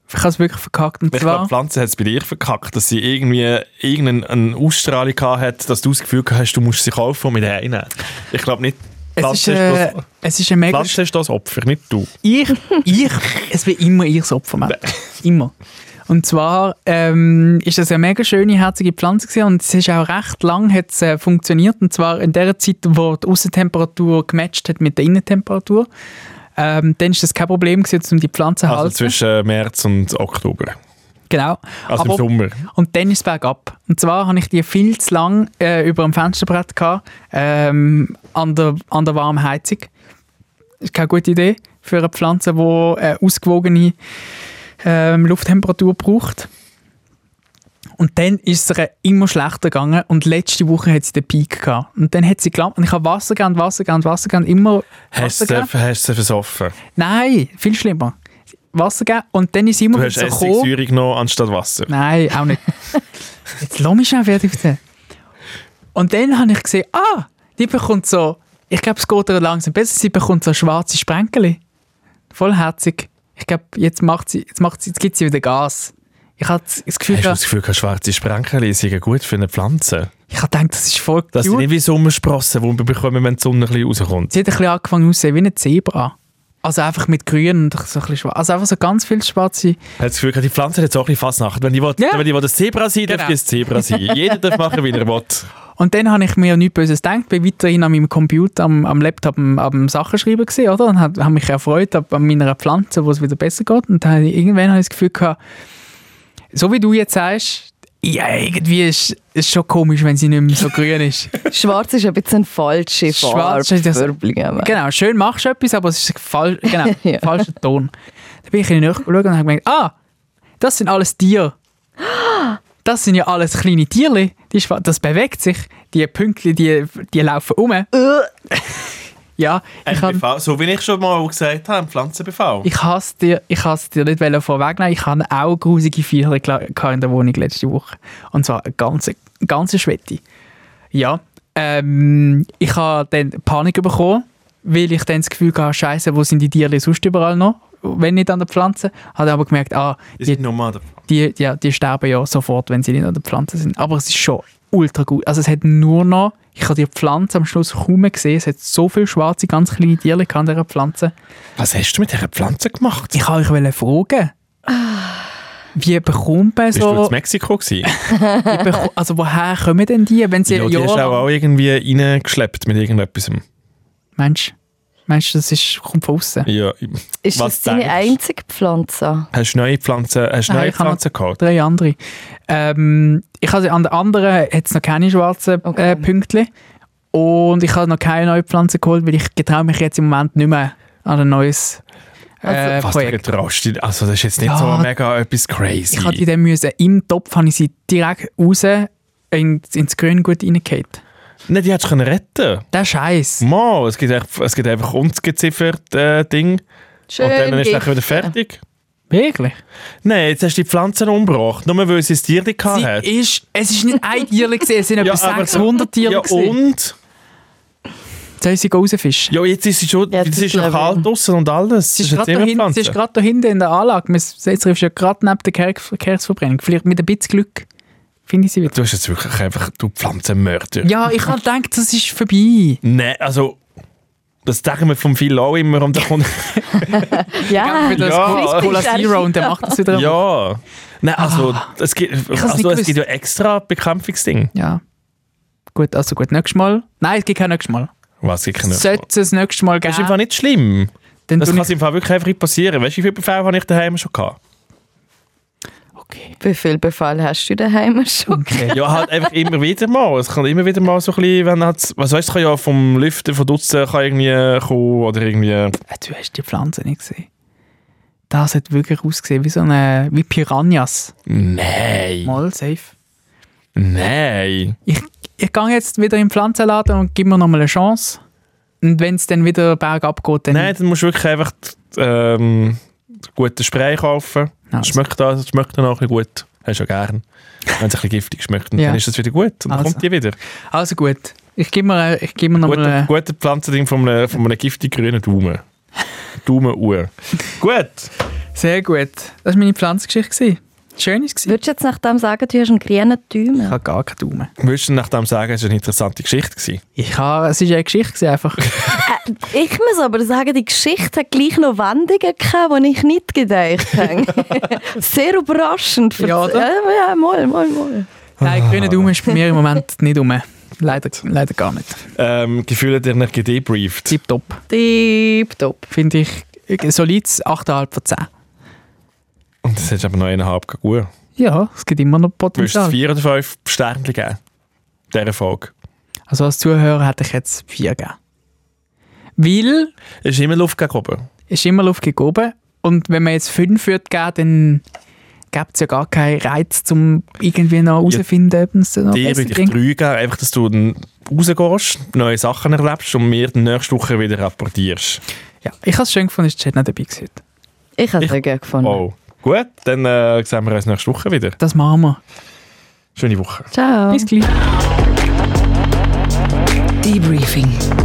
S2: ich habe es wirklich verkackt. Und
S1: Ich glaube, die
S2: zwar,
S1: Pflanze hat es bei dir verkackt, dass sie irgendwie irgendeine Ausstrahlung gehabt hat, dass du das Gefühl gehabt hast, du musst sie kaufen und mit reinnehmen. Ich glaube nicht, die
S2: es ist,
S1: Pflanze
S2: äh,
S1: ist das-
S2: es ist ein
S1: die
S2: mega...
S1: Pflanze ist das Opfer, nicht du.
S2: Ich, ich, es wird immer ich das Opfer machen. Immer. Und zwar ähm, ist das eine mega schöne, herzige Pflanze gewesen und es ist auch recht lang hat's, äh, funktioniert. Und zwar in der Zeit, wo die Außentemperatur gematcht hat mit der Innentemperatur. Ähm, dann ist das kein Problem gewesen, um die Pflanze zu
S1: Also
S2: halten.
S1: zwischen März und Oktober.
S2: Genau.
S1: Also im
S2: Aber-
S1: Sommer.
S2: und dann ist es bergab. Und zwar habe ich die viel zu lang äh, über dem Fensterbrett gehabt, ähm, an, der, an der warmen Heizung. Ist keine gute Idee für eine Pflanze, die äh, ausgewogene ähm, Lufttemperatur braucht. Und dann ist es ihr immer schlechter gegangen und letzte Woche hat sie den Peak gehabt. Und dann hat sie gelangt und ich habe Wasser gegeben, Wasser gegeben, Wasser gegeben, immer
S1: Hast
S2: Wasser
S1: du sie
S2: gegeben.
S1: hast du sie versoffen?
S2: Nein, viel schlimmer. Wasser gegeben und dann ist sie immer
S1: Du
S2: wieder
S1: hast
S2: so gekommen.
S1: Essigsäure genommen anstatt Wasser.
S2: Nein, auch nicht. Jetzt lass mich schon fertig erzählen. Und dann habe ich gesehen, ah, die bekommt so, ich glaube, es geht ihr langsam besser, sie bekommt so schwarze Sprenkeli. Vollherzig. Ich glaube, jetzt macht sie, jetzt macht sie, jetzt gibt sie wieder Gas. Ich habe das Gefühl,
S1: Hast du das
S2: gehabt,
S1: Gefühl, dass schwarze Sprenkel sind gut für eine Pflanze?
S2: ich habe gedacht, das ist voll
S1: Dass sie
S2: cute.
S1: nicht wie Sommersprossen, die wir bekommen, wenn die Sonne ein bisschen rauskommt.
S2: Sie hat ein bisschen angefangen aussehen wie eine Zebra. Also einfach mit grün und so ein bisschen schwarz. Also einfach so ganz viel schwarze.
S1: Hast du das Gefühl, die Pflanze hat jetzt auch ein bisschen Fasnacht. Wenn die, will,
S2: Ja.
S1: wenn die will das Zebra sein, darf
S2: Genau.
S1: die ein Zebra sein. Jeder darf machen, wie er will.
S2: Und dann habe ich mir nichts Böses gedacht, bin weiterhin an meinem Computer, am, am Laptop, am, am Sachen schreiben gesehen, oder? Und habe hab mich erfreut ab- an meiner Pflanze, wo es wieder besser geht. Und dann habe ich, irgendwann habe ich das Gefühl gehabt, so wie du jetzt sagst, ja, irgendwie ist es schon komisch, wenn sie nicht mehr so grün ist.
S3: Schwarz ist ein bisschen eine falsche Farbe
S2: Schwarz ist das-
S3: für Blumen.
S2: genau, schön machst du etwas, aber es ist fal genau,
S3: Ja.
S2: falscher Ton. Dann bin ich in die Nähe geschaut und habe gemerkt, ah, das sind alles Tiere. Das sind ja alles kleine Tiere. Die schwa- das bewegt sich. Die Pünktchen, die, die laufen um. ja, ich, hab,
S1: so wie ich schon mal gesagt habe, Pflanzenbefall.
S2: ich hasse dir, ich hasse dir nicht wollen vorwegnehmen. Ich hatte auch grusige Viecher gla- gehabt in der Wohnung letzte Woche. Und zwar eine ganze, ganze Schwette. Ja, ähm, ich habe dann Panik bekommen, weil ich dann das Gefühl hatte, Scheiße, wo sind die Tiere sonst überall noch? Wenn nicht an der Pflanze. Habe aber gemerkt, ah, die
S1: Nomaden.
S2: die, ja, die sterben ja sofort, wenn sie nicht an der Pflanze sind. Aber es ist schon ultra gut. Also es hat nur noch, ich habe die Pflanze am Schluss kaum mehr gesehen, es hat so viele schwarze, ganz kleine Tiere an dieser Pflanze.
S1: Was hast du mit dieser Pflanze gemacht?
S2: Ich wollte euch fragen, wie bekommt man
S1: Bist du
S2: so,
S1: in Mexiko gewesen?
S2: wie beko- also woher kommen denn die, wenn sie
S1: Ja,
S2: ein
S1: die
S2: Jahr
S1: hast du
S2: lang-
S1: auch irgendwie reingeschleppt mit irgendetwas.
S2: Mensch, Mensch, das ist, kommt von außen.
S1: Ja.
S3: Ist das deine
S1: denkst du?
S3: einzige Pflanze?
S1: Hast du neue Pflanzen, hast du
S2: Nein,
S1: neue
S2: ich habe noch
S1: Pflanzen gehabt?
S2: Drei andere. Ähm, ich habe an der anderen jetzt noch keine schwarzen
S3: Okay.
S2: äh, Pünktchen. Und ich habe noch keine neue Pflanze geholt, weil ich getraue mich jetzt im Moment nicht mehr an ein neues äh,
S3: Also-
S1: Was du
S2: Projekt.
S1: getraust dich- Also das ist jetzt nicht
S2: Ja,
S1: so mega etwas crazy.
S2: Ich hatte die dann müssen, im Topf habe ich sie direkt raus in, ins Grün gut reingehauen.
S1: Nein, die hättest du können retten
S2: Der Scheiß.
S1: Mal, es gibt, echt, es gibt einfach ungeziffert äh, Ding
S3: Schön
S1: und dann ist es
S3: Gift.
S1: nachher wieder fertig.
S2: Wirklich?
S1: Nein, jetzt hast du die Pflanzen umgebracht, nur weil sie es dir nicht
S2: Sie
S1: gehabt hat.
S2: ist, es ist nicht ein Tier, gewesen, es sind etwa
S1: aber-
S2: 600 Tiere.
S1: Ja,
S2: gewesen.
S1: und?
S2: Sollen sie rausfischen?
S1: Ja, jetzt ist sie schon,
S3: Ja,
S1: jetzt ist schon
S3: Titel-
S1: kalt draußen und alles.
S2: Sie
S1: Das jetzt
S2: ist gerade
S1: immer
S2: da, hinten- sie
S1: Pflanze.
S2: ist gerade da hinten in der Anlage. Man sieht, sie ist ja gerade neben der Kerk- Kerksverbrennung. Vielleicht mit ein bisschen Glück finde ich sie wieder.
S1: Du hast jetzt wirklich einfach, du Pflanzenmörder.
S2: Ja, ich habe gedacht, das ist vorbei.
S1: Nein, also, das denken wir von vielen auch immer und dann kommt...
S2: Wieder
S3: Ja,
S1: Ja.
S2: das Cola- Cola Zero und dann macht das wieder.
S1: ja. Nein, also, es, gibt,
S2: Ah. hab's nicht
S1: also es
S2: gewusst.
S1: gibt ja extra Bekämpfungsding.
S2: ja. Gut, also gut, nächstes Mal. Nein, es gibt kein nächstes Mal.
S1: Was gibt es nicht?
S2: Sollte es nächstes Mal
S1: Das ist einfach
S2: geben,
S1: nicht schlimm.
S2: dann
S1: Das
S2: tue
S1: kann
S2: ich...
S1: im Fall wirklich einfach nicht passieren. Weißt du, wie viele Befehle habe ich daheim schon gehabt?
S2: Okay.
S3: Wie viel Befall hast du daheim schon?
S1: Ja, halt einfach immer wieder mal. Es kann immer wieder mal so ein bisschen, wenn hat's, was weißt du, es kann ja vom Lüften, von Dutzen kann irgendwie kommen oder irgendwie.
S2: Äh, Du hast die Pflanze nicht gesehen. Das hat wirklich ausgesehen wie so eine, wie Piranhas.
S1: Nein.
S2: Mal safe.
S1: Nein.
S2: Ich, ich gehe jetzt wieder in den Pflanzenladen und gebe mir nochmal eine Chance. Und wenn es dann wieder bergab geht, dann...
S1: Nein, dann musst du wirklich einfach ähm, guten Spray kaufen.
S2: Nein,
S1: Es Schmeckt, das, es schmeckt dann auch ein bisschen gut. Hast du ja gern. Wenn es ein bisschen giftig schmeckt, dann
S2: Ja.
S1: ist es wieder gut. Und dann
S2: Also.
S1: kommt die wieder.
S2: Also gut. Ich gebe mir, ich gebe mir nochmal
S1: Gute,
S2: eine...
S1: gute Pflanzending von einem, von einem giftig grünen Daumen. Daumen Uhr. Gut.
S2: Sehr gut. Das war meine Pflanzengeschichte. gewesen. Schön war es. gewesen.
S3: Würdest du jetzt nach dem sagen, du hast einen grünen
S2: Ich
S3: Daumen?
S2: habe gar keinen Daumen.
S1: Würdest du nach dem sagen, es war eine interessante Geschichte? Gewesen?
S2: Ich habe... Es war eine Geschichte gewesen, einfach.
S3: Äh, ich muss aber sagen, die Geschichte hat gleich noch Wendungen gehabt, die ich nicht gedacht habe. Sehr überraschend. für-
S2: Ja, oder?
S3: Äh, ja, mal, mal, mal.
S2: Nein, grüner Daumen ist bei mir im Moment nicht rum. Leider, leider gar nicht.
S1: Ähm, Gefühle, die dich gedebrieft.
S2: Tipptopp.
S3: Tipptopp.
S2: Finde ich ein solides 8,5 von 10.
S1: Und das hättest du aber noch eineinhalb gegeben.
S2: Ja, es gibt immer noch
S1: Würdest du
S2: Potenzial.
S1: vier oder fünf Sternchen geben? Dieser Folge.
S2: Also als Zuhörer hätte ich jetzt 4 gegeben. Weil
S1: Es ist immer Luft gegen oben.
S2: es ist immer Luft gegen oben. Und wenn man jetzt 5 würde geben, dann gäbe es ja gar keinen Reiz, um irgendwie noch herauszufinden, ob es noch
S1: Dir
S2: besser
S1: würde ich drei
S2: ging.
S1: geben, einfach, dass du dann rausgehst, neue Sachen erlebst und mir dann nächste Woche wieder rapportierst.
S2: Ja, ich habe es schön gefunden, dass die Chat nicht dabei war. heute.
S3: Ich habe
S1: Ich-
S3: es gerne
S2: Mhm.
S3: gefunden.
S1: Oh. Gut, dann äh, sehen wir uns nächste Woche wieder.
S2: Das machen wir.
S1: Schöne Woche.
S3: Ciao.
S2: Bis gleich.
S4: Debriefing.